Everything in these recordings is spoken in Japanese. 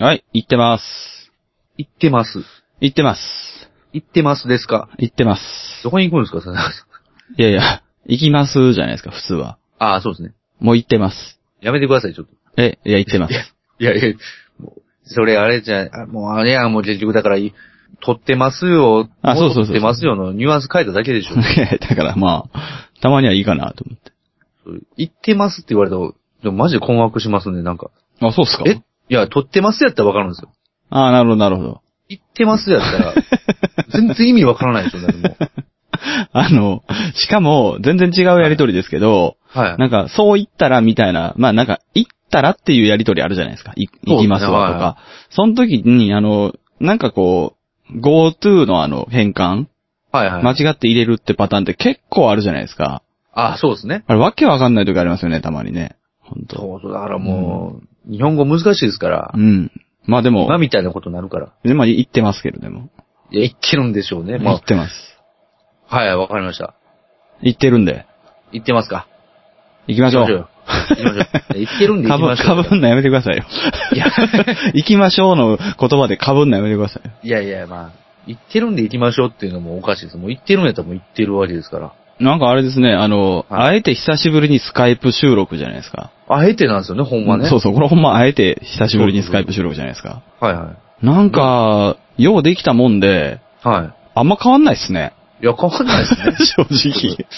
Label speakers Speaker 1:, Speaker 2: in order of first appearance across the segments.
Speaker 1: はい、行ってます。
Speaker 2: 行ってます。
Speaker 1: 行ってます。
Speaker 2: 行ってますですか
Speaker 1: 行ってます。
Speaker 2: どこに行くんですか、田 中さん。
Speaker 1: いやいや、行きますじゃないですか、普通は。
Speaker 2: ああ、そうですね。
Speaker 1: もう行ってます。
Speaker 2: やめてください、ちょっと。
Speaker 1: え、いや、行ってます。
Speaker 2: いやいや、もうそれあれじゃ、あもうあれやん、もう結局だから、い撮ってますよ、
Speaker 1: あそうそうそう
Speaker 2: 撮ってますよのニュアンス変えただけでし ょ。
Speaker 1: だからまあ、たまにはいいかなと思って。
Speaker 2: 行ってますって言われたら、でもマジで困惑しますね、なんか。
Speaker 1: あ、そうっすか
Speaker 2: えいや、撮ってますやったらわかるんですよ。
Speaker 1: あなるほど、なるほど。
Speaker 2: 行ってますやった ら、全然意味わからないでしょ、だってもう。
Speaker 1: あの、しかも、全然違うやりとりですけど、
Speaker 2: はい。
Speaker 1: なんか、そう言ったらみたいな、まあなんか、行ったらっていうやりとりあるじゃないですか。い行きますわとか。その時に、あの、なんかこう、GoTo のあの、変換、
Speaker 2: はいはい。
Speaker 1: 間違って入れるってパターンって結構あるじゃないですか。
Speaker 2: あ、そうですね。
Speaker 1: あれ、わけわかんない時ありますよね、たまにね。本当
Speaker 2: そうそう、だからもう、日本語難しいですから
Speaker 1: う。、ん。まあでも
Speaker 2: 今、みたいなことになるから。
Speaker 1: でまあ行ってますけど、でも。
Speaker 2: いや、言ってるんでしょうね。
Speaker 1: 行
Speaker 2: ま
Speaker 1: ってます。
Speaker 2: あ、はい、わかりました。
Speaker 1: 行ってるんで。
Speaker 2: 言ってますか
Speaker 1: 行きましょ
Speaker 2: 行きま
Speaker 1: う
Speaker 2: しょうよ。行きましょう。言ってるんで
Speaker 1: か
Speaker 2: 行き
Speaker 1: ぶ、
Speaker 2: ましょ
Speaker 1: か
Speaker 2: うよ。
Speaker 1: ぶんのやめてくださいよ。
Speaker 2: いや、
Speaker 1: 行きましょうの言葉でかぶんのやめてくださいよ。
Speaker 2: いやいや、まあ、言ってるんで行きましょうっていうのもおかしいです。もう言ってるんやったらもう言ってるわけですから。
Speaker 1: なんかあれですね、あの、
Speaker 2: は
Speaker 1: あえて久しぶりにスカイプ収録じゃないですか。
Speaker 2: あえてなんですよね、ほんまね。
Speaker 1: そうそう、これほんまあえて久しぶりにスカイプ収録じゃないですか。
Speaker 2: はいは
Speaker 1: なんか、ようできたもんで、
Speaker 2: い。は
Speaker 1: あんま変わんないっすね。
Speaker 2: い。いや、変わんない ですね。
Speaker 1: 正直。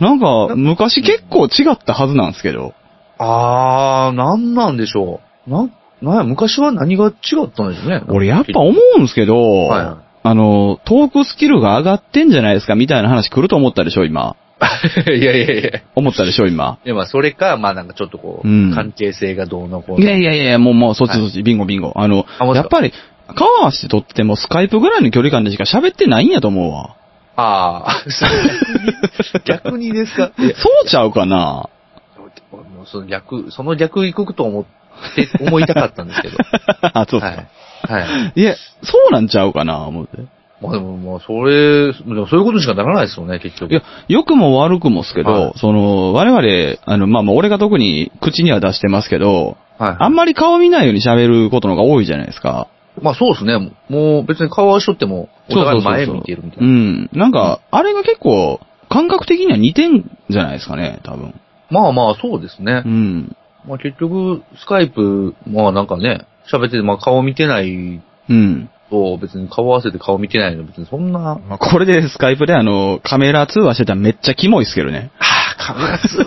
Speaker 1: なんか、昔結構違ったはずなんですけど。
Speaker 2: あー、なんなんでしょう。なん、なんや、昔は何が違ったんでしょうね。
Speaker 1: 俺やっぱ思うんですけど、
Speaker 2: はいはい
Speaker 1: あの、トークスキルが上がってんじゃないですかみたいな話来ると思ったでしょ、今。
Speaker 2: い やいやいやい
Speaker 1: 思ったでしょ、今。
Speaker 2: や。まあ、それか、まあなんかちょっとこう、
Speaker 1: うん
Speaker 2: 関係性がどうのこう
Speaker 1: い
Speaker 2: の。
Speaker 1: やいやいや、もうもう、そっち
Speaker 2: はい
Speaker 1: そっち、ビンゴビンゴ。あの
Speaker 2: あもう、
Speaker 1: やっぱり、顔合わせて撮ってもスカイプぐらいの距離感でしか喋ってないんやと思うわ。
Speaker 2: あー、逆にですかいや
Speaker 1: そうちゃうか な
Speaker 2: もうその逆、その逆行くと思って、思いたかったんですけど。
Speaker 1: あ、 そうっす
Speaker 2: は
Speaker 1: か。
Speaker 2: い。はい。
Speaker 1: いや、そうなんちゃうかな思って。
Speaker 2: まあでも、まあ、それ、でもそういうことにしかならないですよね、結局。
Speaker 1: いや、良くも悪くもっすけ
Speaker 2: は
Speaker 1: ど
Speaker 2: い、
Speaker 1: その、我々、あの、まあ、もう俺が特に口には出してますけど、
Speaker 2: はい。
Speaker 1: あんまり顔見ないように喋ることの方が多いじゃないですか。
Speaker 2: まあそうですね。もう別に顔はしとっても、お互い前見てるみたいうな。
Speaker 1: ん。なんか、あれが結構、感覚的には似てんじゃないですかね、多分。
Speaker 2: まあまあそうですね
Speaker 1: う。ん。
Speaker 2: まあ結局、スカイプ、まあなんかね、喋ってて、まあ顔見てない
Speaker 1: うん。
Speaker 2: と、別に顔合わせて顔見てないの、別にそんな、
Speaker 1: まあ、これでスカイプであの、カメラ通話してたらめっちゃキモいっすけどね。
Speaker 2: ああ、カメラツ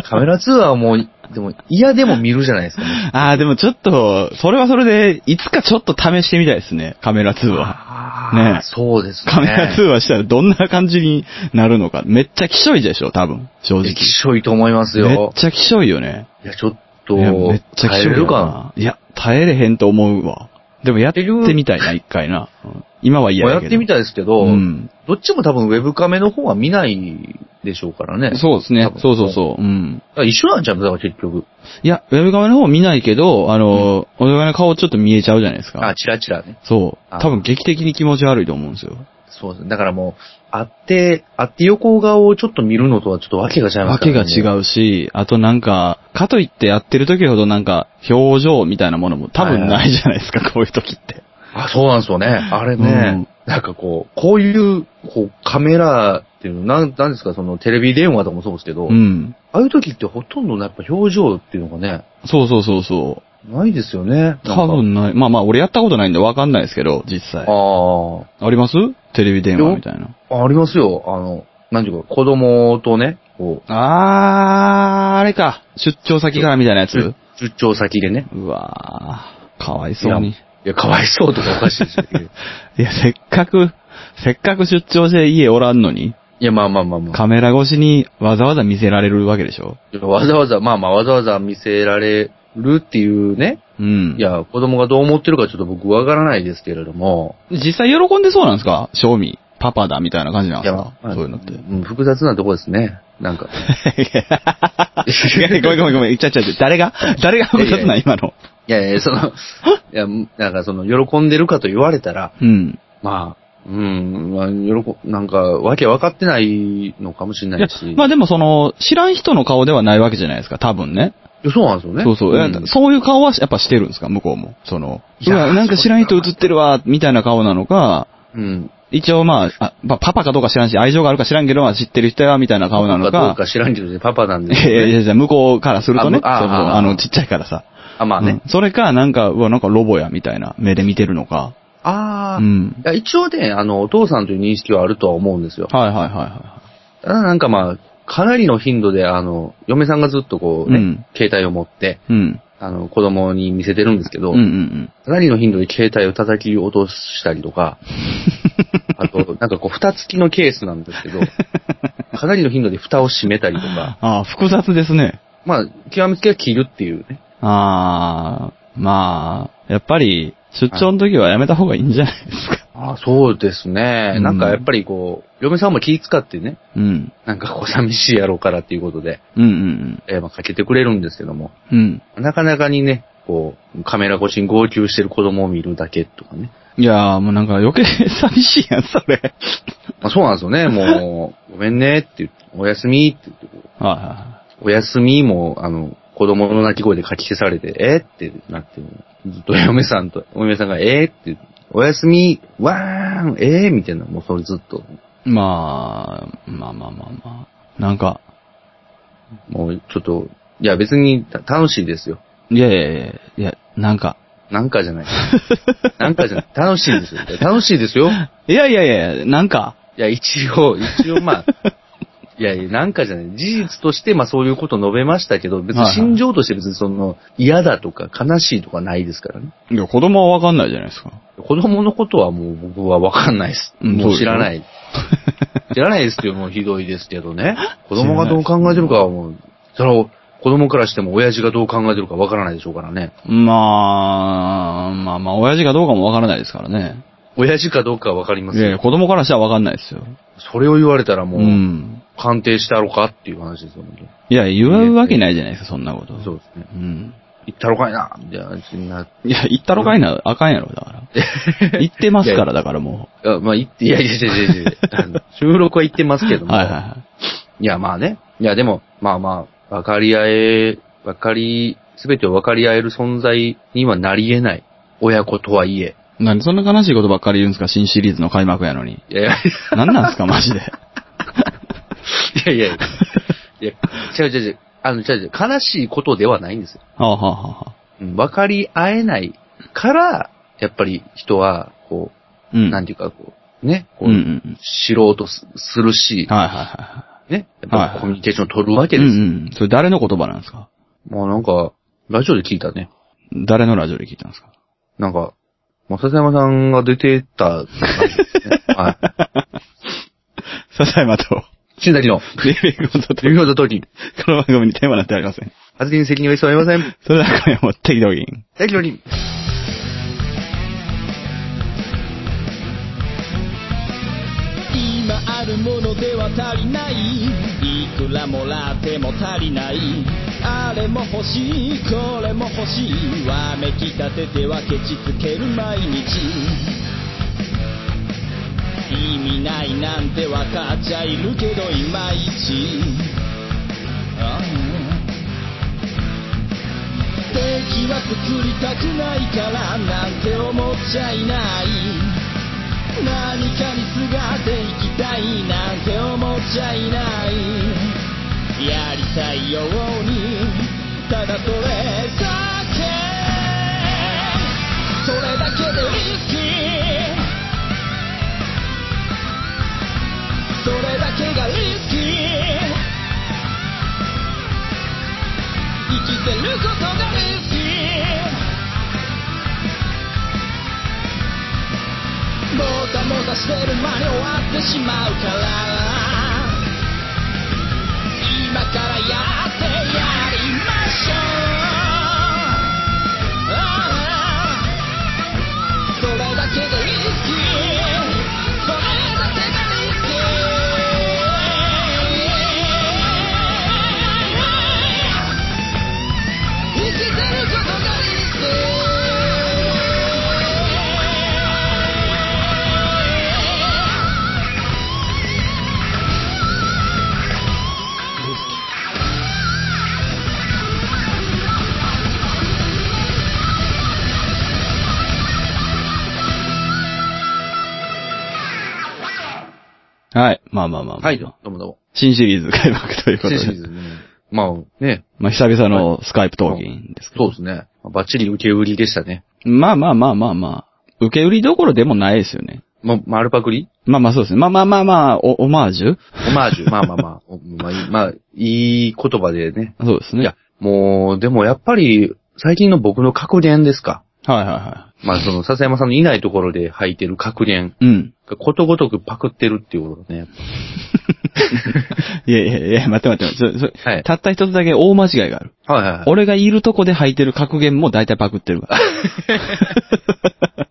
Speaker 2: ー。カメラツアーはもう、でも嫌でも見るじゃないですか、
Speaker 1: ああ、でもちょっと、それはそれで、いつかちょっと試してみたいですね、カメラ通話。
Speaker 2: あ
Speaker 1: ね
Speaker 2: あ
Speaker 1: え
Speaker 2: そうですね。
Speaker 1: カメラ通話したらどんな感じになるのか。めっちゃきしょいでしょ、多分。正
Speaker 2: い
Speaker 1: 直
Speaker 2: や。きしょいと思います
Speaker 1: めっ
Speaker 2: よ。
Speaker 1: ちゃきしょいよね。
Speaker 2: いや、ちょっ
Speaker 1: い
Speaker 2: と、
Speaker 1: やめっちゃき
Speaker 2: 耐
Speaker 1: し
Speaker 2: え
Speaker 1: ょい
Speaker 2: れ
Speaker 1: よ
Speaker 2: るか
Speaker 1: な。いや、耐えれへんと思うわ。でもやってみたいな、一回な。うん今は
Speaker 2: な。
Speaker 1: 嫌
Speaker 2: まあ
Speaker 1: や
Speaker 2: や
Speaker 1: けど。
Speaker 2: ってみたいですけど、
Speaker 1: うん。
Speaker 2: どっちも多分ウェブカメの方は見ないでしょうからね。
Speaker 1: そうですね
Speaker 2: 多。分
Speaker 1: そうそうそう。うん。
Speaker 2: だから一緒なんちゃうんだから結局。
Speaker 1: いや、ウェブ側の方見ないけど、あの、お互いの顔ちょっと見えちゃうじゃないです
Speaker 2: あ、
Speaker 1: か。
Speaker 2: チラチラね。
Speaker 1: そう。
Speaker 2: あ
Speaker 1: 多分劇的に気持ち悪いと思うんですよ。
Speaker 2: そうですね。だからもう、あって、あって横顔をちょっと見るのとはちょっとわけが違いま
Speaker 1: わ
Speaker 2: すか
Speaker 1: けが
Speaker 2: ら、ね。う。
Speaker 1: 違うし、あとなんか、かといってやってる時ほどなんか、表情みたいなものも多分ないじゃないですか、こういう時って。
Speaker 2: あ、そうなんですよね。あれね。
Speaker 1: うん
Speaker 2: なんかこう、こういう、こう、カメラっていう、なん、なんですか、そのテレビ電話とかもそうですけど、
Speaker 1: うん。
Speaker 2: ああいう時ってほとんどやっぱ表情っていうのがね、
Speaker 1: そうそうそうそう。
Speaker 2: ないですよね。
Speaker 1: 多
Speaker 2: なんか。
Speaker 1: 分ない。まあまあ、俺やったことないんでわかんないですけど、実際。あ
Speaker 2: ああ。
Speaker 1: りますテレビ電話みたいな。
Speaker 2: あありますよ。あの、なんていうか、子供とね、こ
Speaker 1: あー、あれか。出張先からみたいなや
Speaker 2: う、出
Speaker 1: つ。
Speaker 2: 出張先でね。
Speaker 1: うわー、かわいそうに。
Speaker 2: いや、かわいそうとかおかしいです よ。
Speaker 1: いや、せっかく、せっかく出張して家おらんのに、
Speaker 2: いや、まあまあまあまあ
Speaker 1: カメラ越しにわざわざ見せられるわけでしょ。
Speaker 2: いや。わざわざ、まあまあ、わざわざ見せられるっていうね。
Speaker 1: うん。
Speaker 2: い、や、子供がどう思ってるかちょっと僕わからないですけれども。
Speaker 1: 実際喜んでそうなんですか賞味、パパだみたいな感じなん
Speaker 2: い
Speaker 1: で
Speaker 2: や、
Speaker 1: す
Speaker 2: ま
Speaker 1: か
Speaker 2: あ
Speaker 1: そういうのって。
Speaker 2: ん複雑なとこですね。なんか。
Speaker 1: いや ごめんごめんごめん、言っちゃっちゃって。誰が誰が複雑ない今
Speaker 2: や
Speaker 1: の。
Speaker 2: いやいや、その、いや、なんかその、喜んでるかと言われたら、
Speaker 1: うん。
Speaker 2: まあ、うん、まあ、喜、なんか、わけわかってないのかもしれ
Speaker 1: い
Speaker 2: な
Speaker 1: や
Speaker 2: い し。
Speaker 1: まあでもその、知らん人の顔ではないわけじゃないですか、多分ね。
Speaker 2: そうなんですよね。
Speaker 1: そうそう、
Speaker 2: ん
Speaker 1: そういう顔はやっぱしてるんですか向こうも。その、
Speaker 2: いうやー
Speaker 1: わ、なんか知らん人映ってるわ、みたいな顔なのか、
Speaker 2: うん。
Speaker 1: 一応まあ、あまあ、パパかどうか知らんし、愛情があるか知らんけど、まあ知ってる人や、みたいな顔なの
Speaker 2: パパどう
Speaker 1: か。
Speaker 2: か知らんけどね、パパなん
Speaker 1: い
Speaker 2: で。
Speaker 1: やいやいやいや、向こうからするとね、そうそう
Speaker 2: あむあああ
Speaker 1: あ
Speaker 2: あ
Speaker 1: の、ちっちゃいからさ。
Speaker 2: あ、まあね。
Speaker 1: うんそれか、なんか、うわ、なんかロボや、みたいな目で見てるのか。
Speaker 2: ああ、
Speaker 1: う
Speaker 2: い
Speaker 1: ん。
Speaker 2: や一応ね、あの、お父さんという認識はあるとは思うんですよ。
Speaker 1: はいはいはいは
Speaker 2: ただなんかまあ、かなりの頻度で、あの、嫁さんがずっとこうね、
Speaker 1: うん
Speaker 2: 携帯を持って、
Speaker 1: い。うん。
Speaker 2: あの、子供に見せてるんですけど、
Speaker 1: うんうんうん。
Speaker 2: かなりの頻度で携帯を叩き落としたりと か、あと、なんかこう、蓋付きのケースなんですけど、かなりの頻度で蓋を閉めたりとか、
Speaker 1: ああ、複雑ですね。
Speaker 2: まあ、極めつけは切るっていうね。
Speaker 1: ああ、まあ、やっぱり、出張の時はやめた方がいいんじゃないですか。
Speaker 2: ああ、そうですね。
Speaker 1: うん
Speaker 2: なんかやっぱりこう、嫁さんも気使ってね、
Speaker 1: うん。
Speaker 2: なんかこう、寂しいやろうからっていうことで、
Speaker 1: うんうん
Speaker 2: えーまあ、かけてくれるんですけども、
Speaker 1: うん。うん。
Speaker 2: なかなかにね、こう、カメラ越しに号泣してる子供を見るだけとかね。
Speaker 1: いやー、もうなんか余計寂しいやん、それ。
Speaker 2: まあ、そうなんですよね。もう、ごめんねって言って、おやすみって言って、
Speaker 1: あ
Speaker 2: おやすみも、あの、子供の泣き声で書き消されて、えってなって、ずっと嫁さんと、お嫁さんが、えって、おやすみ、わーん、えー、みたいな、もうそれずっと、
Speaker 1: あ、まあ、まあまあまあまあ。なんか、
Speaker 2: もうちょっと、いや別にた楽しいですよ。
Speaker 1: いやいやいやいや、なんか。
Speaker 2: なんかじ ゃない。なんかじゃない。楽しいですよ。いや楽しいですよ。い
Speaker 1: いやいやいや、なんか。
Speaker 2: や、一応、一応まあ、いやいや、なんかじゃない。事実として、まあそういうこと述べましたけど、別
Speaker 1: は
Speaker 2: に
Speaker 1: いはい
Speaker 2: 心情として別にその、嫌だとか悲しいとかないですからね。
Speaker 1: いや、子供はわかんないじゃないですか。
Speaker 2: 子供のことはもう僕はわかんないです。
Speaker 1: うん
Speaker 2: もう知らない。 知らないですっていうのもひどいですけどね。子供がどう考えてるかはもう、それを子供からしても親父がどう考えてるかわからないでしょうからね。
Speaker 1: まあ、まあまあ、親父がどうかもわからないですからね。
Speaker 2: 親父かどうかはわかりま
Speaker 1: い
Speaker 2: せん
Speaker 1: やい
Speaker 2: よ
Speaker 1: や、子供からしたらわかんないですよ。
Speaker 2: それを言われたらも
Speaker 1: う
Speaker 2: う、
Speaker 1: ん。
Speaker 2: 鑑定してやろうかっていう話ですよ、本
Speaker 1: いや、言うわけないじゃないですか、そんなこと
Speaker 2: 当。にそうですね。
Speaker 1: うん。
Speaker 2: 行ったろかいなみたいな話になって。
Speaker 1: いや、行ったろかいな、あかんやろ、だ から。行ってますから、だからも
Speaker 2: あまあ、行って、いやいやいやいやいやあの収録は行ってますけど
Speaker 1: う。
Speaker 2: も。
Speaker 1: はいはいはい
Speaker 2: や、まあね。いや、でも、まあまあ、分かり合え、分かり、すべてを分かり合える存在にはなり得ない。親子とはいえ。
Speaker 1: い。なんでそんな悲しいことばっかり言うんですか、新シリーズの開幕や のに。
Speaker 2: いやいや、い
Speaker 1: なんなんすか、マジで。
Speaker 2: やいやいや、いや違う違う違う。あの、違う違う。悲しいことではないんですよ。
Speaker 1: はあ、はあはあはあ、
Speaker 2: うん、分かり合えないから、やっぱり人は、こ
Speaker 1: う
Speaker 2: う、
Speaker 1: ん。
Speaker 2: なん
Speaker 1: て
Speaker 2: ていうか、こう、ね、こ
Speaker 1: うんうん
Speaker 2: う、
Speaker 1: うん。
Speaker 2: 知ろうとすするし、
Speaker 1: はいはいは
Speaker 2: ね、やっぱ
Speaker 1: はい
Speaker 2: りコミュニケーションを取るわ
Speaker 1: い。
Speaker 2: け
Speaker 1: う
Speaker 2: で
Speaker 1: んう
Speaker 2: す。
Speaker 1: ん。それ誰の言葉なんですか
Speaker 2: もうなんか、ラジオで聞いたね。
Speaker 1: 誰のラジオで聞いたんですか
Speaker 2: なんか、笹山さんが出てたって感じですね。はい。
Speaker 1: 笹山と、
Speaker 2: 新崎 の、
Speaker 1: レビューことと
Speaker 2: 指の時、
Speaker 1: この番組にテーマなんてありません。
Speaker 2: 発言に責任は一切ありません。
Speaker 1: それでは今夜も適当に。
Speaker 2: 大丈夫に。
Speaker 3: 今あるものでは足りないいくらもらっても足りないあれも欲しいこれも欲しいわめきたててはケチつける毎日意味ないなんてわかっちゃいるけどいまいちああ敵は作りたくないからなんて思っちゃいない何かにすがっていきたいなんて思っちゃいないやりたいようにただそれだけそれだけでリスキーそれだけがリスキー生きてることがリスキーもたもたしてる間に終わってしまうから今からやってやりましょうああそれだけがリスキーそれだけがリスキー生きてることがリスキー「それだけがリスキー」
Speaker 1: はい。まあまあまあまあ。
Speaker 2: はい、どうもどうも。
Speaker 1: 新シリーズ開幕ということ
Speaker 2: 失
Speaker 1: で。
Speaker 2: 礼しますね。まあ、ね、
Speaker 1: まあ久々のスカイプトーキンですけど。
Speaker 2: そうですね。バッチリ受け売りでしたね。
Speaker 1: まあまあまあまあまあ。受け売りどころでもないですよね。
Speaker 2: ま、丸パクリ
Speaker 1: まあまあそうですね。まあまあまあまあ、お、オマージュ
Speaker 2: オマ ージュ。まあまあまあ、おまあ、いいまあ、いい言葉でね。
Speaker 1: そうですね。
Speaker 2: いや、もう、でもやっぱり、最近の僕の格言ですか。
Speaker 1: はいはいは
Speaker 2: まあ、その、笹山さんのいないところで吐いてる格言
Speaker 1: い。うん。
Speaker 2: がことごとくパクってるっていうことだね。
Speaker 1: いやいやいや、待って待って待って。そそ
Speaker 2: はい
Speaker 1: たった一つだけ大間違いがある。
Speaker 2: はいはいはい。
Speaker 1: 俺がいるとこで履いてる格言も大体パクってる から。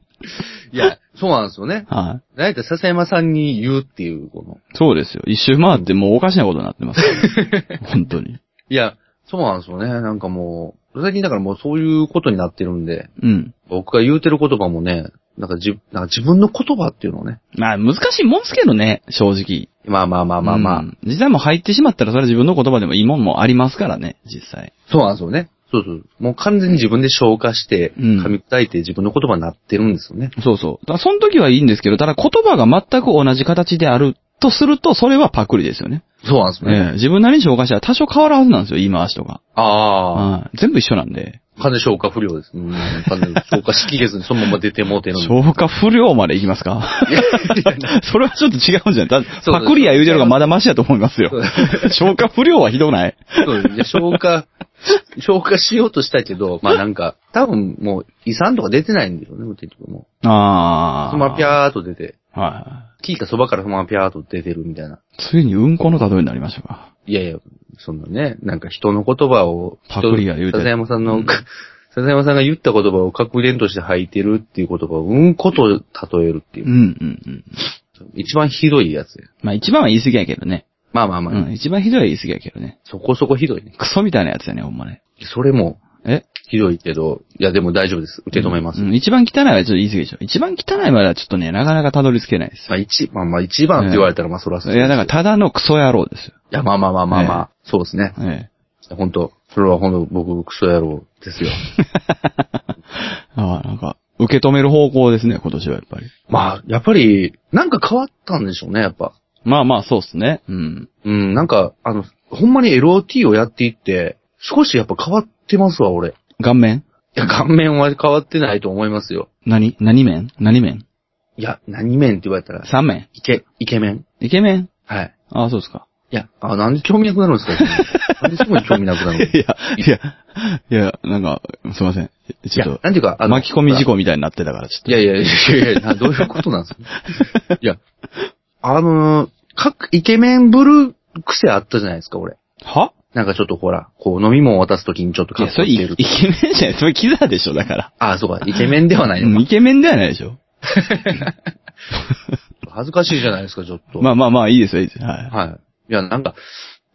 Speaker 2: いや、そうなんですよね。
Speaker 1: はい。
Speaker 2: だいたい笹山さんに言うっていう、この。
Speaker 1: そうですよ。一周回ってもうおかしなことにな ってますから。本当に。
Speaker 2: いや、そうなんですよね。なんかもう、最近だからもうそういうことになってるんで、
Speaker 1: うん。
Speaker 2: 僕が言うてる言葉もね、なんかじ、なんか自分の言葉っていうのをね。
Speaker 1: まあ難しいもんですけどね、正直。
Speaker 2: まあまあまあまあまあ。
Speaker 1: うん実際もう入ってしまったらそれは自分の言葉でもいいもんもありますからね、実際。
Speaker 2: そうなんですよね。そうそう。もう完全に自分で消化して、
Speaker 1: うん
Speaker 2: 噛み砕いて自分の言葉になってるんですよね。
Speaker 1: そうそう。だからその時はいいんですけど、ただ言葉が全く同じ形であるとすると、それはパクリですよね。
Speaker 2: そうなんですよね。
Speaker 1: ええ自分なりに消化したら多少変わるはずなんですよ、言い回しとか。
Speaker 2: ああ、
Speaker 1: はい全部一緒なんで。
Speaker 2: 完全消化不良です。うん、完全に消化しきれずにそのまま出てもうてるんで。
Speaker 1: 消化不良までいきます かそれはちょっと違うんじゃないだって
Speaker 2: そう
Speaker 1: パクリや言うてるがまだマシやと思いますよ
Speaker 2: そう。
Speaker 1: 消化不良はひど ない。
Speaker 2: そうですいや消化、 消化しようとしたけど、まあなんか、多分もう胃酸とか出てないんですよね、結局もう。
Speaker 1: ああ。
Speaker 2: そのままピャーっと出て、
Speaker 1: は
Speaker 2: キーかそばからそのままピャーっと出てるみたいな。
Speaker 1: い。ついにうんこの例えになりましたか。
Speaker 2: いやいや、そんなね、なんか人の言葉を、
Speaker 1: パクリが言うて
Speaker 2: 笹山さんの、
Speaker 1: うん
Speaker 2: 笹山さんが言った言葉を格言として吐いてるっていう言葉を、うんこと例えるっていうう。
Speaker 1: んうんうん。
Speaker 2: 一番ひどいやつや。
Speaker 1: まあ一番は言い過ぎやけどね。
Speaker 2: まあまあまあ、
Speaker 1: うん、一番ひどいは言い過ぎやけどね。
Speaker 2: そこそこひどいね。
Speaker 1: クソみたいなやつやね、ほんまね。
Speaker 2: それも
Speaker 1: え
Speaker 2: ひどいけど、いやでも大丈夫です。受け止めます。
Speaker 1: うん、一番汚いはちょっと言い過ぎでしょ。一番汚いまではちょっとね、なかなかたどり着けないです
Speaker 2: まあ一、まあまあ一番って言われたらまあそらそ
Speaker 1: よ。
Speaker 2: う
Speaker 1: い
Speaker 2: です
Speaker 1: や、だからただのクソ野郎ですよ。
Speaker 2: いやまあまあまあまあまあ、そうですね。
Speaker 1: ええ。
Speaker 2: 本当それは本当僕クソ野郎ですよ。
Speaker 1: ああ、なんか、受け止める方向ですね、今年はやっぱり。
Speaker 2: まあ、やっぱり、なんか変わったんでしょうね、やっぱ。
Speaker 1: まあまあ、そうっすね。うん。
Speaker 2: うん、なんか、あの、ほんまに LOT をやっていって、少しやっぱ変わってますわ、俺。い
Speaker 1: 顔面
Speaker 2: や、顔面は変わってないと思いますよ。
Speaker 1: 何何面何面
Speaker 2: いや、何面って言われたら、
Speaker 1: 三面
Speaker 2: イケ、イケメン。
Speaker 1: イケメン
Speaker 2: はい。
Speaker 1: ああ、そうですか。
Speaker 2: いや、あ、なんで興味なくなるんです かなんですぐに興味なくなるの
Speaker 1: いや、いや、いや、なんか、すいません。
Speaker 2: い
Speaker 1: ち
Speaker 2: や
Speaker 1: ょっ、
Speaker 2: なんていうか、
Speaker 1: と、巻き込み事
Speaker 2: 故
Speaker 1: 故みたいになってたから、ちょっと。
Speaker 2: いやいやいやいやいや な、どういうことなんですかいや、あのー、各イケメンぶる癖あったじゃないですか、俺。
Speaker 1: は
Speaker 2: なんかちょっとほら、こう飲み物渡すときにちょっと
Speaker 1: い
Speaker 2: かっ
Speaker 1: や、
Speaker 2: こ
Speaker 1: それ
Speaker 2: つ
Speaker 1: イ
Speaker 2: け
Speaker 1: ケ
Speaker 2: る。
Speaker 1: イケメンじゃない。それキザでしょ、だから。
Speaker 2: あ、そうか、イケメンではないの
Speaker 1: う
Speaker 2: か
Speaker 1: んイケメンではないでしょ。
Speaker 2: 恥ずかしいじゃないですか、ちょっと。
Speaker 1: まあまあまあ、いいですよ、いいですよ。はい。
Speaker 2: はい。いや、なんか、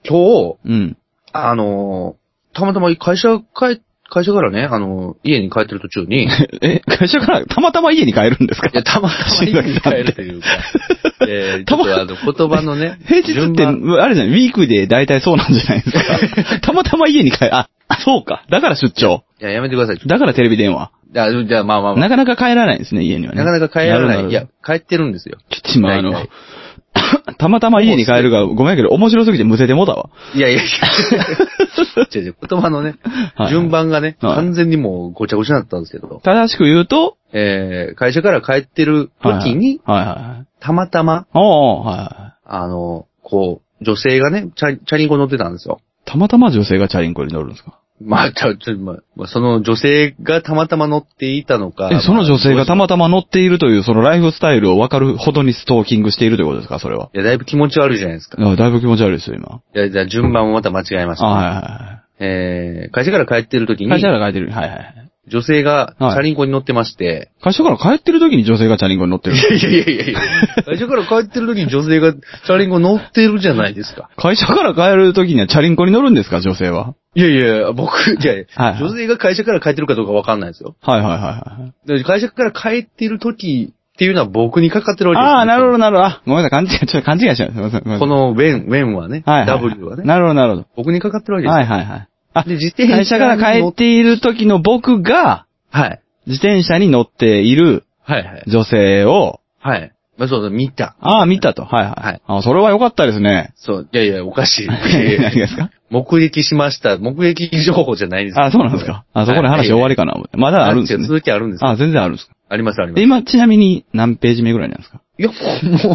Speaker 2: 今日、
Speaker 1: うん。
Speaker 2: あのーたまたま会社帰、会社からね、あのー家に帰ってる途中 に、い
Speaker 1: え、会社からたまたま家に帰るんですか
Speaker 2: や、たまたま家に帰る というか、えー、ちょっとあの、言葉のね、
Speaker 1: 平日って、
Speaker 2: 順番
Speaker 1: あれじゃない、ウィークで大体そうなんじゃないです か。たまたま家に帰る。あ、あそうか。だから出張。
Speaker 2: いや、やめてください。
Speaker 1: だからテレビ電話。
Speaker 2: じゃあ、じゃあまあまあま
Speaker 1: なかなか帰らないですね、家には
Speaker 2: あ、
Speaker 1: ね。
Speaker 2: なかなか帰ら
Speaker 1: る
Speaker 2: な
Speaker 1: る
Speaker 2: い。いや、帰ってるんですよ。
Speaker 1: ちょっと今、あ
Speaker 2: な
Speaker 1: の
Speaker 2: い、
Speaker 1: たまたま家に帰るが、ごめんやけど、面白すぎてむせてもだわ。
Speaker 2: いやい や、違う違う、言葉のね
Speaker 1: はいはい、
Speaker 2: 順番がね、
Speaker 1: はい
Speaker 2: 完全にもうごちゃごちゃになったんですけど、
Speaker 1: 正しく言うと、
Speaker 2: えー、会社から帰ってる時に、
Speaker 1: はいはいはい。
Speaker 2: たまたま、
Speaker 1: おー、はいは
Speaker 2: あの、こう、女性がね、チャリチャリンコ乗ってたんですよ。
Speaker 1: い。たまたま女性がチャリンコに乗るんですか
Speaker 2: まあ、ちょ、ちょ、まあまあ、その女性がたまたま乗っていたのか。
Speaker 1: え、その女性がた
Speaker 2: ま
Speaker 1: またま乗っているという、そのライフスタイルをわかるほどにストーキングしているということですか、それは。
Speaker 2: あ。いや、だいぶ気持ち悪いじゃないですか。
Speaker 1: あだいぶ気持ち悪いですよ、今。
Speaker 2: いや、じゃあ順番をまた間違えまし
Speaker 1: あ
Speaker 2: た。
Speaker 1: はいは
Speaker 2: えー、会社から帰ってる時
Speaker 1: いはい。会社か
Speaker 2: に、
Speaker 1: ら帰ってる。はいはいはい。
Speaker 2: 女性がチ
Speaker 1: はい
Speaker 2: ャリンコに乗ってまして、
Speaker 1: 会社から帰ってる時に女性がチャリンコに乗ってる
Speaker 2: い。 やいやいやいやいや会社から帰ってる時に女性がチャリンコ乗ってるじゃないですか。
Speaker 1: 会社から帰る時にはチャリンコに乗るんですか、女性は。
Speaker 2: いやいや、僕、いやい
Speaker 1: はい
Speaker 2: や
Speaker 1: はい
Speaker 2: 女性が会社から帰ってるかどうかわかんないですよ。
Speaker 1: はいはいはいはい。
Speaker 2: で会社から帰ってる時っていうのは僕にかかってるわけですよ
Speaker 1: ああ、なるほど、なるほど。あ、ごめんなさい、勘違い、ちょっと勘違いしちゃう。すいません。ごめんなさ
Speaker 2: こ
Speaker 1: い
Speaker 2: の when, when はね、
Speaker 1: はいはいはい
Speaker 2: W はね、
Speaker 1: なるほど、なるほ
Speaker 2: 僕にかかってるわけ
Speaker 1: ど。
Speaker 2: ですよ
Speaker 1: はいはいはい。あ、
Speaker 2: で、自転車
Speaker 1: 会社から帰っ。ている時の僕が、
Speaker 2: はい。
Speaker 1: 自転車に乗っている
Speaker 2: はいはい。
Speaker 1: 女性を、
Speaker 2: はい。まあそうだ、見た。
Speaker 1: ああ、見たと。はいはい。
Speaker 2: はい
Speaker 1: あそれは良かったですね。
Speaker 2: そう、いやいや、お かしい。
Speaker 1: 何ですか
Speaker 2: 目撃しました。目撃情報じゃないんです
Speaker 1: あそうなんですか。あ、そこで話終わり
Speaker 2: か。
Speaker 1: かな。まだあるんですね。
Speaker 2: 続きあるんですよ
Speaker 1: あ、全然あるんですか。
Speaker 2: ありますあります。
Speaker 1: で今、ちなみに何ページ目ぐらいなんですか
Speaker 2: いや、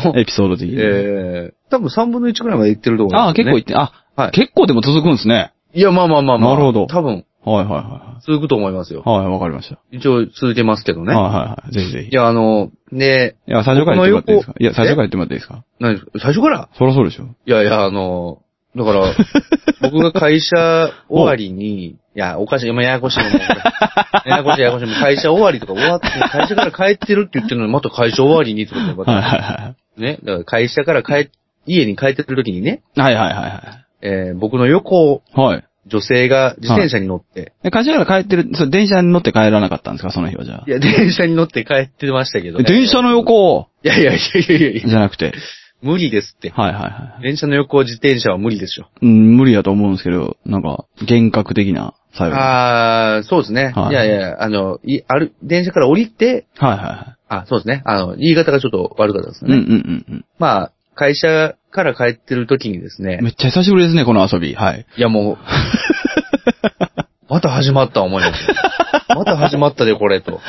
Speaker 2: もう、
Speaker 1: エピソード的に。
Speaker 2: ええ多分3分の1くらいまで行ってると思
Speaker 1: あ
Speaker 2: う
Speaker 1: あ、
Speaker 2: んです
Speaker 1: 結
Speaker 2: よ
Speaker 1: 構
Speaker 2: ね。
Speaker 1: いって、あ、
Speaker 2: はい
Speaker 1: 結構でも続くんですね。
Speaker 2: いや、まあまあまあまあ。
Speaker 1: なるほど
Speaker 2: 多分、
Speaker 1: はいはいは
Speaker 2: 続くと思いますよ。
Speaker 1: い。はい、わかりました。
Speaker 2: 一応続けますけどね。
Speaker 1: はいはいはい。ぜひぜひ。い
Speaker 2: いや、あの、ね、
Speaker 1: や、最初から言ってもらっていいですかいや、最初から言ってもらっていいですか
Speaker 2: 何ですか最初から
Speaker 1: そろそうでしょ。
Speaker 2: いやいや、あの、だ から、僕が会社終わりに、いや、おかしい、今ややこしい もん。ややこしい、ややこしい。もう会社終わりとか終わって、会社から帰ってるって言ってるのに、また会社終わりにとかって、ま
Speaker 1: はい
Speaker 2: た、
Speaker 1: はいは
Speaker 2: ね、だから会社から帰、家に帰ってる時にね、
Speaker 1: い。はいはいは
Speaker 2: えー僕の横を
Speaker 1: いはい。はい。
Speaker 2: 女性が自転車に乗って、
Speaker 1: え、梶原帰ってる、そう電車に乗って帰らなかったんですかその日はじゃあ
Speaker 2: い、。や、電車に乗って帰ってましたけど、
Speaker 1: え電車の横を
Speaker 2: いやいやいやいやいや
Speaker 1: じゃなくて。
Speaker 2: 無理ですって。
Speaker 1: はいはいはい。
Speaker 2: 電車の横を自転車は無理でしょ。
Speaker 1: うん、無理だと思うんですけど、なんか、幻覚的な作用。はい
Speaker 2: ああ、そうですね。
Speaker 1: はい
Speaker 2: い、やいや、あの、い、ある、電車から降りて、
Speaker 1: はいは
Speaker 2: あ、そうですね。あの、言い方がちょっと悪かったです
Speaker 1: い。うん
Speaker 2: ね。
Speaker 1: うんうん
Speaker 2: まあ、会社から帰ってる時にですね
Speaker 1: うん。、めっちゃ久しぶりですね、この遊び。はい。
Speaker 2: い やもう、また始まった思いました。また始まったでこれと。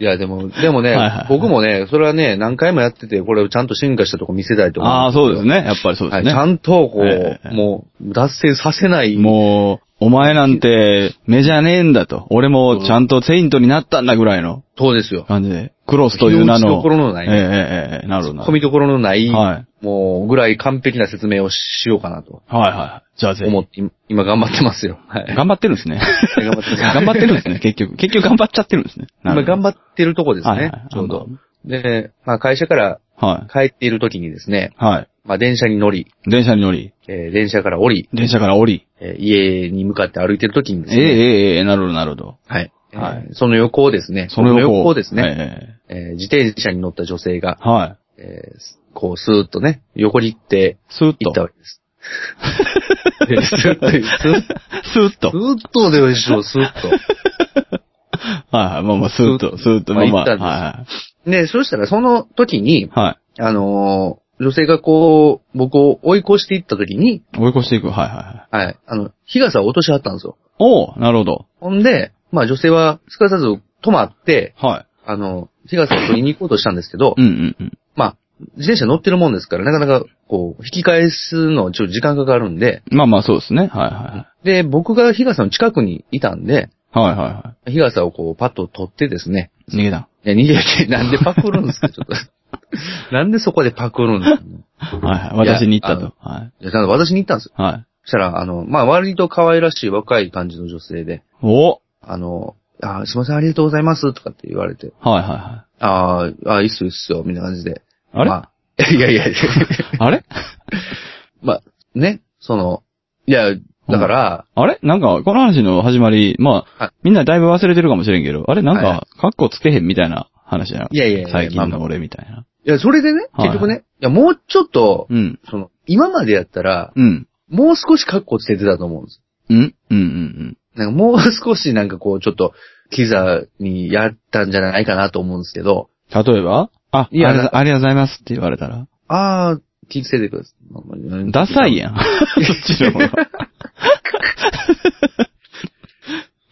Speaker 2: いや、でも、でもね、
Speaker 1: はいはいはい
Speaker 2: 僕もね、それはね、何回もやってて、これをちゃんと進化したとこ見せたいと思
Speaker 1: ああ、そうです
Speaker 2: ね。
Speaker 1: ね。やっぱりそうで
Speaker 2: は
Speaker 1: す
Speaker 2: い、
Speaker 1: ね。
Speaker 2: ちゃんと、こう、
Speaker 1: ええ
Speaker 2: もう、脱線させない。
Speaker 1: もう、お前なんて、目じゃねえんだと。俺もちゃんとセイントになったんだぐらいの
Speaker 2: そうですよ。
Speaker 1: 感じで。クロスという名
Speaker 2: 非の打
Speaker 1: の。
Speaker 2: ちどころのない
Speaker 1: ええええええ、なるほどな
Speaker 2: 込み
Speaker 1: る
Speaker 2: どころのない、
Speaker 1: はい
Speaker 2: もう、ぐらい完璧な説明をしようかなと
Speaker 1: ほど。はいはい。じゃあぜ
Speaker 2: 思
Speaker 1: ひ。
Speaker 2: って、今今頑張ってますよ。はい。
Speaker 1: 頑張ってるんですね。
Speaker 2: 頑張ってます
Speaker 1: 頑張ってるんですね、結 局。結局頑張っちゃってるんですね。
Speaker 2: 今頑
Speaker 1: っ
Speaker 2: 張ってるとこです
Speaker 1: はい
Speaker 2: ね
Speaker 1: はい、
Speaker 2: ちょうど。で、まあ会社から
Speaker 1: は
Speaker 2: 帰っている時にですね、
Speaker 1: い。はい。
Speaker 2: まあ電車に乗り、
Speaker 1: 電車に乗り、
Speaker 2: えー電車から降り、
Speaker 1: 電車から降り。
Speaker 2: えー家に向かって歩いてる時にで
Speaker 1: え
Speaker 2: す
Speaker 1: ええ
Speaker 2: ね、
Speaker 1: えええ、なるほどなるほど。
Speaker 2: はい。
Speaker 1: は
Speaker 2: えーその横をですね、
Speaker 1: その横
Speaker 2: をですね、
Speaker 1: ね。
Speaker 2: えー自転車に乗った女性が
Speaker 1: え、えはい。
Speaker 2: えーすこうスーッとね、横に行って
Speaker 1: スーッ
Speaker 2: 行ったわ
Speaker 1: と。
Speaker 2: けです。でスーッと、スーッ
Speaker 1: スーッ
Speaker 2: ス
Speaker 1: と。
Speaker 2: ーッとでしょ、スーッと。
Speaker 1: はいはい。まあまあ、スーッと、スーッと。ま
Speaker 2: まあ
Speaker 1: あまあ。
Speaker 2: 行ったんですで、そしたらその時
Speaker 1: は
Speaker 2: に、
Speaker 1: いはい。はい。
Speaker 2: あのー女性がこう、僕を追い越していった時に、
Speaker 1: 追い越していく。はいはいはい。
Speaker 2: はい、あの、日傘を落としはったんですよ。
Speaker 1: おおなるほど。
Speaker 2: ほんで、まあ女性はすかさず止まって、
Speaker 1: はい。
Speaker 2: あの、日傘を取りに行こうとしたんですけど
Speaker 1: う、んうんうん。
Speaker 2: まあ、自転車乗ってるもんですから、なかなか、こう、引き返すのちょっと時間がかかるんで、
Speaker 1: まあまあ、そうですね。はいは
Speaker 2: で、僕が日傘の近くにいたんで、
Speaker 1: いはい。はいはいは
Speaker 2: 日傘をこう、パッと取ってですね、
Speaker 1: い。逃げた。
Speaker 2: いや、逃げて、 なんでパクるんですか、ちょっと。 なんでそこでパクるんですか、
Speaker 1: はいはい。私に行ったと。はい。
Speaker 2: いやなんか私に行ったんですよ。
Speaker 1: はい。
Speaker 2: そしたら、あの、まあ、割と可愛らしい若い感じの女性で、
Speaker 1: お
Speaker 2: あの、あーすいません、ありがとうございます、とかって言われて、
Speaker 1: はいはいは
Speaker 2: あーあー、いいっすよ、いいっすよ、みたいな感じで。
Speaker 1: あれ
Speaker 2: まあ、 いやいやいや、
Speaker 1: い。あれ
Speaker 2: まあ、ね、その、いや、だから、
Speaker 1: あれなんか、この話の始まり、ま
Speaker 2: は
Speaker 1: あ
Speaker 2: い、
Speaker 1: みんなだいぶ忘れてるかもしれんけど、あれなん
Speaker 2: は
Speaker 1: か、カッコつけへんみたいな話じゃなかった
Speaker 2: いやいやいや
Speaker 1: 最近
Speaker 2: まあ
Speaker 1: の俺みたいな。
Speaker 2: いや、それでね、
Speaker 1: はい
Speaker 2: 結局ね、いや、もうちょっと、
Speaker 1: うん。
Speaker 2: その、今までやったら、
Speaker 1: うん。
Speaker 2: もう少しカッコつけてたと思うんです。
Speaker 1: うんうんうん
Speaker 2: なんかもう少しなんかこう、ちょっと、キザにやったんじゃないかなと思うんですけど、
Speaker 1: うん。例えばあ、あ
Speaker 2: い
Speaker 1: りが
Speaker 2: や
Speaker 1: と
Speaker 2: なん
Speaker 1: うありがとうございますって言われたら。
Speaker 2: ああ、気つけてください。
Speaker 1: ダサいやん。そっちの方が。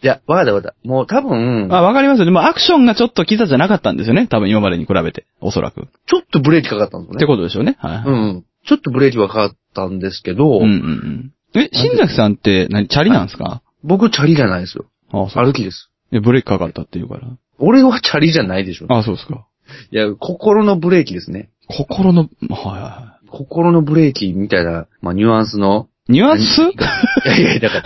Speaker 2: いや、わかったわかった。もう多分、
Speaker 1: あ、わかりますよ。でもアクションがちょっとキザじゃなかったんですよね。多分今までに比べて。おそらく。っ
Speaker 2: ちょっとブレーキかかったんですよね。
Speaker 1: てことでしょうね。はいはい。
Speaker 2: うん。ちょっとブレーキはかかったんですけど、
Speaker 1: うんうんうん。え、新崎さんって何、チャリなんですか
Speaker 2: 僕チャリじゃないですよ。
Speaker 1: あそう。
Speaker 2: 歩きです。
Speaker 1: えブレーキかかったって言うから。
Speaker 2: 俺はチャリじゃないでしょ。
Speaker 1: あそうですか。
Speaker 2: いや、心のブレーキですね。
Speaker 1: 心の、はいはいは
Speaker 2: 心のブレーキみたいな、まあ、ニュアンスの。
Speaker 1: い。ニュアンス
Speaker 2: いやいや、だから、い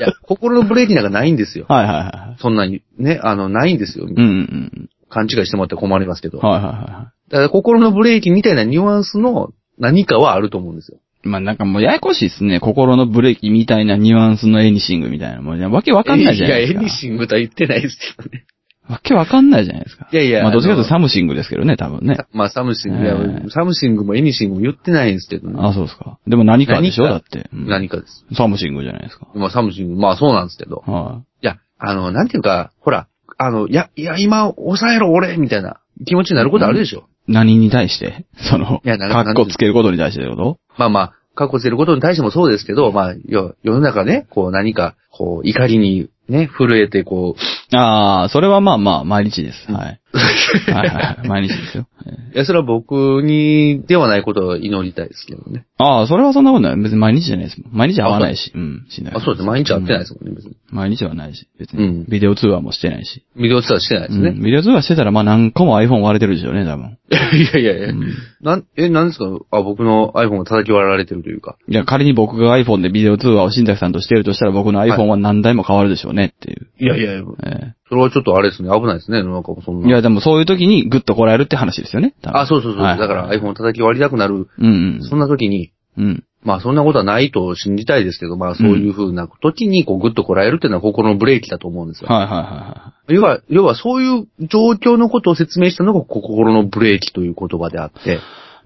Speaker 2: や、心のブレーキなんかないんですよ。
Speaker 1: はいはいはい。
Speaker 2: そんなに、ね、あの、ないんですよ。
Speaker 1: うんうん
Speaker 2: 勘違いしてもらって困りますけ
Speaker 1: う
Speaker 2: ど。
Speaker 1: ん。
Speaker 2: だ
Speaker 1: はいはいはいは
Speaker 2: から心のブレーキみたいなニュアンスの何かはあると思うんですよ。
Speaker 1: い。まあなんかもうややこしいっすね。心のブレーキみたいなニュアンスのエニシングみたいな。もうわけわかんないじゃないですか。
Speaker 2: や、エニシングとは言ってないですけど ね。
Speaker 1: わけわかんないじゃないですか。
Speaker 2: いやいや
Speaker 1: まあどっちかという
Speaker 2: あの
Speaker 1: とサムシングですけどね、多分ね。
Speaker 2: まあ、サムシング、いや
Speaker 1: ええ
Speaker 2: サムシングもエニシングも言ってないんですけどね。
Speaker 1: あ、そうですか。でも何かでしょだ
Speaker 2: 何
Speaker 1: って。うん
Speaker 2: 何かです。
Speaker 1: サムシングじゃないですか。
Speaker 2: まあ、サムシング、まあそうなんですけど。
Speaker 1: はい
Speaker 2: や、あの、なんていうか、ほら、あの、いや、いや、今、抑えろ、俺みたいな気持ちになることあるでしょ。
Speaker 1: い。何に対してその、
Speaker 2: いやな
Speaker 1: カッコつけることに対してってこと
Speaker 2: まあまあ、確保していることに対してもそうですけど、まあ、よ世の中ね、こう何か、こう怒りにね、震えて、こう、
Speaker 1: ああ、それはまあまあ、毎日です。はい。
Speaker 2: い
Speaker 1: はいはい、毎日ですよ。えー
Speaker 2: や、それは僕にではないことを祈りたいですけどね。
Speaker 1: ああ、それはそんなことない。別に毎日じゃないですもん。毎日会わないし。うん、しない。
Speaker 2: あ、そうです。毎日会ってないです
Speaker 1: うん、
Speaker 2: もんね、別に。
Speaker 1: 毎日はないし。別
Speaker 2: う
Speaker 1: に
Speaker 2: ん。
Speaker 1: ビデオ通話もしてないし。
Speaker 2: ビデオツアーしてないです
Speaker 1: う
Speaker 2: ね。
Speaker 1: んビデオ通話してたら、まあ何個も iPhone 割れてるでしょうね、多分。
Speaker 2: いやいやいや。
Speaker 1: うん
Speaker 2: なん、え、なんですかあ、僕の iPhone が叩き割られてるというか。
Speaker 1: いや、仮に僕が iPhone でビデオ通話を新宅さんとしてるとしたら、僕の iPhone は何台も変わるでしょうねっていう。
Speaker 2: いやいやいや、
Speaker 1: え
Speaker 2: それはちょっとあれですね、危ないですね、世の中もそん
Speaker 1: え
Speaker 2: な。
Speaker 1: いや、でもそういう時にグッとこらえるって話ですよね。多分
Speaker 2: あ、そうそうそう。
Speaker 1: はい
Speaker 2: だから iPhone を叩き割りたくなる、
Speaker 1: うん
Speaker 2: そんな時に、
Speaker 1: うん。うん。
Speaker 2: まあそんなことはないと信じたいですけど、まあそういうふうな時にこうグッとこらえるっていうのは心のブレーキだと思うんですよ。
Speaker 1: はいはいは
Speaker 2: 要は、要はそういう状況のことを説明したのが心のブレーキという言葉であって、
Speaker 1: い。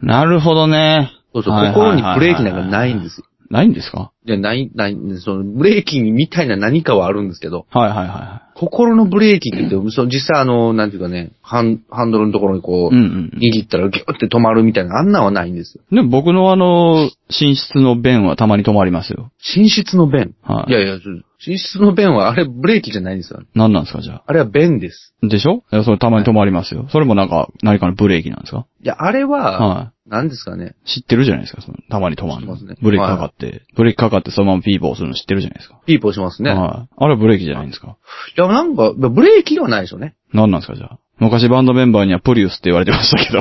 Speaker 1: なるほどね。
Speaker 2: そうそう、
Speaker 1: はいはいはい
Speaker 2: 心
Speaker 1: はい
Speaker 2: にブレーキなんかないんですよ。
Speaker 1: ないんですか
Speaker 2: いや、ない、ない、その、ブレーキみたいな何かはあるんですけど、
Speaker 1: はいはいはいは
Speaker 2: 心のブレーキって言って、その実際あの、なんていうかね、ハン、ハンドルのところにこ
Speaker 1: い。う
Speaker 2: う、
Speaker 1: んうん。
Speaker 2: 握ったらギュって止まるみたいな、あんなんはないんですよ。
Speaker 1: でも僕のあの、寝室の便はたまに止まりますよ。
Speaker 2: 寝室の弁。
Speaker 1: はい
Speaker 2: いやいや、そう寝室の弁は、あれブレーキじゃないんですよ。
Speaker 1: 何なんですか、じゃあ。
Speaker 2: あれは弁です。
Speaker 1: でしょいやそれたまに止まりますよ。それもなんか、何かのブレーキなんですか
Speaker 2: いや、あれは、
Speaker 1: は
Speaker 2: 何ですかね、
Speaker 1: い。知ってるじゃないですか、その、たまに止まんの
Speaker 2: 知ってますね。
Speaker 1: ブレーキかかって、ブレーキかかってそのままピーポーするの知ってるじゃないですか。
Speaker 2: ピーポーしますね。い
Speaker 1: はい。あれはブレーキじゃないんですか
Speaker 2: や、なんか、ブレーキではないでしょうね。
Speaker 1: 何なんですか、じゃあ。昔バンドメンバーにはプリウスって言われてましたけ ど。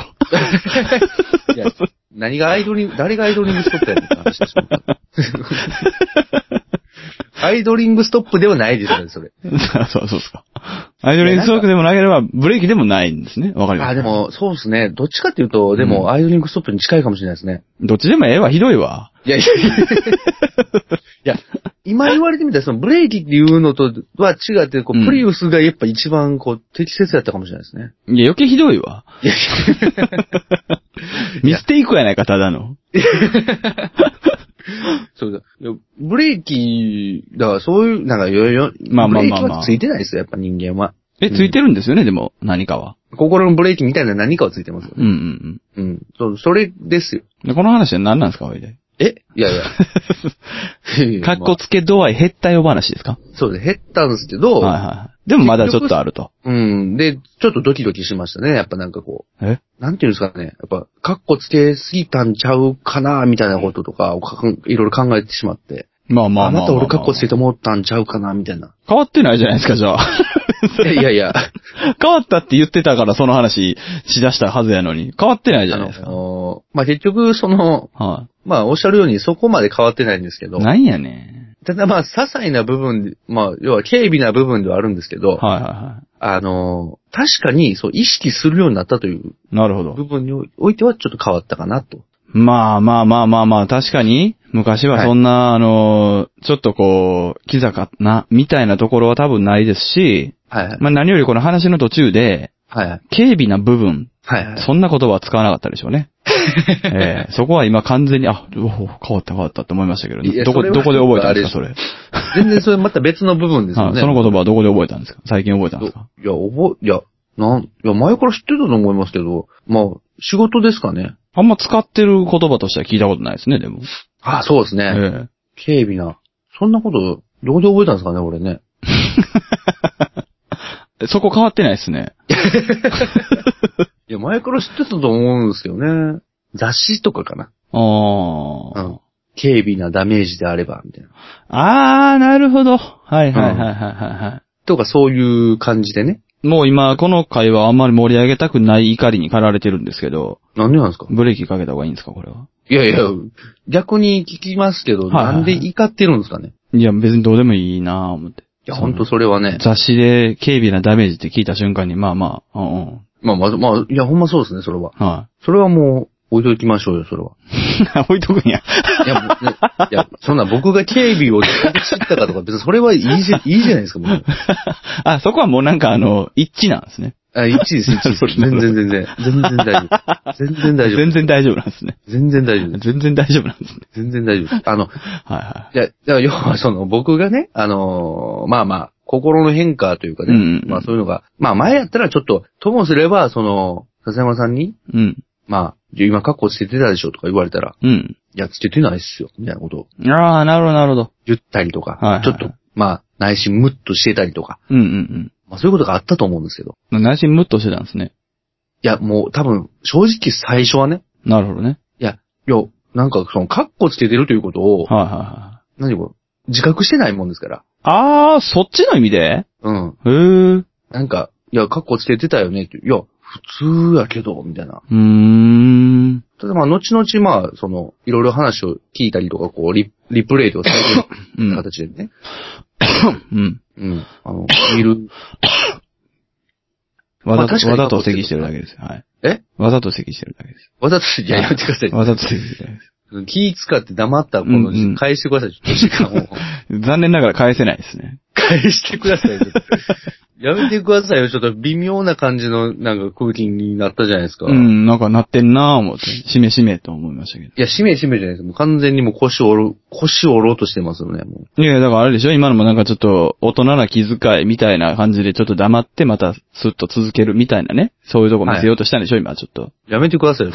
Speaker 2: いや、何がアイドリング、誰がアイドリングストップやねんって話でしょ。アイドリングストップではないですよね、それ。
Speaker 1: そうそうですか。アイドリングストックでもなければ、ブレーキでもないんですね。わかります。
Speaker 2: あ、で。も、そうですね。どっちかっていうと、で
Speaker 1: うん
Speaker 2: も、アイドリングストップに近いかもしれないですね。
Speaker 1: どっちでもええわ、ひどいわ。
Speaker 2: いやいやいやいや、今言われてみたら、そのブレーキっていうのとは違って、こ
Speaker 1: うん
Speaker 2: う、プリウスがやっぱ一番、こう、適切やったかもしれないですね。
Speaker 1: いや、余計ひどいわ。
Speaker 2: いやい
Speaker 1: ミステイクやないか、ただの。
Speaker 2: や、そうだ。いやブレーキ、だからそういう、なんか、よよ、
Speaker 1: まあまあまあまあ
Speaker 2: ブレーキはついてないですよ、やっぱ人間は。
Speaker 1: え、ついてるんですよね、でも、何かは。
Speaker 2: 心のブレーキみたいな何かをついてますよ
Speaker 1: うんうん
Speaker 2: うん。そう、それですよ。
Speaker 1: うんで。この話は何なんですか、おいで。
Speaker 2: えいやいや。
Speaker 1: かっこつけ度合い減ったよ話ですか
Speaker 2: まあそうです。減ったんですけど、
Speaker 1: はいはい。でもまだちょっとあると。
Speaker 2: うん。で、ちょっとドキドキしましたね。やっぱなんかこ
Speaker 1: え
Speaker 2: う、なんていうんですかね。やっぱ、かっこつけすぎたんちゃうかな、みたいなこととかをかんいろいろ考えてしまって。
Speaker 1: まあまあ
Speaker 2: あ
Speaker 1: まあまあ。
Speaker 2: なた俺かっこつけて思ったんちゃうかな、みたい な。
Speaker 1: 変わってないじゃないですか、じゃ あ。
Speaker 2: いやいや、
Speaker 1: 変わったって言ってたからその話しだしたはずやのに、変わってないじゃ
Speaker 2: あ
Speaker 1: ないですか。
Speaker 2: の、まあ、結局、その、
Speaker 1: は
Speaker 2: まあ、おっしゃるようにそこまで変わってないんですけ
Speaker 1: い。
Speaker 2: ど、
Speaker 1: なんやね
Speaker 2: ただまあ、些細な部分で、まあ、要は軽微な部分ではあるんですけど
Speaker 1: ん。、はいはいは
Speaker 2: あの、確かに、そう、意識するようになったという
Speaker 1: い。なるほど
Speaker 2: 部。分においてはちょっと変わったかなと。
Speaker 1: まあまあまあまあまあ、確かに、昔はそんな、あの、ちょっとこう、キザかな、みたいなところは多分ないですし、
Speaker 2: はいはい。
Speaker 1: まあ何よりこの話の途中で、
Speaker 2: はいはい。
Speaker 1: 軽微な部分、
Speaker 2: はいはい。
Speaker 1: そんな言葉は使わなかったでしょう ね。ええそこは今完全に、あ、おお変わった変わったって思いましたけど、
Speaker 2: いや
Speaker 1: どこ、
Speaker 2: それは
Speaker 1: どこで覚えたんですか、そ
Speaker 2: あ
Speaker 1: れ。
Speaker 2: 全然それまた別の部分ですよ
Speaker 1: はい
Speaker 2: ね。
Speaker 1: その言葉はどこで覚えたんですか最近覚えたんですか
Speaker 2: いや、覚え、いや、なん、いや、前から知ってたと思いますけど、まあ、仕事ですかね。
Speaker 1: あんま使ってる言葉としては聞いたことないですね、でも。
Speaker 2: ああ、そうです
Speaker 1: え
Speaker 2: ね。
Speaker 1: え
Speaker 2: 警備な。そんなこと、どこで覚えたんですかね、俺ね。
Speaker 1: そこ変わってないですね。
Speaker 2: いや、前から知ってたと思うんですけどね。雑誌とかかな。
Speaker 1: ああ、
Speaker 2: うん。警備なダメージであれば、みたいな。
Speaker 1: あー、なるほど。はいはいはいはいはいは
Speaker 2: とか、そういう感じでね。
Speaker 1: い。もう今、この会話あんまり盛り上げたくない怒りに駆られてるんですけど、
Speaker 2: なんでなんですか
Speaker 1: ブレーキかけた方がいいんですか、これは。
Speaker 2: いやいや、逆に聞きますけど、
Speaker 1: はいはい
Speaker 2: なんで怒ってるんですかね
Speaker 1: いや、別にどうでもいいなぁ、思って。
Speaker 2: いや、ほんとそれはね。
Speaker 1: 雑誌で軽微なダメージって聞いた瞬間に、まあまあ、うんうん。
Speaker 2: まあまあ、まあ、いや、ほんまそうですね、それは。
Speaker 1: は
Speaker 2: それはもう、置いときましょうよ、それは。
Speaker 1: い。 置いとくんや。
Speaker 2: いや、もうねいやそんな僕が警備を知ったかとか、別にそれはいいじゃ、いいじゃないですか、もう。
Speaker 1: あ、そこはもうなんかあの、一致なんですね。
Speaker 2: あ、1です、1です。全然全然。全然大丈夫。全然大丈
Speaker 1: 全
Speaker 2: 夫。
Speaker 1: 然大丈夫なんですね。
Speaker 2: 全然大丈夫です。
Speaker 1: 全然大丈夫なんですね。
Speaker 2: 全然大丈夫です。あの、
Speaker 1: はいはい
Speaker 2: や、いや要はその、僕がね、あのーまあまあ、心の変化というかね、
Speaker 1: うんうんうん
Speaker 2: まあそういうのが、まあ前やったらちょっと、ともすれば、その、笹山さんに、
Speaker 1: うん。
Speaker 2: まあ、じゃあ今カッコつけてたでしょとか言われたら、
Speaker 1: うん。
Speaker 2: いや、つけてないっすよ、みたいなことを
Speaker 1: ああ、なるほど、なるほど。
Speaker 2: 言ったりとか、
Speaker 1: はいはいはい
Speaker 2: ちょっと、まあ、内心ムッとしてたりとか、
Speaker 1: うんうん
Speaker 2: まあそういうことがあったと思うんですけど。
Speaker 1: うん。内心ムッとしてたんですね。
Speaker 2: いや、もう多分、正直最初はね、
Speaker 1: なるほどね。
Speaker 2: いや、いや、なんかその、カッコつけてるということを、
Speaker 1: はいはいはい。
Speaker 2: 何これ、自覚してないもんですから。
Speaker 1: ああ、そっちの意味で
Speaker 2: うん。
Speaker 1: へえ。う
Speaker 2: なんか、いや、カッコつけてたよねって、いや、普通やけど、みたいな。
Speaker 1: ーん。
Speaker 2: ただまあ、後々まあ、その、いろいろ話を聞いたりとか、こう、リリプレイとかされて
Speaker 1: う
Speaker 2: る
Speaker 1: ん。
Speaker 2: 形でね。
Speaker 1: うん。
Speaker 2: うん。あの、見る。
Speaker 1: わ
Speaker 2: まあ
Speaker 1: ざ
Speaker 2: 確
Speaker 1: と、
Speaker 2: かに
Speaker 1: わざと咳してるだけです。はい。
Speaker 2: え
Speaker 1: わざと咳してるだけです。
Speaker 2: わざと、いや、やめてください。
Speaker 1: わざと咳してるだけです。
Speaker 2: 気使って黙ったこ
Speaker 1: うんうん
Speaker 2: の、返してください。ちょっと時間 を。
Speaker 1: 残念ながら返せないですね。
Speaker 2: 返してください。ちょっとやめてくださいよ。ちょっと微妙な感じの、なんか空気になったじゃないですか。
Speaker 1: う。ん、なんかなってんなぁ 思って、しめしめと思いましたけ
Speaker 2: いや、しめしめじゃないです。もう完全にもう腰を折る、腰を折ろうとしてますよね、もう。
Speaker 1: ど。いや、だからあれでしょ今のもなんかちょっと、大人な気遣いみたいな感じで、ちょっと黙ってまたスッと続けるみたいなね。そういうとこ見せようとしたんでしょ、今ちょっと。
Speaker 2: やめてく ださいよ。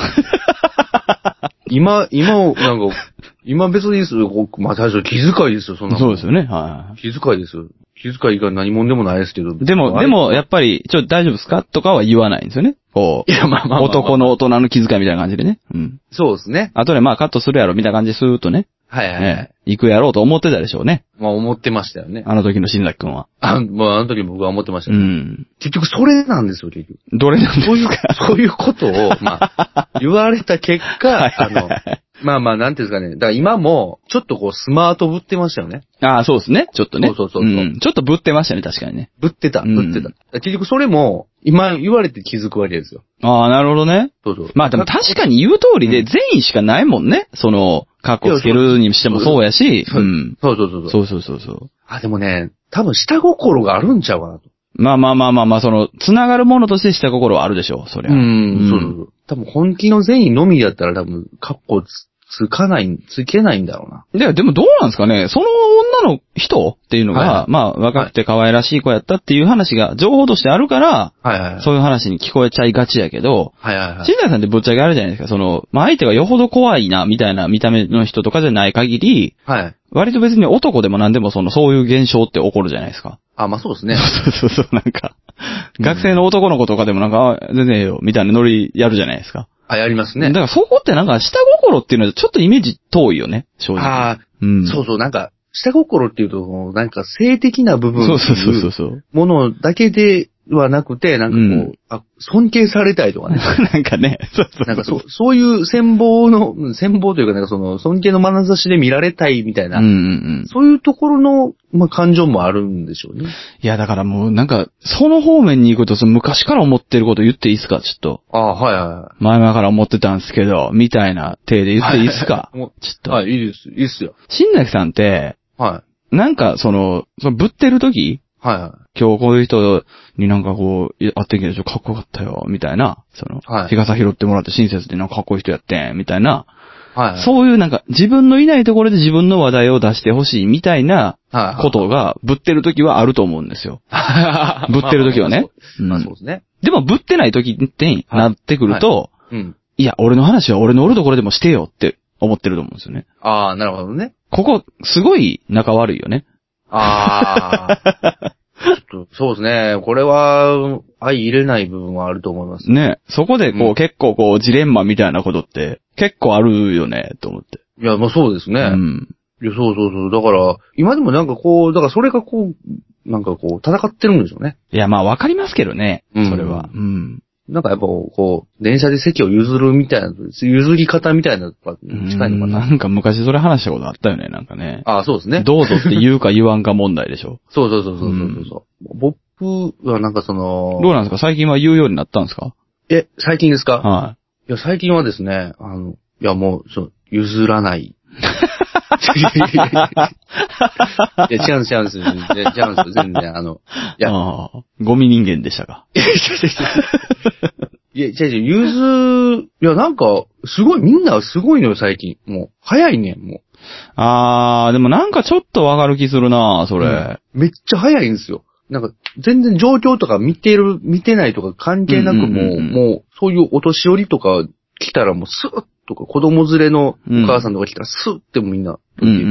Speaker 2: 今、今を、なんか、今別にいいですよ。こうまあ、最初気遣いですよ、そんなも
Speaker 1: そうんですよね。は
Speaker 2: 気遣いですよ。気遣いが何もんでもないですけど。
Speaker 1: い。でも、
Speaker 2: あ
Speaker 1: で、
Speaker 2: れ
Speaker 1: も、やっぱり、ちょ、大丈夫ですかとかは言わないんですよね。こ
Speaker 2: いや、まあ
Speaker 1: う、
Speaker 2: まあまあ、
Speaker 1: 男。の大人の気遣いみたいな感じでね。うん。
Speaker 2: そうですね。
Speaker 1: あとでまあカットするやろ、みたいな感じでスーッとね。
Speaker 2: はいはいはい。
Speaker 1: ええ、行くやろうと思ってたでしょうね。
Speaker 2: まあ、思ってましたよね。
Speaker 1: あの時の新崎くんは。
Speaker 2: あ、まあ、あの時僕は思ってました
Speaker 1: う
Speaker 2: よ。
Speaker 1: ん。
Speaker 2: 結局、それなんですよ、結 局。
Speaker 1: どれなんで
Speaker 2: そうい
Speaker 1: す
Speaker 2: う
Speaker 1: か、
Speaker 2: そういうことを、まあ、言われた結
Speaker 1: はい
Speaker 2: 果、
Speaker 1: は
Speaker 2: あ
Speaker 1: いはい、
Speaker 2: のまあまあ、なんていうんですかね。だから今も、ちょっとこう、スマートぶってましたよね。
Speaker 1: ああ、そうですね。ちょっとね。。
Speaker 2: そうそうそうそうん
Speaker 1: ちょっとぶってましたね、確かにね。
Speaker 2: ぶってた、
Speaker 1: うん
Speaker 2: ぶってた。結局それも、今言われて気づくわけですよ。
Speaker 1: ああ、なるほどね。
Speaker 2: そうそう。
Speaker 1: まあでも確かに言う通りで、善意しかないもんね。その、カッコつけるにしてもそうやし、。
Speaker 2: そううんそうそうそうそう。
Speaker 1: そうそうそうそう。
Speaker 2: あ、でもね、多分下心があるんちゃうかなと。
Speaker 1: まあまあまあまあまあ、その、つながるものとしてした心はあるでしょう、そりゃ。
Speaker 2: んそうそうそう。多分本気の善意のみだったら多分、カッコつつかない、つけないんだろうな。
Speaker 1: で、でもどうなんですかねその女の人っていうのが、
Speaker 2: はいはい
Speaker 1: まあ若くて可愛らしい子やったっていう話が情報としてあるから、
Speaker 2: はいはいはい。
Speaker 1: そういう話に聞こえちゃいがちやけど、
Speaker 2: はいはいはい。
Speaker 1: 新内さんってぶっちゃけあるじゃないですか。その、まあ相手がよほど怖いな、みたいな見た目の人とかじゃない限り、
Speaker 2: はい。
Speaker 1: 割と別に男でも何でもその、そういう現象って起こるじゃないですか。
Speaker 2: あ、まあそうです ね。
Speaker 1: そうそうそう、なんか、学生の男の子とかでもなんか、あ全然ええよ、みたいなノリやるじゃないですか。
Speaker 2: あ、やります
Speaker 1: だ
Speaker 2: ね
Speaker 1: か。らそこってなんか、下心っていうのはちょっとイメージ遠いよね、正直。
Speaker 2: ああ、
Speaker 1: うん。
Speaker 2: そうそう、なんか、下心っていうと、なんか性的な部分って
Speaker 1: そうそうそう
Speaker 2: い
Speaker 1: そう
Speaker 2: う
Speaker 1: そう。
Speaker 2: ものだけではなくて、なんかこう、
Speaker 1: うん
Speaker 2: あ尊敬されたいと かね。
Speaker 1: なんか ね、そうそう。
Speaker 2: なんかそ、そういう戦望の、うん戦望というか、なんかその、尊敬の眼差しで見られたいみたいな、
Speaker 1: うんうんうん。
Speaker 2: そういうところの、まあ、感情もあるんでしょうね。
Speaker 1: いや、だからもう、なんか、その方面に行くと、その昔から思ってること言っていいですか、ちょっと。
Speaker 2: ああ、はいは
Speaker 1: 前々から思ってたんですけど、みたいな体で言っていいですか
Speaker 2: い。も
Speaker 1: ちょっ
Speaker 2: う、
Speaker 1: と。
Speaker 2: はい、いいです、いいっすよ。
Speaker 1: 新崎さんって、
Speaker 2: は
Speaker 1: なんか、その、そのぶってる時
Speaker 2: い。はいは
Speaker 1: 今日こういう人になんかこう、い会ってきたでしょ、かっこよかったよ、みたいな、その、
Speaker 2: はい
Speaker 1: 日傘拾ってもらって親切でなんかかっこいい人やってん、みたいな、
Speaker 2: い。はいはい。う。
Speaker 1: そういうなんか自分のいないところで自分の話題を出してほしいみたいな
Speaker 2: はいはい。
Speaker 1: ことがぶってる時はあると思うんですよ。 ぶってる時はね。
Speaker 2: まあ
Speaker 1: うん
Speaker 2: そうですね。
Speaker 1: でもぶってない時ってなってくると、
Speaker 2: うん。
Speaker 1: いや、俺の話は俺のおるところでもしてよって思ってると思うんですよね。
Speaker 2: ああ、なるほどね。
Speaker 1: ここ、すごい仲悪いよね。
Speaker 2: ああ。 ちょっとそうですね。これは、相入れない部分はあると思います。
Speaker 1: ね。そこでこう、
Speaker 2: うん
Speaker 1: 結構こう、ジレンマみたいなことって結構あるよね、と思って。
Speaker 2: いや、まあそうですね。
Speaker 1: うん。
Speaker 2: いや、そうそうそう。だから、今でもなんかこう、だからそれがこう、なんかこう、戦ってるんでしょうね。
Speaker 1: いや、まあわかりますけどね。
Speaker 2: うん
Speaker 1: それは。うん。
Speaker 2: なんかやっぱこう、電車で席を譲るみたいな、譲り方みたいなのが近いのか
Speaker 1: うん
Speaker 2: な。
Speaker 1: なんか昔それ話したことあったよね、なんかね。
Speaker 2: ああ、そうですね。
Speaker 1: どうぞって言うか言わんか問題でし ょ。
Speaker 2: そうそうそうそうそうそう、僕はなんかその
Speaker 1: どう、なんですか最近は言うようになったんですか
Speaker 2: え、最近ですか
Speaker 1: はい
Speaker 2: や、最近はですね、あの、いやもう、そう、譲らない。 いや、違うんです、違うんです。いや違うんですよ、全然。あの、
Speaker 1: い。
Speaker 2: いや
Speaker 1: ああ、ゴミ人間でしたか。
Speaker 2: いや、違う違う、ゆず、いや、なんか、すごい、みんなすごいのよ、最近。もう、早いねん、も。
Speaker 1: ああ、でもなんかちょっとわかる気するな、そうれ。
Speaker 2: うんめっちゃ早いんですよ。なんか、全然状況とか見てる、見てないとか関係なくもう、
Speaker 1: うんうんうんうん
Speaker 2: もう、そういうお年寄りとか来たらもうスーッとか、子供連れのお母さんとか来たらスーッてもうみんな、
Speaker 1: うんうんうんうんう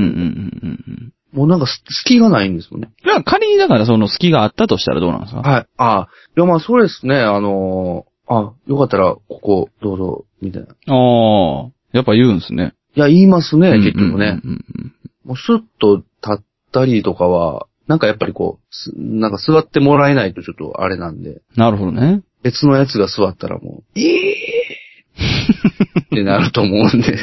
Speaker 1: ん。
Speaker 2: もうなんかす隙がないんですよね。
Speaker 1: じゃあ仮にだからその隙があったとしたらどうなんですか
Speaker 2: はい。あいやまあそうですね、あのーあ、よかったら、ここ、どうぞ、みたいな。
Speaker 1: ああ、やっぱ言うんですね。
Speaker 2: いや、言いますね、結局ね。
Speaker 1: うんうんうん
Speaker 2: もうスッと立ったりとかは、なんかやっぱりこう、すなんか座ってもらえないとちょっとあれなんで、
Speaker 1: なるほどね。
Speaker 2: 別のやつが座ったらもう、えー、ってなると思うん で。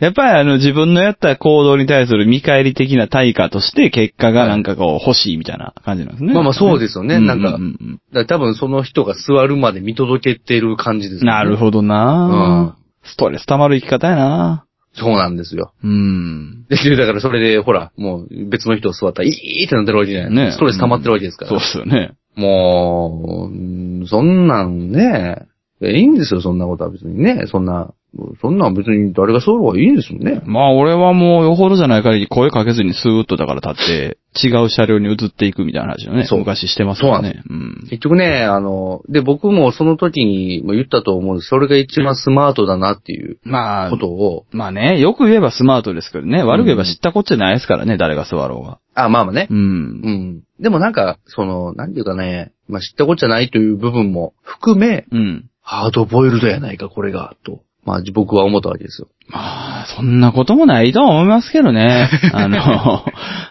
Speaker 1: やっぱりあの自分のやった行動に対する見返り的な対価として結果がなんかこう欲しいみたいな感じなんですね。
Speaker 2: まあまあそうですよね
Speaker 1: うう
Speaker 2: なんか
Speaker 1: ううん
Speaker 2: だから多分その人が座るまで見届けてる感じですね。
Speaker 1: なる
Speaker 2: ど。
Speaker 1: ほどな、ストレス溜まる生き方やな
Speaker 2: そうなんですよ。
Speaker 1: うん。
Speaker 2: で、だからそれで、ほら、もう別の人が座ったら、いーってなってるわけじゃない。
Speaker 1: ね
Speaker 2: ストレス溜まってるわけですから。
Speaker 1: そうですよね。
Speaker 2: もううん、そんなんね、いやいいんですよ、そんなことは別にね。そんな、そんなん別に誰が座る方がいいんですもんね。
Speaker 1: まあ俺はもうよほどじゃない限り声かけずにスーッとだから立って違う車両に移っていくみたいな話をね、
Speaker 2: そう
Speaker 1: 昔してますからね。うん。
Speaker 2: 結局ね、あの、で、僕もその時にも言ったと思うんです。それが一番スマートだなっていう
Speaker 1: まあ
Speaker 2: こ、とを、
Speaker 1: まあね、よく言えばスマートですけどね、悪く言えば知ったこっちゃないですからね、誰が座ろうが。
Speaker 2: あ、まあまあね
Speaker 1: う。ん
Speaker 2: う。ん。でもなんか、その、なんていうかね、まあ知ったことじゃないという部分も含め、
Speaker 1: うん。
Speaker 2: ハードボイルドやないか、これが、と。まあ僕は思ったわけですよ。
Speaker 1: まあ、そんなこともないとは思いますけど ね。あの、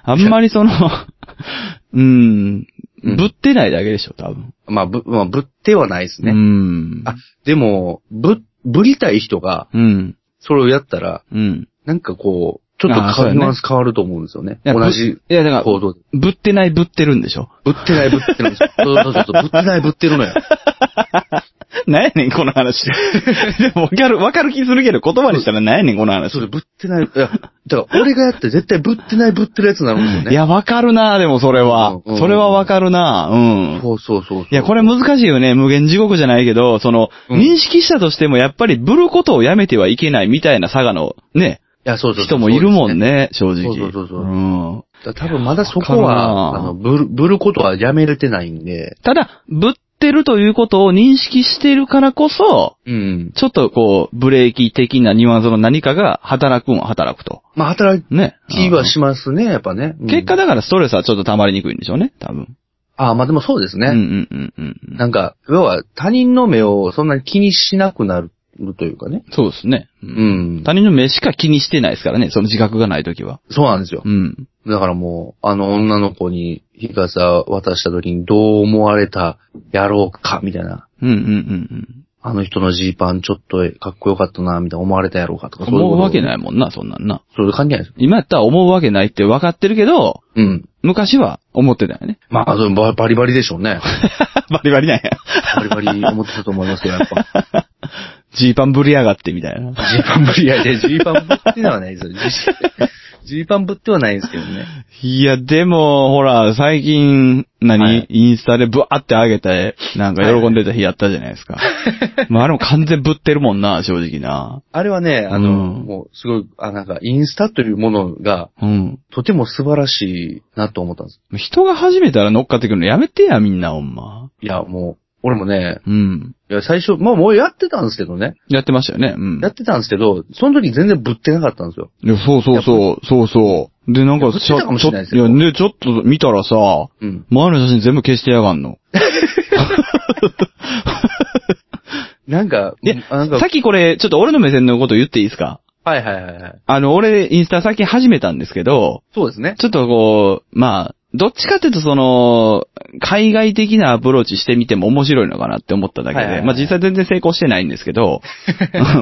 Speaker 1: あんまりその、 うん、
Speaker 2: うん
Speaker 1: ぶってないだけでしょ、多分。
Speaker 2: まあぶ、まあぶってはないです
Speaker 1: う
Speaker 2: ね。
Speaker 1: ん。
Speaker 2: あでも、ぶ、ぶりたい人が、
Speaker 1: うん。
Speaker 2: それをやったら、
Speaker 1: うん。
Speaker 2: なんかこう、ちょっと
Speaker 1: あーそうや
Speaker 2: か
Speaker 1: ね
Speaker 2: ニュアンス変わると思うんですよね。
Speaker 1: いや
Speaker 2: 同じ
Speaker 1: ぶいや、だから、
Speaker 2: 行動で。
Speaker 1: ぶってないぶってるんで しょ。
Speaker 2: ぶってないぶってるんですよ。そうそうそうそう、ぶってないぶってるのよ。
Speaker 1: なんやねん、この 話。でも、わかる、わかる気するけど、言葉にしたらなんやねん、この話
Speaker 2: そ。れぶってない、いや、だから俺がやって絶対ぶってないぶってるやつになるんですよね。
Speaker 1: いや、わかるなでもそれは
Speaker 2: うんうんう。ん
Speaker 1: それはわかるなうん。
Speaker 2: そうそうそうそう。
Speaker 1: いや、これ難しいよね。無限地獄じゃないけど、その、
Speaker 2: うん
Speaker 1: 認識したとしても、やっぱり、ぶることをやめてはいけないみたいな佐賀の、ね、
Speaker 2: いや、そうそうそう
Speaker 1: 人もいるもん。ね、正直。。
Speaker 2: そうそうそうそうんそうですねだから多分まだそこ
Speaker 1: わか
Speaker 2: は、
Speaker 1: る
Speaker 2: あ
Speaker 1: な
Speaker 2: の、ぶる、ぶることはやめれてないんで。
Speaker 1: ただ、ぶってるということを認識しているからこそ、
Speaker 2: うん。
Speaker 1: ちょっとこう、ブレーキ的なニュアンスの何かが働くんは働くと。
Speaker 2: まあ、働
Speaker 1: ね。
Speaker 2: きはしますね、やっぱね。
Speaker 1: うん結果
Speaker 2: だ。
Speaker 1: だからストレスはちょっと溜まりにくいんでしょうね、多分。
Speaker 2: ああ、まあでもそうです
Speaker 1: うんう
Speaker 2: ね。
Speaker 1: んうんうんう。
Speaker 2: なんんか、要は他人の目をそんなに気にしなくなるというかね。
Speaker 1: そうですね。う
Speaker 2: うんん。
Speaker 1: 他人の目しか気にしてないですからね、その自覚がないときは。
Speaker 2: そうなんですよ
Speaker 1: う。ん。
Speaker 2: だからもう、あの女の子に日傘渡した時にどう思われたやろうか、みたいな。
Speaker 1: うんうんうん
Speaker 2: あの人のジーパンちょっとかっこよかったな、みたいな思われたやろうかと
Speaker 1: う
Speaker 2: か。。
Speaker 1: ん。思うわけないいもんな、そんなんな。
Speaker 2: そういう感じないですよ。
Speaker 1: 今やったら思うわけないって分かってるけど、
Speaker 2: うん。
Speaker 1: 昔は思ってたよね。
Speaker 2: まあ、それババリバリでしょうね。
Speaker 1: バリバリなんや。
Speaker 2: バリバリ思ってたと思いますけど、やっぱ。
Speaker 1: ジーパンぶりやがってみたいな。
Speaker 2: ジーパンぶり、いやいや、ジーパンぶってのはないですよ。ジー ジーパンぶってはないですけどね。
Speaker 1: いや、でも、ほら、最近、何、
Speaker 2: はい
Speaker 1: インスタでブワーって上げて、なんか喜んでた日やったじゃないです か。まあ、あれも完全ぶってるもんな、正直な。
Speaker 2: あれはね、あの、
Speaker 1: うん
Speaker 2: もう、すごい、あ、なんか、インスタというものが、
Speaker 1: うん。
Speaker 2: とても素晴らしいなと思ったんです。
Speaker 1: 人が始めたら乗っかってくるのやめてや、みんな、ほんま。
Speaker 2: いや、もう、俺もね、
Speaker 1: うん。
Speaker 2: いや、最初、まあもうやってたんですけどね。
Speaker 1: やってましたよね。うん。
Speaker 2: やってたんですけど、その時全然ぶってなかったんですよ。
Speaker 1: いやそうそうそう、そうそう。で、なん
Speaker 2: い
Speaker 1: か、
Speaker 2: やぶってたかもしれないです
Speaker 1: い
Speaker 2: けど
Speaker 1: や、ね、ちょっと見たらさ、
Speaker 2: うん。
Speaker 1: 前の写真全部消してやがん の。
Speaker 2: なんか、
Speaker 1: いや
Speaker 2: あなんか
Speaker 1: さっきこれ、ちょっと俺の目線のこと言っていいですか
Speaker 2: はいはいはいはい。
Speaker 1: あの、俺、インスタ最近始めたんですけど、
Speaker 2: そうですね。
Speaker 1: ちょっとこう、まあ、どっちかっていうとその、海外的なアプローチしてみても面白いのかなって思っただけ
Speaker 2: はいはい
Speaker 1: で、
Speaker 2: はい
Speaker 1: まあ実際全然成功してないんですけ ど、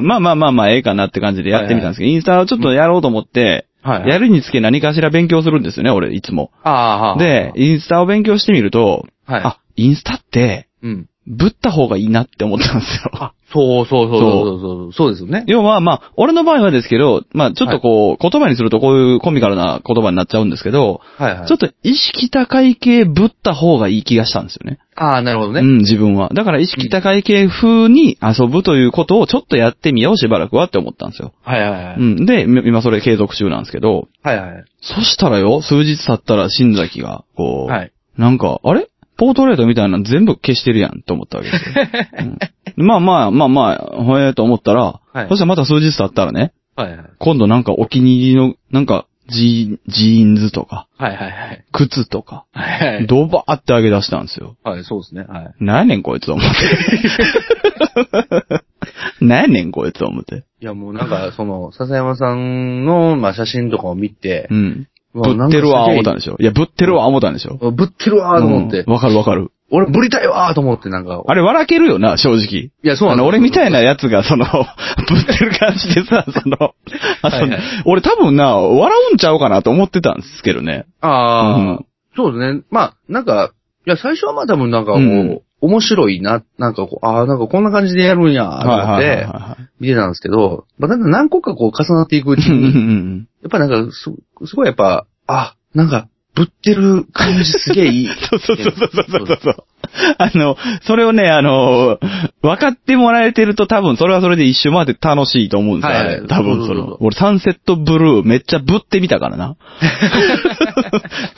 Speaker 1: まあまあまあまあ、ええかなって感じでやってみたんですけど、インスタをちょっとやろうと思って、
Speaker 2: はいはい
Speaker 1: やるにつけ何かしら勉強するんですよね、俺、いつも。
Speaker 2: ああ。
Speaker 1: で、インスタを勉強してみると、
Speaker 2: はい。
Speaker 1: あ、インスタって、
Speaker 2: うん。
Speaker 1: ぶった方がいいなって思ったんですよ。
Speaker 2: そうそうそうそうそうそう。そうですよね。
Speaker 1: 要は、まあ、俺の場合はですけど、まあ、ちょっとこう、言葉にするとこういうコミカルな言葉になっちゃうんですけど、
Speaker 2: はいはい。
Speaker 1: ちょっと意識高い系ぶった方がいい気がしたんですよね。
Speaker 2: ああ、なるほど
Speaker 1: う
Speaker 2: ね。
Speaker 1: ん、自分は。だから意識高い系風に遊ぶということをちょっとやってみようしばらくはって思ったんですよ。
Speaker 2: はいはいは
Speaker 1: う
Speaker 2: い。
Speaker 1: ん。で、み今それ継続中なんですけど、
Speaker 2: はいはい。
Speaker 1: そしたらよ、数日経ったら新崎が、こう、
Speaker 2: はい。
Speaker 1: なんか、あれポートレートみたいなの全部消してるやんと思ったわけですよ。 うんまあまあまあまあ、ほえーと思ったら、
Speaker 2: はい
Speaker 1: そしたらまた数日経ったらね、
Speaker 2: はいはい。
Speaker 1: 今度なんかお気に入りの、なんかジー、ジーンズとか、
Speaker 2: はいはいはい。
Speaker 1: 靴とか、
Speaker 2: はいはい。
Speaker 1: ドバーって上げ出したんですよ。
Speaker 2: はい、そうですね。はい。
Speaker 1: なんやねんこいつ思 って。なんやねんこいつ思って。
Speaker 2: いやもうなん か、その、笹山さんの、まあ、写真とかを見て
Speaker 1: う、ん。
Speaker 2: うわ
Speaker 1: ぶってるわ、
Speaker 2: なんかすげえ
Speaker 1: 思ったんでしょ。いや、ぶってるわ、思ったんでしょ。
Speaker 2: ぶってるわーと思って
Speaker 1: うん、わかるわかる。
Speaker 2: 俺ぶりたいわーと思ってなんか、
Speaker 1: あれ笑けるよな、正直。
Speaker 2: いや、そう
Speaker 1: あ
Speaker 2: な
Speaker 1: の、
Speaker 2: の。
Speaker 1: 俺みたいなやつが、その、ぶ ってる感じでさ、その、あその
Speaker 2: はいはい
Speaker 1: 俺多分な、笑うんちゃうかなと思ってたんですけどね。
Speaker 2: ああ、
Speaker 1: うん
Speaker 2: そうですね。まあ、なんか、いや、最初はまあ多分なんかこう、
Speaker 1: うん
Speaker 2: 面白いな、なんかこう、ああ、なんかこんな感じでやるんや、と思っ
Speaker 1: はいはい
Speaker 2: て
Speaker 1: は
Speaker 2: 見てたんですけど、まあ、だんだん何個かこう重なっていくうち
Speaker 1: い。うんう んう
Speaker 2: に、
Speaker 1: ん
Speaker 2: やっぱなんかす、すごいやっぱ、あ、なんか、ぶってる感じすげえ いい。
Speaker 1: そうそうそうそうそうそうそう。あの、それをね、あの、分かってもらえてると多分それはそれで一周回って楽しいと思うんですよ、
Speaker 2: はい
Speaker 1: あれ多分そ
Speaker 2: そうそうそ
Speaker 1: の
Speaker 2: う。
Speaker 1: 俺サンセットブルーめっちゃぶってみたから な。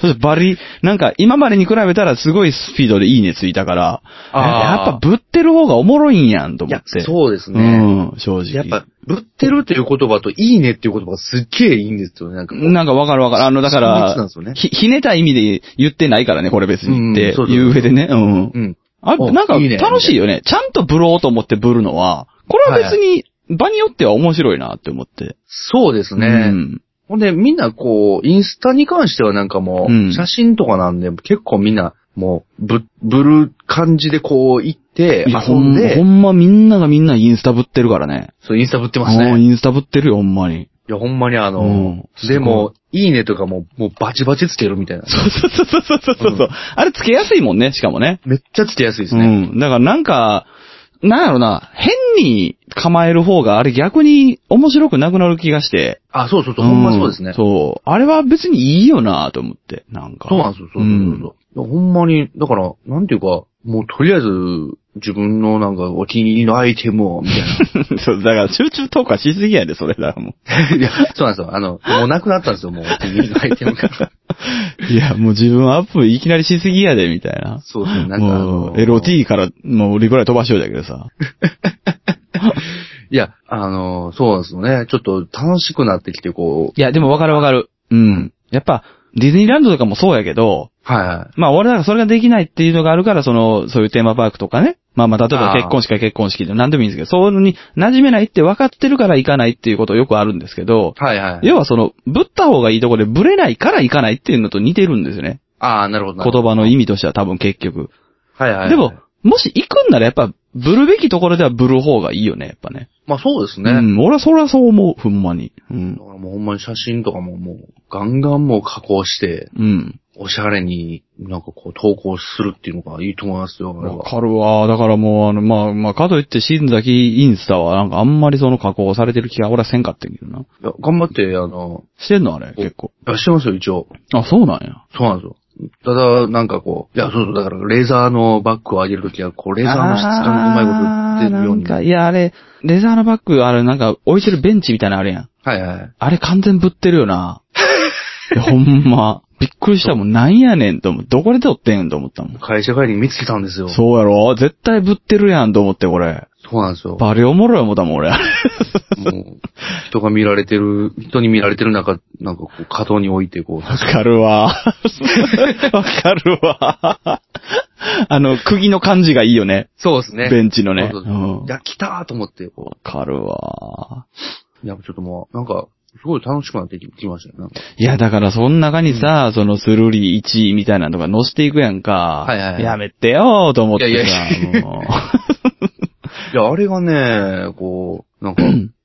Speaker 1: そしてバリ、なんか今までに比べたらすごいスピードでいいねついたから、やっぱ
Speaker 2: あー
Speaker 1: ぶってる方がおもろいんやんと
Speaker 2: い
Speaker 1: 思っ
Speaker 2: や
Speaker 1: て。、
Speaker 2: そうです
Speaker 1: う
Speaker 2: ね。
Speaker 1: ん、正直。
Speaker 2: やっぱ、ぶってるっていう言葉といいねっていう言葉がすっげえいいんですよね。なんかこう、
Speaker 1: なんかわかるわかる。あの、だか
Speaker 2: 親密なん
Speaker 1: ら
Speaker 2: ですよ、ね
Speaker 1: ひ、ひねた意味で言ってないからね、これ別
Speaker 2: う
Speaker 1: に
Speaker 2: ん
Speaker 1: って
Speaker 2: そうそう
Speaker 1: いう上でね。うん。
Speaker 2: うん。
Speaker 1: あ、
Speaker 2: お
Speaker 1: なんか
Speaker 2: いいね
Speaker 1: 楽しいよね。ちゃんとブローと思ってブるのは、これは別に場によっては面白いなって思って。
Speaker 2: そうですね。
Speaker 1: うん。
Speaker 2: ほんで、みんなこう、インスタに関してはなんかも
Speaker 1: うん
Speaker 2: う、写真とかなんで、結構みんな、もう、ぶ、ぶる感じでこう、行って、
Speaker 1: いや、
Speaker 2: 遊
Speaker 1: ほ
Speaker 2: ん
Speaker 1: んま、ほ
Speaker 2: で、
Speaker 1: んまみんながみんなインスタぶってるからね。
Speaker 2: そう、インスタぶってます
Speaker 1: もう
Speaker 2: ね。
Speaker 1: インスタぶってるよ、ほんまに。
Speaker 2: いや、ほんまにあ
Speaker 1: うん
Speaker 2: の、でも、いいねとかも、もうバチバチつけるみたいな。
Speaker 1: そう そうそうそうそうそう。う
Speaker 2: うん
Speaker 1: あれつけやすいもんね、しかもね。
Speaker 2: めっちゃつけやすいです
Speaker 1: う
Speaker 2: ね。
Speaker 1: ん。だからなんか、なんやろな、変に構える方があれ逆に面白くなくなる気がして。
Speaker 2: あ、そうそうそう、ほんまそうですね。
Speaker 1: ん
Speaker 2: そう
Speaker 1: そう。あれは別にいいよなと思って、なんか。
Speaker 2: なんですよ、そう
Speaker 1: うん
Speaker 2: そうそうそう。いやほんまに、だから、なんていうか、もうとりあえず、自分のなんか、お気に入りのアイテムを、みたい な。
Speaker 1: そう、だから集中投下しすぎやで、それだも
Speaker 2: いや、そうなんですよ。あの、もうなくなったんですよ、もう、お気に入りのアイテムが。
Speaker 1: う。いや、もう自分アップいきなりしすぎやで、みたいな。
Speaker 2: そうですね、なんかあ
Speaker 1: もう
Speaker 2: の、、
Speaker 1: LOT から、もうリプライ飛ばしようだけどさ。
Speaker 2: いや、あの、そうなんですよね。ちょっと楽しくなってきて、こう、
Speaker 1: いや、でもわかるわかる。うん。やっぱ、ディズニーランドとかもそうやけど、
Speaker 2: は
Speaker 1: まあ俺らがそれができないっていうのがあるから、その、そういうテーマパークとかね。まあまあ、例えば
Speaker 2: あー
Speaker 1: 結婚式は結婚式で何でもいいんですけど、そういうのに馴染めないって分かってるから行かないっていうことよくあるんですけど、
Speaker 2: い。はいはい。
Speaker 1: 要はその、ぶった方がいいとこでブレないから行かないっていうのと似てるんですよね。
Speaker 2: ああ、なるほど。なる
Speaker 1: 言
Speaker 2: ほど。
Speaker 1: 葉の意味としては多分結局。
Speaker 2: はいはいはい。
Speaker 1: でも、もし行くんならやっぱ、ぶるべきところではぶる方がいいよね、やっぱね。
Speaker 2: まあそうです
Speaker 1: う
Speaker 2: ね。だか
Speaker 1: ん、俺はそれはそう思う、ほんまに。うん
Speaker 2: ら。もうほんまに写真とかももう、ガンガンもう加工して、
Speaker 1: うん。
Speaker 2: おしゃれになんかこう投稿するっていうのがいいと思いますよ。なん
Speaker 1: わ
Speaker 2: か
Speaker 1: かるわ。だからもう、あの、まあ、まあ、かといって、新崎インスタは、なんかあんまりその加工されてる気が俺はせんかってんけどな。
Speaker 2: いや頑張って、あの、
Speaker 1: してんのあれ、結構。
Speaker 2: いやしてますよ、一応。
Speaker 1: あ、そうなんや。
Speaker 2: そうなんですよ。ただ、なんかこう、いや、そうそう、だから、レーザーのバッグを上げるときは、こう、レーザーの質感がうまいこと言ってるよう
Speaker 1: あーなん
Speaker 2: に。
Speaker 1: か、いや、あれ、レザーのバッグ、あれ、なんか置いてるベンチみたいなのあれやん。
Speaker 2: はいはい。
Speaker 1: あれ完全ぶってるよ な。いやほんま。びっくりしたもん。なんやねんと思う。どこで撮ってんと思ったもん。
Speaker 2: 会社帰りに見つけたんです よ。
Speaker 1: そうやろ絶対ぶってるやんと思って、これ。
Speaker 2: そうなんですよ。
Speaker 1: バリおもろい思ったもん、俺。
Speaker 2: もう、人が見られてる、人に見られてる中、なんかこう、角に置いてこ
Speaker 1: わかるわ。 わかるわ。あの、釘の感じがいいよね。
Speaker 2: う。そうですね
Speaker 1: ベンチのね。
Speaker 2: そううそうそうんいや、来たーと思って、こ
Speaker 1: わかるわ。
Speaker 2: う。いや、ちょっともう、なんか、すごい楽しくなってきましたよ。なんか
Speaker 1: いや、だから、その中にさ、そのスルリ1位みたいなのが載せていくやんか。
Speaker 2: はいはいはい
Speaker 1: やめてよーと思ってさ。
Speaker 2: いやいや
Speaker 1: も
Speaker 2: いや、あれがね、こ う、なんか、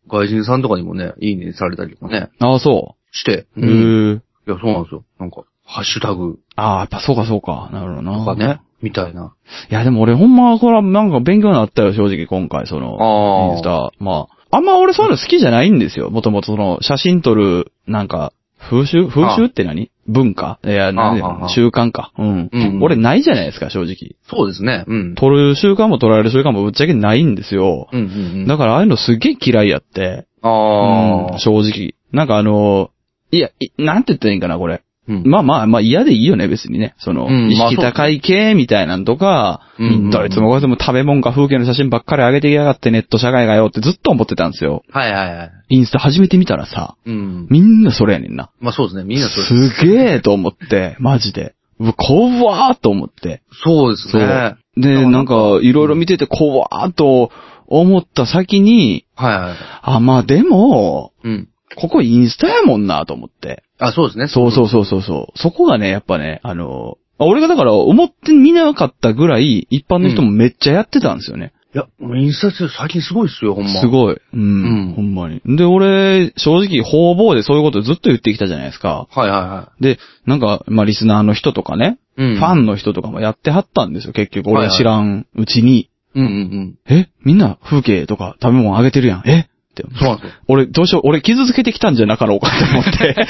Speaker 2: 外人さんとかにもね、いいねされたりとかね、
Speaker 1: うああ、そ
Speaker 2: して。
Speaker 1: う。
Speaker 2: い
Speaker 1: へー
Speaker 2: や、そうなんですよ。なんか、ハッシュタグ
Speaker 1: ああ、やっぱそうかそうか。なるほど
Speaker 2: と
Speaker 1: な。
Speaker 2: かね、みたいな。
Speaker 1: いや、でも俺ほんま、これはなんか勉強になったよ、正直今回、その、
Speaker 2: あ
Speaker 1: イ
Speaker 2: ー
Speaker 1: ンスタ。まあ、あんま俺そういうの好きじゃないんですよ。もともとその、写真撮る、なんか、風習風習って何文化いや、なんで
Speaker 2: あーあー
Speaker 1: 習慣か。うん。
Speaker 2: うんうん
Speaker 1: 俺ないじゃないですか、正直。
Speaker 2: そうですね。うん。
Speaker 1: 撮る習慣も撮られる習慣もぶっちゃけないんですよ。
Speaker 2: うんうんうん。
Speaker 1: だからああいうのすっげえ嫌いやって。
Speaker 2: あ
Speaker 1: うん
Speaker 2: あ。
Speaker 1: 正直。なんかあの、いや、いなんて言ったらいいんかな、これ。
Speaker 2: うん
Speaker 1: まあまあまあ嫌でいいよね、別にね。その、
Speaker 2: うん
Speaker 1: 意
Speaker 2: まあ
Speaker 1: 識高い系みたいなんとか、
Speaker 2: うんうんうん
Speaker 1: どいつもこいつも食べ物か風景の写真ばっかり上げてきやがってネット社会がよってずっと思ってたんですよ。
Speaker 2: はいはいはい。
Speaker 1: インスタ始めてみたらさ、
Speaker 2: うん。
Speaker 1: みんなそれやねんな。
Speaker 2: まあそうですね。みんなそうです。
Speaker 1: すげえと思って、マジで。うわ、怖ーと思って。
Speaker 2: そうです
Speaker 1: そう。
Speaker 2: ね。はい
Speaker 1: で、なんか、いろいろ見てて怖ーと思った先に、
Speaker 2: はい。
Speaker 1: あ、まあでも、
Speaker 2: うん。
Speaker 1: ここインスタやもんなと思って。
Speaker 2: あ、そうですね。
Speaker 1: そうそうそうそうそう。そこがね、やっぱね、あの、あ俺がだから思ってみなかったぐらい、一般の人もめっちゃやってたんですよね。
Speaker 2: いや、もう印刷最近すごいっすよ、ほんま。
Speaker 1: すごい。うん、
Speaker 2: うん
Speaker 1: ほんまに。で、俺、正直、方々でそういうことずっと言ってきたじゃないですか。
Speaker 2: はいはいは
Speaker 1: で、なんか、まあ、リスナーの人とかね、
Speaker 2: い。うん。
Speaker 1: ファンの人とかもやってはったんですよ、結局。俺が知らんうちに。
Speaker 2: うんうん
Speaker 1: えみんな風景とか食べ物あげてるやん。えって
Speaker 2: うん。そうなんですよ。
Speaker 1: 俺、どうしよう、俺傷つけてきたんじゃなかろうかと思っ て。な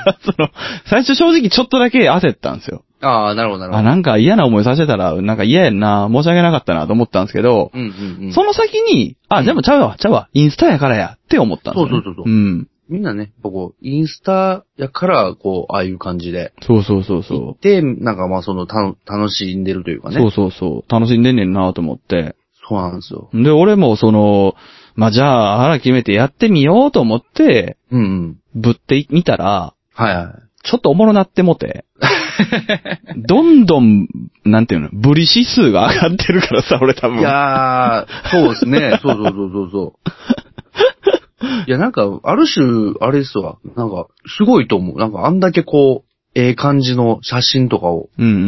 Speaker 1: んかその、最初正直ちょっとだけ焦ったんですよ。
Speaker 2: ああ、なるほどなる
Speaker 1: あ、
Speaker 2: ほど。
Speaker 1: なんか嫌な思いさせたら、なんか嫌やんな、申し訳なかったなと思ったんですけど、
Speaker 2: うんうんうん。
Speaker 1: その先に、あ、でもちゃうわ、ちゃうわ、インスタやからや、って思ったんですよ、ね。。
Speaker 2: そうそうそうそうんみんなね、僕、インスタやから、こう、ああいう感じで。
Speaker 1: そうそうそうそう。
Speaker 2: 行って、なんかまあその、たの、楽しんでるというかね。
Speaker 1: そうそうそう。楽しんでんねんなと思って。
Speaker 2: そうなんですよ。
Speaker 1: で、俺もその、まあ、じゃあ、腹決めてやってみようと思って、
Speaker 2: うんうん。
Speaker 1: ぶってみたら、
Speaker 2: はいはい。
Speaker 1: ちょっとおもろなっても て。どんどん、なんていうの、ブリ指数が上がってるからさ、俺多分。
Speaker 2: いやー、そうです ね。そうそうそうそうそう。いや、なんか、ある種、あれですわ。なんか、すごいと思う。なんか、あんだけこう、ええ感じの写真とかを、
Speaker 1: うんうんう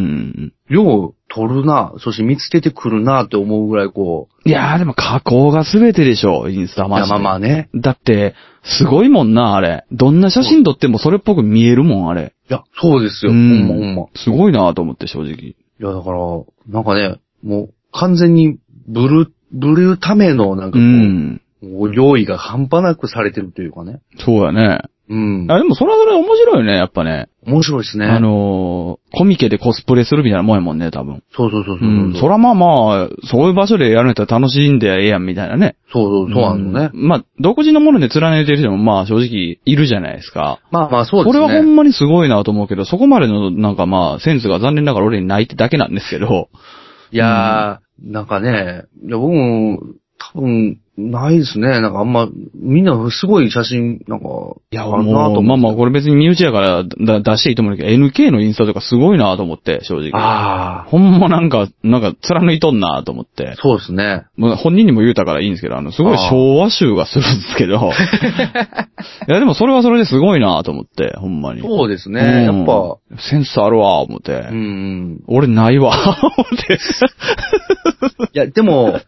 Speaker 1: ん
Speaker 2: 量を取るな、そして見つけてくるなって思うぐらいこう、
Speaker 1: うん。いやーでも加工が全てでしょ、インスタ
Speaker 2: い
Speaker 1: マジ
Speaker 2: や
Speaker 1: で。
Speaker 2: まあまあね。
Speaker 1: だって、すごいもんな、あれ。どんな写真撮ってもそれっぽく見えるもん、あれ。
Speaker 2: いや、そうですよ。
Speaker 1: う
Speaker 2: ほん
Speaker 1: ん
Speaker 2: まほんま。い
Speaker 1: すごいなと思って、正直。
Speaker 2: や、だから、なんかね、もう、完全に、ブル、ブルーための、なんか
Speaker 1: う
Speaker 2: こう、
Speaker 1: ん。
Speaker 2: もう用意が半端なくされてるというかね。
Speaker 1: そうやね。
Speaker 2: うん。
Speaker 1: あ、でもそれはそれ面白いよね、やっぱね。
Speaker 2: 面白いですね。
Speaker 1: あのー、コミケでコスプレするみたいなもんやもんね、多分。
Speaker 2: そうそうそう
Speaker 1: う
Speaker 2: そう。
Speaker 1: ん。そらまあまあ、そういう場所でやるんやったら楽しんでええやん、みたいなね。
Speaker 2: そうそう、そうなんですね。
Speaker 1: うんまあ、独自のもので連ねてる人もまあ正直いるじゃないですか。
Speaker 2: まあまあ、そうです
Speaker 1: こ
Speaker 2: ね。
Speaker 1: れはほんまにすごいなと思うけど、そこまでのなんかまあセンスが残念ながら俺にないってだけなんですけど。
Speaker 2: いやー、なんかね、いや僕も、多分、ないですね。なんかあんま、みんなすごい写真、なんか、
Speaker 1: いや、
Speaker 2: あるな
Speaker 1: も
Speaker 2: と
Speaker 1: う、まあ
Speaker 2: 思
Speaker 1: まあ、
Speaker 2: って。
Speaker 1: これ別に身内やからだ出していいと思うけど、NK のインスタとかすごいなと思って、正直。
Speaker 2: ああ、
Speaker 1: ほんまなんか、なんか貫いとんなと思って。
Speaker 2: そうですね。
Speaker 1: もう本人にも言うたからいいんですけど、あの、すごい
Speaker 2: あー
Speaker 1: 昭和集がするんです けど。いや、でもそれはそれですごいなと思って、ほんまに。
Speaker 2: そうですね。
Speaker 1: う
Speaker 2: や
Speaker 1: ん
Speaker 2: っぱ、。
Speaker 1: センスあるわ、思って。
Speaker 2: うん。
Speaker 1: 俺ないわ、思って。
Speaker 2: いや、でも、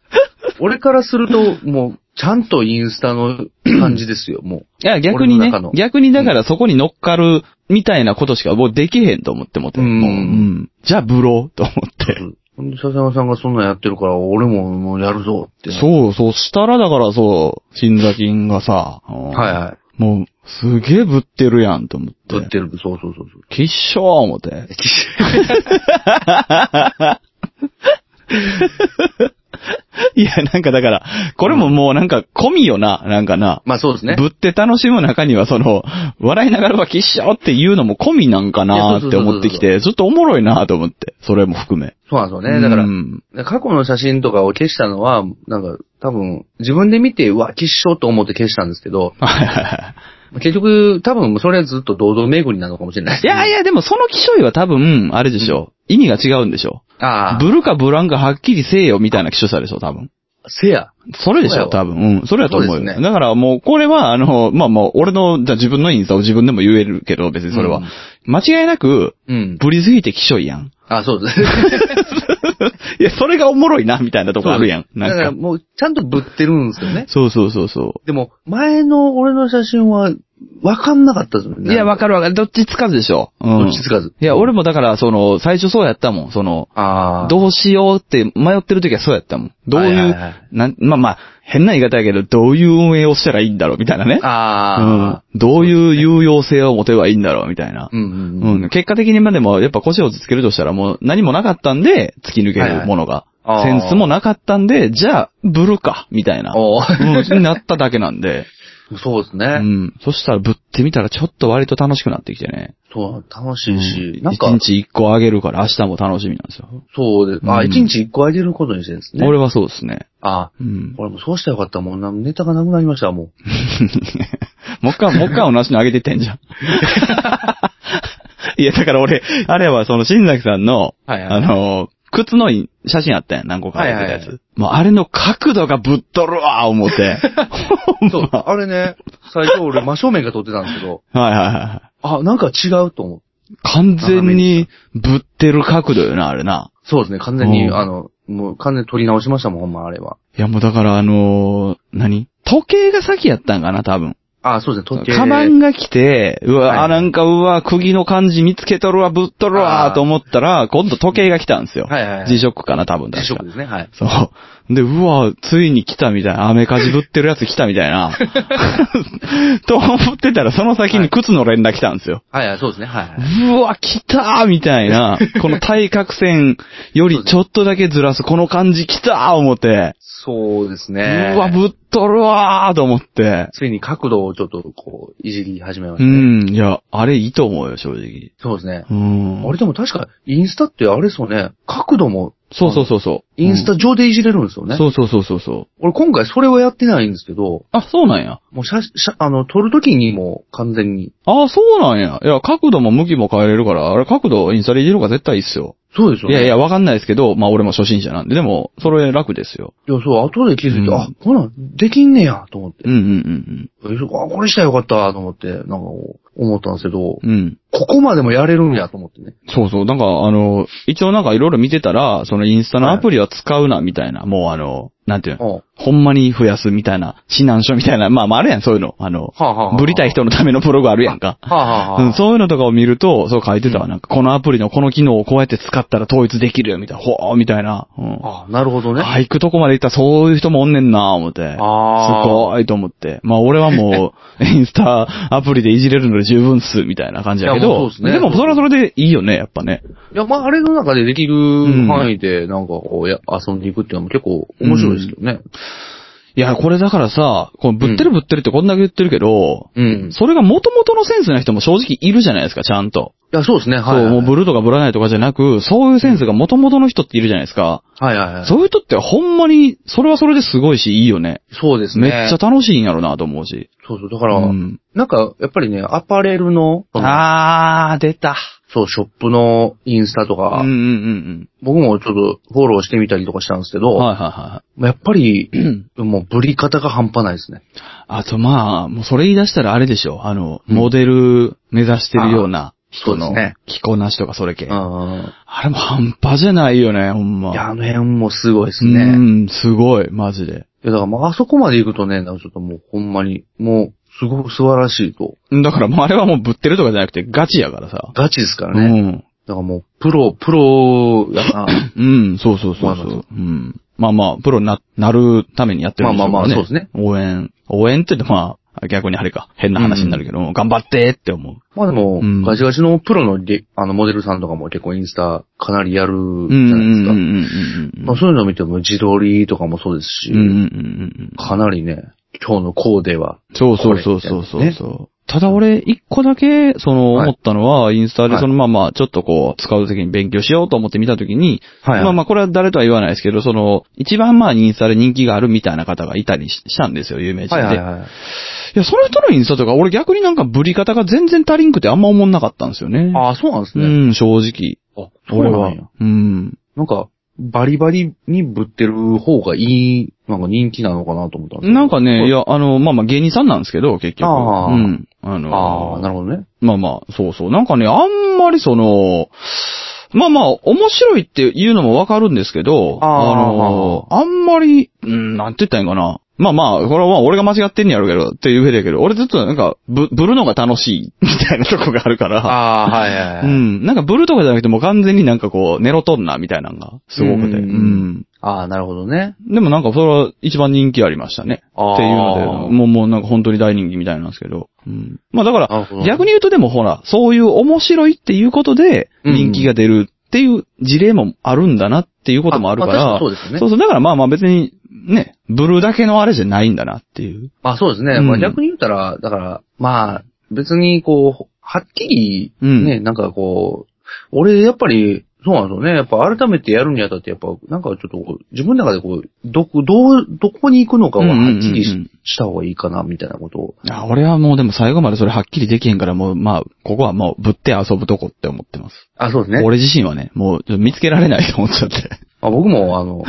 Speaker 2: 俺からすると、もう、ちゃんとインスタの感じですよ、もう。
Speaker 1: いや、逆に
Speaker 2: 俺
Speaker 1: ね
Speaker 2: の中の、
Speaker 1: 逆にだからそこに乗っかるみたいなことしかもうできへんと思ってもって。
Speaker 2: うん
Speaker 1: もううんじゃあ、ブローと思って。
Speaker 2: ほんで、笹山さんがそんなんやってるから、俺ももうやるぞって。う。
Speaker 1: そう、そうしたらだからそう、新座金がさ、
Speaker 2: はいはい。
Speaker 1: もう、すげえぶってるやんと思って。
Speaker 2: 撮ってる。そうそうそうそう。
Speaker 1: きっしょー思って。 いや、なんかだから、これももうなんか、込みよな、なんかな。
Speaker 2: まあそうですね。
Speaker 1: ぶって楽しむ中には、その、笑いながらはきっしょーっていうのも込みなんかなーって思ってき
Speaker 2: い
Speaker 1: て、ちょっとおもろいなーと思って、それも含め。
Speaker 2: そうなんですよね。だから
Speaker 1: う、ん
Speaker 2: 過去の写真とかを消したのは、なんか、多分、自分で見て、うわ、消しようと思って消したんですけど、
Speaker 1: はいはいはい
Speaker 2: 結局、多分、それはずっと堂々巡りなのかもしれないです
Speaker 1: い
Speaker 2: ね。
Speaker 1: やいや、でもその気象意は多分、あれでしょ。意味が違うんでしょ。
Speaker 2: ああ、
Speaker 1: ブルかブランかはっきりせえよみたいな気象さでしょ、多分。
Speaker 2: せや。
Speaker 1: それでし
Speaker 2: そうや
Speaker 1: ょ、
Speaker 2: わ
Speaker 1: 多分。うん。それだと思う
Speaker 2: そう
Speaker 1: よ。
Speaker 2: ですね
Speaker 1: だからもう、これは、あの、まあまあ、俺の、じゃあ自分のインスタを自分でも言えるけど、別にそれは。
Speaker 2: うん
Speaker 1: 間違いなく、
Speaker 2: うん。
Speaker 1: ブリすぎて気象いやん。
Speaker 2: ああ、そうです。だ
Speaker 1: いや、それがおもろいな、みたいなとこあるやん。な
Speaker 2: から、
Speaker 1: んか。
Speaker 2: もう、ちゃんとぶってるんですよね。
Speaker 1: そうそうそうそ
Speaker 2: でも、前の俺の写真は、わかんなかったですよ
Speaker 1: う。
Speaker 2: ね。
Speaker 1: いや、わかるわかる。どっちつかずでしょ。うん。
Speaker 2: どっちつかず。
Speaker 1: いや、俺もだから、その、最初そうやったもん。その、
Speaker 2: ああ。
Speaker 1: どうしようって迷ってる時はそうやったもん。どうい
Speaker 2: は
Speaker 1: う、
Speaker 2: いはいはい
Speaker 1: なんまあまあ、変な言い方やけど、どういう運営をしたらいいんだろうみたいなね。
Speaker 2: ああ。
Speaker 1: うん、どういう有用性を持てばいいんだろうみたいな。
Speaker 2: うんうんうん。
Speaker 1: うん結果的にまあでも、やっぱ腰をつけるとしたらもう何もなかったんで、突き抜けるものが。
Speaker 2: はいはいあー
Speaker 1: センスもなかったんで、じゃあ、ブルか、みたいな。
Speaker 2: おー
Speaker 1: うん、なっただけなんで。
Speaker 2: そうですね。
Speaker 1: うん。そしたらぶってみたらちょっと割と楽しくなってきてね。
Speaker 2: そう、楽しいし、
Speaker 1: うん
Speaker 2: なんか
Speaker 1: 一、日一個あげるから明日も楽しみなんですよ。
Speaker 2: そうです。
Speaker 1: う
Speaker 2: あ、
Speaker 1: ん
Speaker 2: 一日一個あげることにしてるんですね。
Speaker 1: 俺はそうですね。
Speaker 2: あ、
Speaker 1: うん。
Speaker 2: 俺もそうしたらよかった。もうなネタがなくなりました、も う。
Speaker 1: もう一回、もう一回同じのあげてってんじ ゃん。いや、だから俺、あれはその新崎さんの、
Speaker 2: はい
Speaker 1: あの、靴の写真あったやん、何個かあげてたやつ。
Speaker 2: はいはいは
Speaker 1: もうあれの角度がぶっとるわ、思 って。
Speaker 2: そう、あれね、最初俺真正面から撮ってたんです けど、
Speaker 1: はいはいは
Speaker 2: あ、なんか違うと思う。
Speaker 1: い。完全にぶってる角度よな、あれな。
Speaker 2: そうですね、完全に、
Speaker 1: うん
Speaker 2: あの、もう完全に撮り直しましたもん、ほんまあれは。
Speaker 1: いやもうだからあのー何時計が先やったんかな、多分。
Speaker 2: あ、そうですね、時計。
Speaker 1: カバンが来て、うわ、
Speaker 2: はい
Speaker 1: あ、なんか、うわ、釘の感じ見つけとるわ、ぶっとる
Speaker 2: あ
Speaker 1: わ
Speaker 2: ー、
Speaker 1: と思ったら、今度時計が来たんですよ。
Speaker 2: はいはいはい。
Speaker 1: 辞職かな、多分
Speaker 2: 辞
Speaker 1: 確か
Speaker 2: 職。ですね、はい。
Speaker 1: そう。で、うわ、ついに来たみたいな、アメカジぶってるやつ来たみたい な。と思ってたら、その先に靴の連絡来たんですよ。
Speaker 2: はいはい、そうですね、はいはいう
Speaker 1: わ、来たーみたいな、この対角線よりちょっとだけずらす、この感じ来たー思って、
Speaker 2: そうです
Speaker 1: う
Speaker 2: ね。
Speaker 1: わ、ぶっとるわーと思って。
Speaker 2: ついに角度をちょっと、こう、いじり始めま
Speaker 1: う
Speaker 2: したね。
Speaker 1: ん、いや、あれいいと思うよ、正直。
Speaker 2: そうですね。
Speaker 1: うん。
Speaker 2: あれでも確か、インスタってあれですよね、角度も、
Speaker 1: そうそうそうそう。
Speaker 2: インスタ
Speaker 1: ね。
Speaker 2: 上でいじれるんですよね。
Speaker 1: そうそうそうそうそう。
Speaker 2: 俺今回それはやってないんですけど、
Speaker 1: あ、そうなんや。
Speaker 2: もう写真、写あの、撮るときにもう完全に。
Speaker 1: ああ、そうなんや。いや、角度も向きも変えれるから、あれ角度インスタでいじる方が絶対いいっすよ。
Speaker 2: そうですよ
Speaker 1: い
Speaker 2: ね。
Speaker 1: やいや、わかんないですけど、まあ俺も初心者なんで、でも、それ楽ですよ。
Speaker 2: いや、そう、後で気づいて、
Speaker 1: うん
Speaker 2: あ、こんなん、できんねや、と思って。
Speaker 1: うんうん
Speaker 2: えそうあ、これしたらよかった、と思って、なんか、思ったんですけど、
Speaker 1: うんうん。うん。
Speaker 2: ここまでもやれるんや、と思ってね。
Speaker 1: そうそう。なんか、あの、一応なんかいろいろ見てたら、そのインスタのアプリは使うな、みたいな。もうあの、なんていう
Speaker 2: う
Speaker 1: の
Speaker 2: ん。は
Speaker 1: ほんまに増やすみたいな、指南書みたいな。まあまああるやん、そういうの。あの、
Speaker 2: あ、はあはあ、
Speaker 1: ぶりたい。人のためのブログあるやんか。
Speaker 2: はあ、はあ、はあ
Speaker 1: うん、そういうのとかを見ると、そう書いてたわ。なんか、このアプリのこの機能をこうやって使ったら統一できるよ、みたいな。ほー、みたいな。うん。
Speaker 2: あ、なるほどね。
Speaker 1: あ、行くとこまで行ったらそういう人もおんねんな、思って。
Speaker 2: あー
Speaker 1: すごいと思って。まあ俺はも う、インスタアプリでいじれるので十分っす、みたいな感じだけ
Speaker 2: いやも
Speaker 1: ど。
Speaker 2: うそうっすね
Speaker 1: でもそれはそれでいいよね、やっぱね。
Speaker 2: いや、まあ、あれの中でできる
Speaker 1: ん
Speaker 2: 範囲で、なんかこう、や、遊んでいくっていうのも結構面白いですけどね。
Speaker 1: いや、これだからさ、このぶってるぶってるってこんだけ言ってるけど、
Speaker 2: うん。い
Speaker 1: それが元々のセンスな人も正直いるじゃないですか、ちゃんと。
Speaker 2: や、そうですね、はい。
Speaker 1: そう、もうブルーとかブラないとかじゃなく、そういうセンスが元々の人っているじゃないですか。
Speaker 2: はいはいはい。
Speaker 1: そういう人ってほんまに、それはそれですごいし、いいよね。
Speaker 2: そうですね。
Speaker 1: めっちゃ楽しいんやろなと思うし。
Speaker 2: そうそう。だから、
Speaker 1: うん
Speaker 2: なんか、やっぱりね、アパレルの、その
Speaker 1: あー、出た。
Speaker 2: そう、ショップのインスタとか、
Speaker 1: うんうんうん
Speaker 2: 僕もちょっとフォローしてみたりとかしたんですけど、
Speaker 1: うん。はいはいはいはい。
Speaker 2: やっぱり、
Speaker 1: ん
Speaker 2: もうブリ方が半端ないですね。
Speaker 1: あとまあ、もうそれ言い出したらあれでしょ。あの、
Speaker 2: うん
Speaker 1: モデル目指してるような
Speaker 2: そ
Speaker 1: 人
Speaker 2: うです
Speaker 1: の
Speaker 2: ね
Speaker 1: 着こなしとかそれ系。
Speaker 2: う
Speaker 1: あ
Speaker 2: ん。
Speaker 1: れも半端じゃないよね、ほんま。
Speaker 2: いや、あの辺もすごいです
Speaker 1: う
Speaker 2: ね。い
Speaker 1: ん、すごい、マジで。
Speaker 2: や、だからもうあそこまで行くとね、なんかちょっともうほんまに、もう、すごく素晴らしいと。
Speaker 1: だからもうあれはもうぶってるとかじゃなくてガチやからさ。。
Speaker 2: ガチですからね。だからもう、プロ、プロやな
Speaker 1: うん。うん、そうそうそう
Speaker 2: まあ
Speaker 1: そ
Speaker 2: まあそう
Speaker 1: う。うん。まあまあ、プロにな、なるためにやってるんでしょうから
Speaker 2: まあまあまあそうですね。
Speaker 1: 応援。応援って言ってまあ、逆にあれか、変な話になるけど、頑張ってって思う。
Speaker 2: まあでも、
Speaker 1: うん
Speaker 2: ガチガチのプロのリあの、モデルさんとかも結構インスタかなりやるじ
Speaker 1: うん
Speaker 2: ゃ
Speaker 1: う
Speaker 2: なんいです
Speaker 1: うん
Speaker 2: か。
Speaker 1: うんうん
Speaker 2: まあそういうのを見ても自撮りとかもそうですし、
Speaker 1: うんうんうんうんうん。
Speaker 2: かなりね、今日のコーデは。
Speaker 1: そうそうそうそうそう
Speaker 2: ね
Speaker 1: そう。ただ俺、一個だけ、その、
Speaker 2: はい
Speaker 1: 思ったのは、インスタで
Speaker 2: はい
Speaker 1: そのまあまあ、ちょっとこう、使う時に勉強しようと思って見た時に、
Speaker 2: はいはい
Speaker 1: まあまあ、これは誰とは言わないですけど、その、一番まあ、インスタで人気があるみたいな方がいたりししたんですよ、有名人
Speaker 2: は
Speaker 1: で。
Speaker 2: い
Speaker 1: い
Speaker 2: はいはい。
Speaker 1: や、その人のインスタとか、俺逆になんか、ぶり方が全然足りんくてあんま思んなかったんですよね。
Speaker 2: ああ、そうなんです
Speaker 1: う
Speaker 2: ね。
Speaker 1: ん、正直。
Speaker 2: あ、そう
Speaker 1: 俺
Speaker 2: な
Speaker 1: は
Speaker 2: んや。。
Speaker 1: うん。
Speaker 2: なんか、バリバリにぶってる方がいい、なんか人気なのかなと思ったんですけど
Speaker 1: なんかね、い、
Speaker 2: あ
Speaker 1: や、あの、まあまあ、芸人さんなんですけど、結局。
Speaker 2: あー
Speaker 1: うん。あの
Speaker 2: あー、なるほどね。
Speaker 1: まあまあ、そうそう。なんかね、あんまりその、まあまあ、面白いっていうのもわかるんですけど、
Speaker 2: あー
Speaker 1: の、あんまり、うん、なんて言ったらいいんかな。まあまあ、これはまあ俺が間違ってんねやろうけど、っていう上だけど、俺ずっとなんか、ぶ、ぶるのが楽しい、みたいなとこがあるから、
Speaker 2: ああ、はいはいは
Speaker 1: う
Speaker 2: い。
Speaker 1: ん。なんかブルとかじゃなくてもう完全になんかこう、ネロとんな、みたいなのが、すごくて。う
Speaker 2: うん
Speaker 1: ん。
Speaker 2: ああ、なるほどね。
Speaker 1: でもなんかそれは一番人気ありましたね。
Speaker 2: あー
Speaker 1: っていうので、もうもうなんか本当に大人気みたいなんですけど。うん。まあだから、
Speaker 2: なるほど。
Speaker 1: 逆に言うとでもほら、そういう面白いっていうことで
Speaker 2: うん
Speaker 1: 人気が出るっていう事例もあるんだなっていうこともあるから、
Speaker 2: ま確にそうですよね。
Speaker 1: そうそう、だからまあまあ別に、ね、ブルーだけのあれじゃないんだなっていう。
Speaker 2: まあそうですね。
Speaker 1: うん
Speaker 2: まあ逆に言ったら、だから、まあ、別にこう、はっきり、
Speaker 1: うん
Speaker 2: ね、なんかこう、俺やっぱり、そうなんですよね。やっぱ改めてやるにあたって、やっぱなんかちょっとこう自分の中でこう、どこ、どう、どこに行くのかは
Speaker 1: うんうんうんう
Speaker 2: は
Speaker 1: ん
Speaker 2: っきりし,、た方がいいかな、みたいなことを。
Speaker 1: あ俺はもうでも最後までそれはっきりできへんから、もうまあ、ここはもうぶって遊ぶとこって思ってます。
Speaker 2: あ、そうですね。
Speaker 1: 俺自身はね、もうちょっと見つけられないと思っちゃって。
Speaker 2: まあ、僕も あの、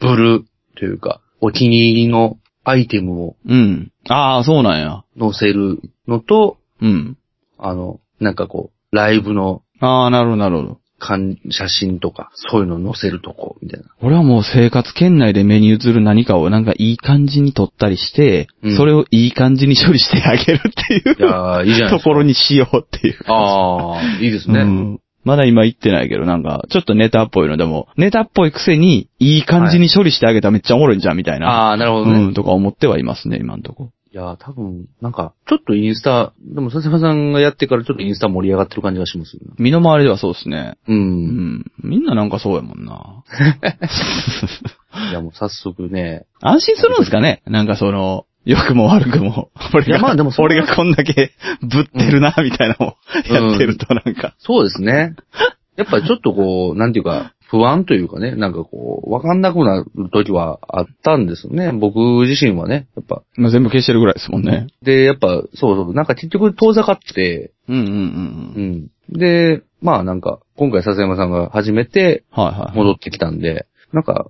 Speaker 2: ブルーというか、お気に入りのアイテムを
Speaker 1: うん。ああ、そうなんや。
Speaker 2: 載せるのと、
Speaker 1: うん。
Speaker 2: あの、なんかこう、ライブの
Speaker 1: ああ、なるほど、なるほど。
Speaker 2: 感写真とか、そういうの載せるとこ、みたいな。
Speaker 1: 俺はもう生活圏内で目に映る何かをなんかいい感じに撮ったりして、
Speaker 2: うん
Speaker 1: それをいい感じに処理してあげるっていう
Speaker 2: いやーいいじゃない
Speaker 1: と
Speaker 2: ですか。
Speaker 1: ころにしようっていう。
Speaker 2: ああ、いいです
Speaker 1: う
Speaker 2: ね。
Speaker 1: んまだ今言ってないけど、なんか、ちょっとネタっぽいのでも、ネタっぽいくせに、いい感じに処理してあげたらめっちゃおもろいんじゃん、みたいな。あ
Speaker 2: ああ、なるほどね。
Speaker 1: う
Speaker 2: い
Speaker 1: ん、とか思ってはいますね、今んとこ。
Speaker 2: やー多分、なんか、ちょっとインスタ、でも笹山さんがやってからちょっとインスタ盛り上がってる感じがしますよね。
Speaker 1: 身の回りではそうですね。
Speaker 2: う。
Speaker 1: うんん。みんななんかそうやもんな。
Speaker 2: いや、もう早速ね。
Speaker 1: 安心するんですかねなんかその、良くも悪くも。俺
Speaker 2: い
Speaker 1: が、
Speaker 2: やまあでもそれ
Speaker 1: 俺がこんだけぶってるな、みたいなのをやってるとなんか。
Speaker 2: そうですね。やっぱりちょっとこう、なんていうか、不安というかね、なんかこう、わかんなくなる時はあったんですよね。僕自身はね、やっぱ。
Speaker 1: まあ全部消してるぐらいですもんね。
Speaker 2: で、やっぱ、そうそう、なんか結局遠ざかって、
Speaker 1: うんうんう
Speaker 2: うんん。で、まあなんか、今回笹山さんが初めて
Speaker 1: うん。はいはい。
Speaker 2: 戻ってきたんで、なんか、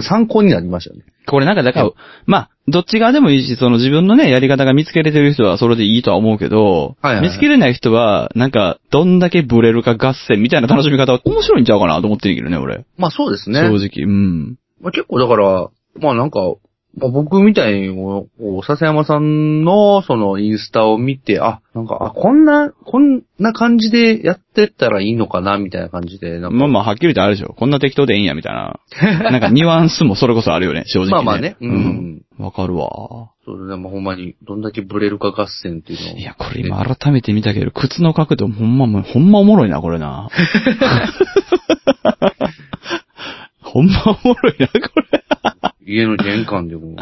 Speaker 2: 参考になりましたね。
Speaker 1: これなんかだから、まあ、どっち側でもいいし、その自分のね、やり方が見つけれてる人はそれでいいとは思うけど、
Speaker 2: はいはいはい
Speaker 1: 見つけれない人は、なんか、どんだけブレるか合戦みたいな楽しみ方は面白いんちゃうかなと思ってるけどね、俺。
Speaker 2: まあそうですね。
Speaker 1: 正直。うん。
Speaker 2: まあ、結構だから、まあなんか、まあ、僕みたいにこう、こう笹山さんのそのインスタを見て、あ、なんか、あ、こんな、こんな感じでやってったらいいのかな、みたいな感じで、なんか
Speaker 1: まあまあ、はっきり言ってあるでしょ。こんな適当でいいんや、みたいな。なんかニュアンスもそれこそあるよね、正直、ね。
Speaker 2: まあまあね、う。
Speaker 1: うんん。わ、かるわ。
Speaker 2: そうだね、まあほんまに、どんだけブレるか合戦っていうのを。
Speaker 1: いや、これ今改めて見たけど、靴の角度ほんまもう、ほんまおもろいな、これ な。ほんまおもろいな、これ。
Speaker 2: 家の玄関でも。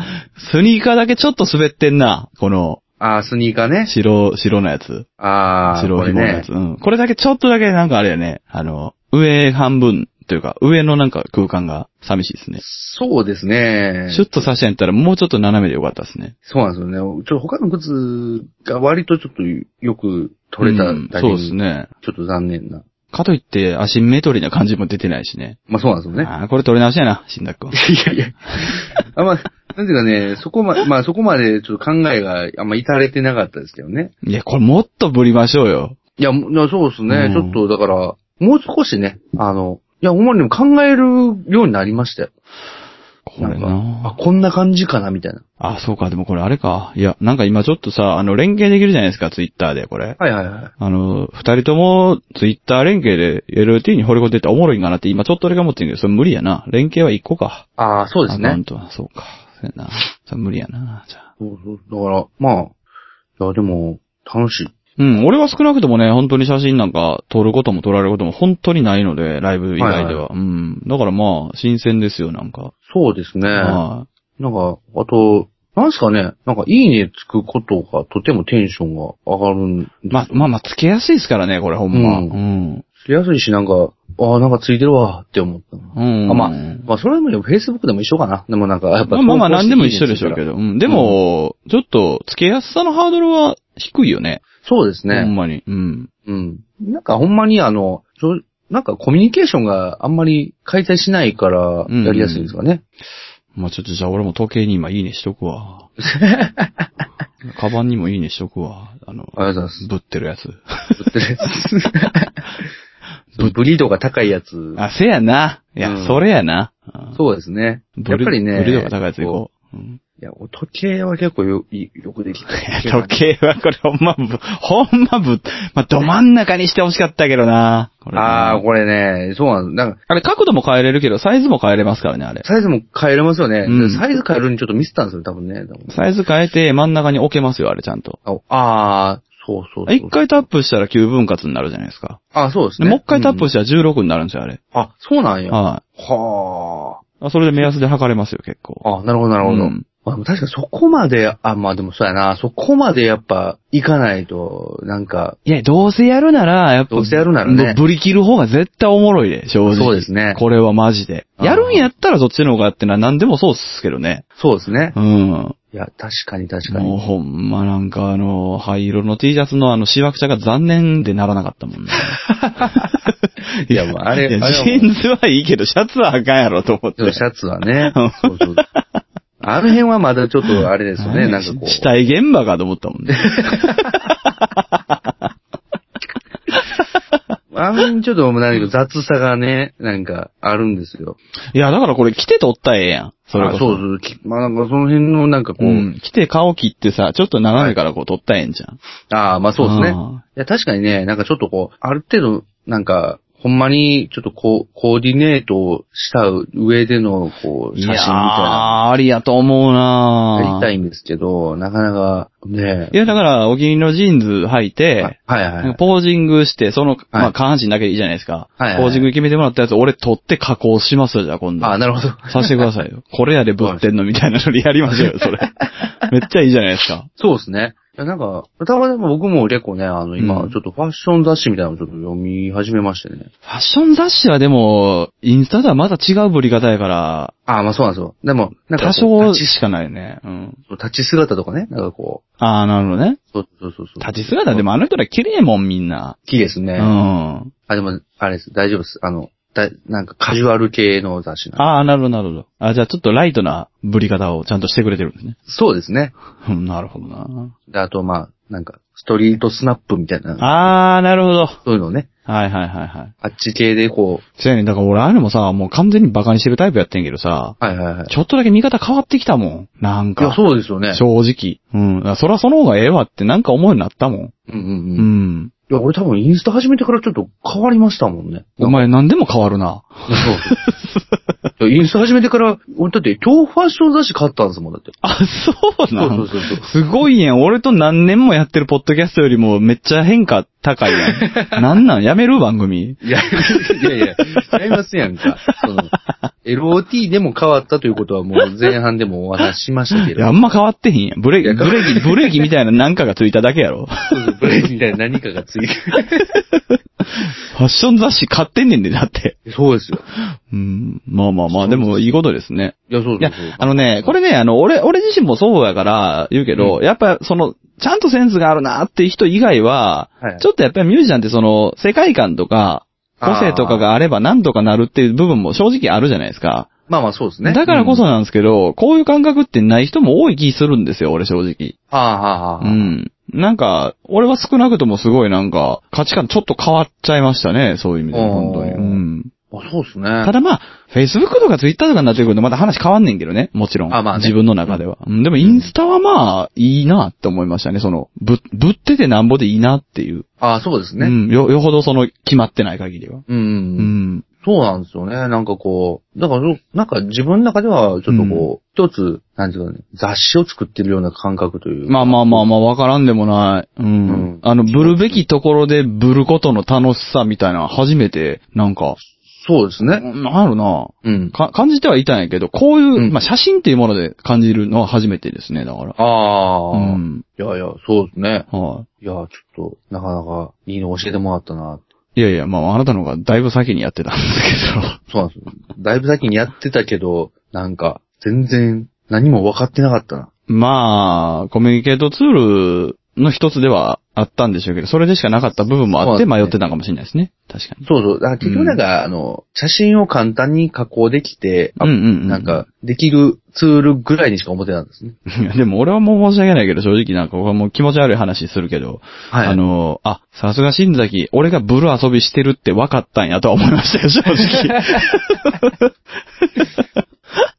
Speaker 1: スニーカーだけちょっと滑ってんな。この、
Speaker 2: あー、スニーカーね。
Speaker 1: 白、白のやつ。
Speaker 2: あー、
Speaker 1: 白
Speaker 2: これ
Speaker 1: 紐のや
Speaker 2: ね
Speaker 1: つ、。うん。これだけちょっとだけなんかあれやね。あの、上半分というか、上のなんか空間が寂しいですね。
Speaker 2: そうですね。
Speaker 1: シュッと刺してんやったらもうちょっと斜めでよかったですね。
Speaker 2: そうなんですよね。ちょっと他の靴が割とちょっとよく取れた
Speaker 1: うん
Speaker 2: だけ
Speaker 1: そう
Speaker 2: に、
Speaker 1: ですね。
Speaker 2: ちょっと残念な。
Speaker 1: かといって、アシンメトリーな感じも出てないしね。
Speaker 2: まあそうなんですよね。
Speaker 1: ああ、これ取り直しやな、死んだっこ。
Speaker 2: いやいや。あんま、なんていうかね、そこま、まあそこまでちょっと考えがあんま至れてなかったですけどね。
Speaker 1: いや、これもっとぶりましょうよ。
Speaker 2: いや、もいやそうですね。
Speaker 1: うん
Speaker 2: ちょっとだから、もう少しね、あの、いや、ほんまにでも考えるようになりましたよ。
Speaker 1: こ
Speaker 2: な
Speaker 1: れ
Speaker 2: んか
Speaker 1: な、
Speaker 2: あ、こんな感じかな、みたいな。
Speaker 1: あ。そうか、でもこれあれか。いや、なんか今ちょっとさ、あの、連携できるじゃないですか、ツイッターで、これ。
Speaker 2: はいはいはい。
Speaker 1: あの、二人とも、ツイッター連携で LT に掘り込んでっておもろいんかなって、今ちょっと俺が思ってんけど、それ無理やな。連携は一個か。
Speaker 2: ああ、そうです
Speaker 1: アカウ
Speaker 2: ね
Speaker 1: ン。トは、そうか。そうやな。それ無理やな、じゃあ。
Speaker 2: そうそう。だから、まあ、いや、でも、楽しい。
Speaker 1: うん、俺は少なくともね、本当に写真なんか撮ることも撮られることも本当にないので、ライブ以外では。うん。だからまあ、新鮮ですよ、なんか。
Speaker 2: そうですね。なんか、
Speaker 1: は
Speaker 2: あと、なんすかね、なんか、いいねつくことがとてもテンションが上がるんです
Speaker 1: い。
Speaker 2: よ
Speaker 1: まあ、まあまあ、つけやすいですからね、これほんま。
Speaker 2: う
Speaker 1: うん。
Speaker 2: しやすいし、なんか、ああ、なんかついてるわ、って思ったな。
Speaker 1: うん。
Speaker 2: あまあ、まあ、それでも Facebook でも一緒かな。でもなんか、やっぱ、
Speaker 1: まあまあまあ、何でも一緒でしょうけ
Speaker 2: ど。
Speaker 1: ど。うん。でも、ちょっと、つけやすさのハードルは低いよね。
Speaker 2: そうです
Speaker 1: ほん
Speaker 2: ね。
Speaker 1: まに。うん。
Speaker 2: うん。なんか、ほんまに、あの、そうなんかコミュニケーションがあんまり解体しないから、
Speaker 1: うん
Speaker 2: やりやすいんですかね。
Speaker 1: まあちょっとじゃあ俺も時計に今いいねしとく わ。カバンにもいいねしとくわ。あの、
Speaker 2: ありがとうござい
Speaker 1: ぶってるやつ。
Speaker 2: ます。ぶってる そうブリードが高いやつ。
Speaker 1: あ、せやな。いや、
Speaker 2: うん
Speaker 1: それやな。うん
Speaker 2: そうですね。
Speaker 1: ブ
Speaker 2: やっ
Speaker 1: ル
Speaker 2: ぱりね。
Speaker 1: ブルドが高いやついこう。うん
Speaker 2: いや、時計は結構よ、いよくでき
Speaker 1: い
Speaker 2: た。
Speaker 1: や 時計はこれほんまぶ、ほんまぶ、まあ、ど真ん中にしてほしかったけどな。これね
Speaker 2: ああ、これね、そうなんです。なんか、
Speaker 1: あれ角度も変えれるけど、サイズも変えれますからね、あれ。
Speaker 2: サイズも変えれますよね。
Speaker 1: うん
Speaker 2: サイズ変えるにちょっとミスったんですよ、多分ね。多分
Speaker 1: サイズ変えて真ん中に置けますよ、あれちゃんと。
Speaker 2: ああー、そうそうそう
Speaker 1: 一回タップしたら9分割になるじゃないですか。
Speaker 2: あそうです
Speaker 1: で
Speaker 2: ね。
Speaker 1: もう一回タップ
Speaker 2: し、
Speaker 1: したら16になるんですよ、あれ。
Speaker 2: あ、そうなんや。は
Speaker 1: は
Speaker 2: あ。
Speaker 1: あそれで目安で測れますよ、結構。
Speaker 2: あ、なるほど、なるほど。
Speaker 1: うん
Speaker 2: まあ、でも確かにそこまで、あ、まあでもそうやな、そこまでやっぱ、行かないと、なんか、
Speaker 1: いや、どうせやるなら、やっぱ、
Speaker 2: どうせやるならね
Speaker 1: ぶぶり切る方が絶対おもろいで、正直。
Speaker 2: そうですね
Speaker 1: これはマジで。
Speaker 2: あー
Speaker 1: やるんやったらそっちの方がってのは何でもそうっすけどね。
Speaker 2: そうですね。
Speaker 1: うん。
Speaker 2: いや、確かに確か
Speaker 1: もう
Speaker 2: に。
Speaker 1: ほんまなんかあの、灰色の T シャツのあの、しわくちゃが残念でならなかったもん ね。
Speaker 2: いや、まああれ、
Speaker 1: いや
Speaker 2: あれ
Speaker 1: ジ
Speaker 2: はもう
Speaker 1: ーンズはいいけど、シャツはあかんやろと思って。
Speaker 2: でもシャツはね、そうそう。あの辺はまだちょっとあれですよ ね、なんかこう。
Speaker 1: 死体現場かと思ったもんね。
Speaker 2: あの辺ちょっともうなんか雑さがね、なんかあるんですよ。
Speaker 1: いや、だからこれ着て撮ったらええやん。それ
Speaker 2: あ
Speaker 1: こ
Speaker 2: そ。
Speaker 1: そう
Speaker 2: そう。きまあなんかその辺のなんかこ
Speaker 1: う
Speaker 2: う、
Speaker 1: ん。着て顔切ってさ、ちょっと斜めからこう撮ったらええんじゃん。
Speaker 2: ああ、まあそうですね。
Speaker 1: あ
Speaker 2: いや、確かにね、なんかちょっとこう、ある程度、なんか、ほんまに、ちょっとこう、コーディネートをした上での、こう、
Speaker 1: い
Speaker 2: 写真みた
Speaker 1: や
Speaker 2: いな、
Speaker 1: ー、ありやと思う
Speaker 2: や
Speaker 1: な
Speaker 2: りたいんですけど、なかなか、ね
Speaker 1: いや、だから、お気に入りのジーンズ履いて、
Speaker 2: はいはい
Speaker 1: なん
Speaker 2: は
Speaker 1: か
Speaker 2: い。
Speaker 1: ポージングして、その、まあ、下半身だけでいいじゃないですか。
Speaker 2: はいはい
Speaker 1: ポージング決めてもらったやつ、俺撮って加工しますよ、じゃあ今度。
Speaker 2: ああ、なるほど。
Speaker 1: させてくださ いよ。これやでぶってんのみたいなのでやりましょうよ、それ。めっちゃいいじゃないですか。
Speaker 2: そうですね。いや、なんか、たまたま僕も結構ね、あの、今、
Speaker 1: うん
Speaker 2: ちょっとファッション雑誌みたいなのをちょっと読み始めましてね。
Speaker 1: ファッション雑誌はでも、インスタとはまた違うぶり方やから、
Speaker 2: ああ、まあそうなんですよ。でも、なんか
Speaker 1: 多
Speaker 2: こう、
Speaker 1: 少
Speaker 2: 立
Speaker 1: しかないよね。うん。
Speaker 2: ち、立ち姿とかね、なんかこ
Speaker 1: ああ、なるほどね。
Speaker 2: う、そうそうそうそう。
Speaker 1: 立ち姿でもあの人ら綺麗もん、みんな。
Speaker 2: 好きです
Speaker 1: うん。
Speaker 2: ね。あ、でも、あれです。大丈夫です。あの、だ、なんかカジュアル系の雑誌なんで
Speaker 1: ああ、なるほど、なるほど。あじゃあちょっとライトなぶり方をちゃんとしてくれてるんですね。
Speaker 2: そうですね。
Speaker 1: うん、なるほどな。
Speaker 2: で、あと、まあ、なんか、ストリートスナップみたいな、
Speaker 1: ああ、なるほど。
Speaker 2: そういうのね。
Speaker 1: はいはいはいはい。
Speaker 2: あっち系でこ
Speaker 1: そやねん、だから俺ああいうのもさ、もう完全に馬鹿にしてるタイプやってんけどさ、
Speaker 2: う、はいはいはい。
Speaker 1: ちょっとだけ見方変わってきたもん。なん
Speaker 2: いや、
Speaker 1: か、
Speaker 2: そうですよね。
Speaker 1: 正直。うん。だからそらその方がええわってなんか思うようになったもん。
Speaker 2: うんう
Speaker 1: う
Speaker 2: んうん。い
Speaker 1: ん。
Speaker 2: や、俺多分インスタ始めてからちょっと変わりましたもんね。
Speaker 1: お 前何でも変わるな。
Speaker 2: そうそう。いやインスタ始めてから、俺だって今日ファッション雑誌買ったんですもん、だって。
Speaker 1: あ、そう
Speaker 2: そ
Speaker 1: な
Speaker 2: うそ
Speaker 1: の
Speaker 2: うそうそう。
Speaker 1: すごいやん。俺と何年もやってるポッドキャストよりもめっちゃ変化高いや ん。なんなんやめる番組。
Speaker 2: いや、いやいや、違いますやんか。その、LOT でも変わったということはもう前半でもお話ししましたけ
Speaker 1: い
Speaker 2: ど。
Speaker 1: や、あんま変わってへんやん。ブレ
Speaker 2: いや
Speaker 1: ーキ、ブレーキ、ブレーキみたいななんかがついただけやろ。
Speaker 2: そうそうブレーキみたいな何かがついて
Speaker 1: ファッション雑誌買ってんねんで、だって。
Speaker 2: る。そうですよ。
Speaker 1: うん。まあまあまあ、でもいいことですね。
Speaker 2: いや、そう
Speaker 1: い
Speaker 2: そ
Speaker 1: や
Speaker 2: うそう。、
Speaker 1: あのね、これね、あの、俺、俺自身もそうやから言うけど、やっぱその、ちゃんとセンスがあるなっていう人以外は、
Speaker 2: はい
Speaker 1: ちょっとやっぱりミュージシャンってその、世界観とか、個性とかがあればなんとかなるっていう部分も正直あるじゃないですか。
Speaker 2: まあまあそうですね。
Speaker 1: だからこそなんですけど、こういう感覚ってない人も多い気するんですよ、俺正直。
Speaker 2: ああ、ああ、
Speaker 1: う
Speaker 2: ああ。
Speaker 1: ん。なんか、俺は少なくともすごいなんか、価値観ちょっと変わっちゃいましたね、そういう意味では、本当に。
Speaker 2: おー
Speaker 1: うん。
Speaker 2: あそうですね。
Speaker 1: ただまあ、Facebook とか Twitter とかになってくるとまた話変わんねんけどね、もちろん。
Speaker 2: あまあね
Speaker 1: 自分の中では。うんでもインスタはまあ、いいなって思いましたね、その、ぶ、ぶっててなんぼでいいなっていう。
Speaker 2: ああ、そうです
Speaker 1: う
Speaker 2: ね。
Speaker 1: ん。よ、よほどその、決まってない限りは。
Speaker 2: うん。
Speaker 1: う
Speaker 2: うん
Speaker 1: ん。
Speaker 2: そうなんですよね。なんかこう、だから、なんか自分の中では、ちょっとこう、一つ、なんていうかね、雑誌を作ってるような感覚という。
Speaker 1: まあまあまあまあ、わからんでもない。うん。
Speaker 2: うん
Speaker 1: あの、ぶるべきところでぶることの楽しさみたいな、初めて、なんか、
Speaker 2: そうですね。
Speaker 1: なんやろな。
Speaker 2: うん。
Speaker 1: か、感じてはいたんやけど、こういう、
Speaker 2: うん
Speaker 1: まあ写真っていうもので感じるのは初めてですね、だから。う
Speaker 2: ああ、
Speaker 1: ん。
Speaker 2: いやいや、そうですね。
Speaker 1: はい。
Speaker 2: いや、ちょっと、なかなかいいの教えてもらったな。
Speaker 1: いやいや、まあ、あなたの方がだいぶ先にやってたんですけど。
Speaker 2: そうなんですよ。だいぶ先にやってたけど、なんか、全然、何も分かってなかったな。
Speaker 1: まあ、コミュニケートツールの一つではあったんでしょうけど、それでしかなかった部分もあって
Speaker 2: そうですね
Speaker 1: 迷ってたかもしれないですね。確かに。
Speaker 2: そうそう。だから結局なんか、あの、写真を簡単に加工できて、
Speaker 1: うんうんうん。
Speaker 2: なん。か、できるツールぐらいにしか思ってなかったですね。
Speaker 1: いや、でも俺はもう申し訳ないけど、正直なんか、僕はもう気持ち悪い話するけど、
Speaker 2: はい。
Speaker 1: あ、の、あ、さすが新崎、俺がブル遊びしてるって分かったんやとは思いましたよ、正 直。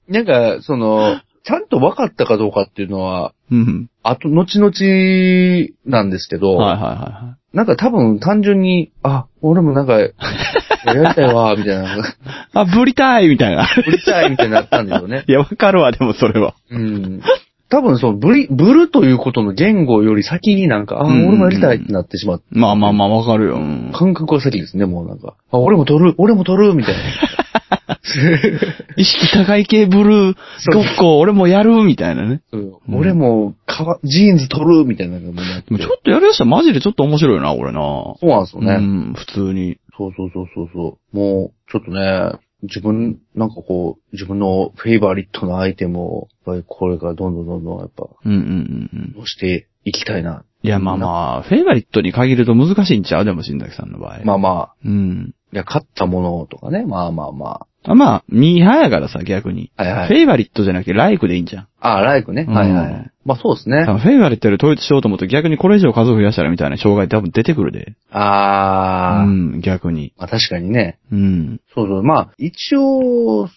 Speaker 2: なんか、その、ちゃんと分かったかどうかっていうのは、
Speaker 1: うん。
Speaker 2: あと、後々なんですけど、
Speaker 1: はいはいはいはい。
Speaker 2: なんか多分単純に、あ、俺もなんか、やりたいわ、みたいな、
Speaker 1: あ、ブリたいみたいな。
Speaker 2: 売りたいみたいになったんですよね。
Speaker 1: いや、わかるわ、でもそれは。
Speaker 2: うん。多分その、ブリ、ブルということの言語より先になんか、あ、俺もやりたいってなってしまった。
Speaker 1: まあまあまあ、わかるよ。うん
Speaker 2: 感覚が先ですね、もうなんか。あ、俺も撮る、俺も撮る、みたいな。
Speaker 1: 意識高い系ブルー、ごっこ、俺もやる、みたいなね。
Speaker 2: そう俺も、かわ、ジーンズ取るみたいなのもやって
Speaker 1: でもちょっとやるやつはマジでちょっと面白いな、俺な。
Speaker 2: そうなんですよね。
Speaker 1: うん、普通に。
Speaker 2: そうそうそうそうそう。もう、ちょっとね、自分、なんかこう、自分のフェイバリットなアイテムを、やっぱりこれからどんどんどんどんやっぱ、
Speaker 1: うんうんうんうん。
Speaker 2: 押していきたいな。
Speaker 1: いや、まあまあ、フェイバリットに限ると難しいんちゃうでも、新崎さんの場合。
Speaker 2: ま
Speaker 1: あ。
Speaker 2: あまあ、
Speaker 1: うん。
Speaker 2: いや、勝ったものとかね、まあまあま
Speaker 1: あまあ、ミーハーやからさ、逆に。
Speaker 2: あ。はいは
Speaker 1: フ
Speaker 2: い。
Speaker 1: ェイバリットじゃなくて、ライクでいいんじゃん。
Speaker 2: ああ、ライクね。
Speaker 1: うん
Speaker 2: はいはい。まあそうですね
Speaker 1: 多。分フェイバリットより統一しようと思うと、逆にこれ以上数増やしたらみたいな障害多分出てくるで。
Speaker 2: ああ、
Speaker 1: うん、逆に。
Speaker 2: まあ確かにね。
Speaker 1: うん。
Speaker 2: そうそう。まあ、一応、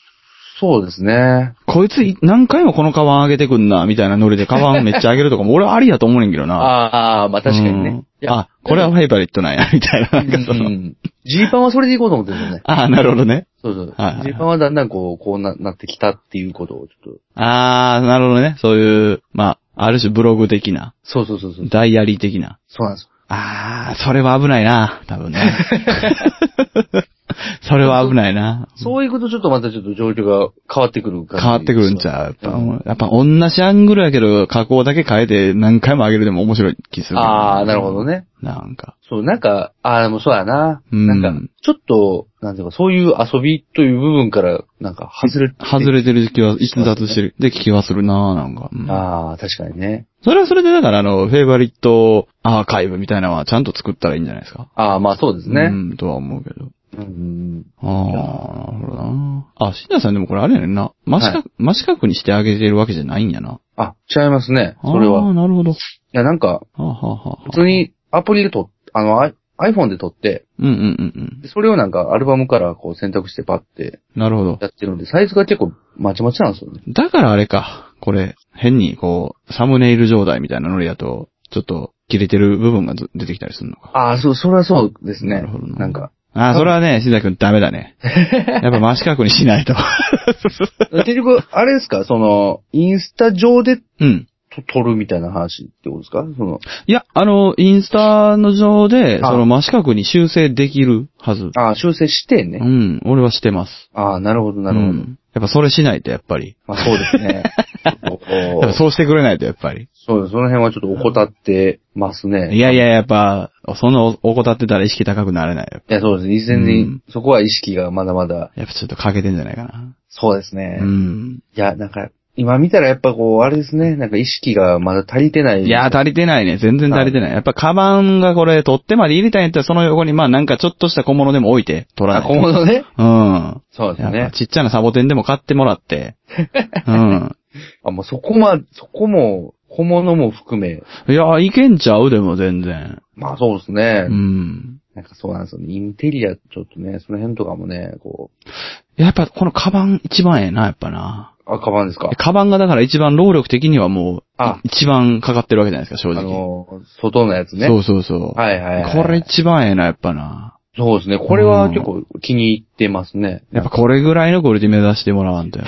Speaker 2: そうですね。
Speaker 1: こいつい何回もこのカバン上げてくんな、みたいなノリでカバンめっちゃ上げるとかも、俺はありやと思うねんけど な。あ、
Speaker 2: ああ、まあ確かにね。いや
Speaker 1: あ、これはフェイバリットなんや、みたいな。なんかその、
Speaker 2: うんジーパンはそれでいこうと思ってるんですよね。
Speaker 1: ああ、なるほどね。
Speaker 2: そうそう。ジ
Speaker 1: はいはいはい
Speaker 2: ーパンはだんだんこう、こうななってきたっていうことをちょっと。
Speaker 1: ああ、なるほどね。そういう、まあ、ある種ブログ的な、
Speaker 2: そうそうそうそう。
Speaker 1: ダイアリー的な。
Speaker 2: そうなんですよ。
Speaker 1: ああ、それは危ないな、多分ね。 それは危ないな。
Speaker 2: そういうことちょっとまたちょっと状況が変わってくる感じ。
Speaker 1: 変わってくるんちゃうやっぱ、
Speaker 2: うん
Speaker 1: やっぱ同じアングルやけど、加工だけ変えて何回も上げるでも面白い気するけど。
Speaker 2: ああ、なるほどね。
Speaker 1: なんか。
Speaker 2: そう、なんか、ああ、でもそうやな。
Speaker 1: うん
Speaker 2: なんか、ちょっと、なんていうか、そういう遊びという部分から、なんか、外れて、
Speaker 1: 外れてる気は、逸脱してる。で、気はするなぁ、なんか、うん
Speaker 2: ああ、確かにね。
Speaker 1: それはそれで、だから、あの、フェイバリットアーカイブみたいなのはちゃんと作ったらいいんじゃないですか。
Speaker 2: ああ、まあそうです
Speaker 1: う
Speaker 2: ね。
Speaker 1: ん、とは思うけど。
Speaker 2: うん。
Speaker 1: ああ、なるほどなあ、シナさんでもこれあれやねんな。真四角、真四角にしてあげてるわけじゃないんやな。
Speaker 2: あ、違いますね。それ
Speaker 1: あ
Speaker 2: は。
Speaker 1: あ、
Speaker 2: い
Speaker 1: なるほど。は
Speaker 2: や、なんか、
Speaker 1: あ、はあはあ、
Speaker 2: 普通にアプリで撮っ、あの、アイ iPhone で撮って、
Speaker 1: うんうんうんうん。
Speaker 2: でそれをなんかアルバムからこう選択してパッて
Speaker 1: なるほど。
Speaker 2: やってるんで、サイズが結構まちまちなんですよね。
Speaker 1: だからあれか。これ、変に、こう、サムネイル状態みたいなノリだと、ちょっと、切れてる部分がず出てきたりするのか。
Speaker 2: ああ、そう、それはそうです
Speaker 1: な
Speaker 2: ね
Speaker 1: るほど。な
Speaker 2: なんか。
Speaker 1: ああ、それはね、しだくんダメだ ね。やっぱ真四角にしないと。
Speaker 2: 結局、あれですかその、インスタ上で
Speaker 1: うん。
Speaker 2: と撮るみたいな話ってことですかその、
Speaker 1: いや、あの、インスタの上で、
Speaker 2: あ
Speaker 1: その真四角に修正できるはず。
Speaker 2: ああ、修正して
Speaker 1: う
Speaker 2: ね。
Speaker 1: ん、俺はしてます。
Speaker 2: ああ、なるほど、なるほど。
Speaker 1: うんやっぱそれしないと、やっぱり。
Speaker 2: まあそうです ね。ちょっと
Speaker 1: やっ
Speaker 2: こ
Speaker 1: ぱ
Speaker 2: う
Speaker 1: そうしてくれないと、やっぱり。
Speaker 2: そうです。その辺はちょっと怠ってますね。
Speaker 1: いやいや、やっぱ、そんな怠ってたら意識高くなれないよ。
Speaker 2: いや、そうです。全
Speaker 1: う
Speaker 2: 然
Speaker 1: ん、
Speaker 2: そこは意識がまだまだ、
Speaker 1: やっぱちょっと欠けてんじゃないかな。
Speaker 2: そうですね。
Speaker 1: うん。
Speaker 2: いや、なんか、今見たらやっぱこう、あれですね、なんか意識がまだ足りてない。
Speaker 1: いや、足りてないね。全然足りてない。やっぱ、カバンがこれ、取ってまで入れたいんやったら、その横に、まあ、なんかちょっとした小物でも置いて、取ら
Speaker 2: あ、
Speaker 1: ない。
Speaker 2: 小物ね。
Speaker 1: うん。
Speaker 2: そうです
Speaker 1: やっ
Speaker 2: ね
Speaker 1: ぱ。ちっちゃなサボテンでも買ってもら って。うん。
Speaker 2: あ、もうそこま、そこも、小物も含め、
Speaker 1: いや、いけんちゃうでも、全然。
Speaker 2: まあそうですね。
Speaker 1: うん。
Speaker 2: なんかそうなんですよね。インテリア、ちょっとね、その辺とかもね、こ
Speaker 1: やっぱ、このカバン一番ええな、やっぱな。
Speaker 2: う、あ、カバンですか。
Speaker 1: カバンがだから一番労力的にはもう、
Speaker 2: あ、
Speaker 1: 一番かかってるわけじゃないですか、正
Speaker 2: あ
Speaker 1: 直。
Speaker 2: の、外のやつね。
Speaker 1: そうそうそう。
Speaker 2: はいはいはい。
Speaker 1: これ、一番ええな、やっぱな。
Speaker 2: そうですね。これは結構気に入ってますね。
Speaker 1: やっぱこれぐらいのクオリティ目指してもらわ んと。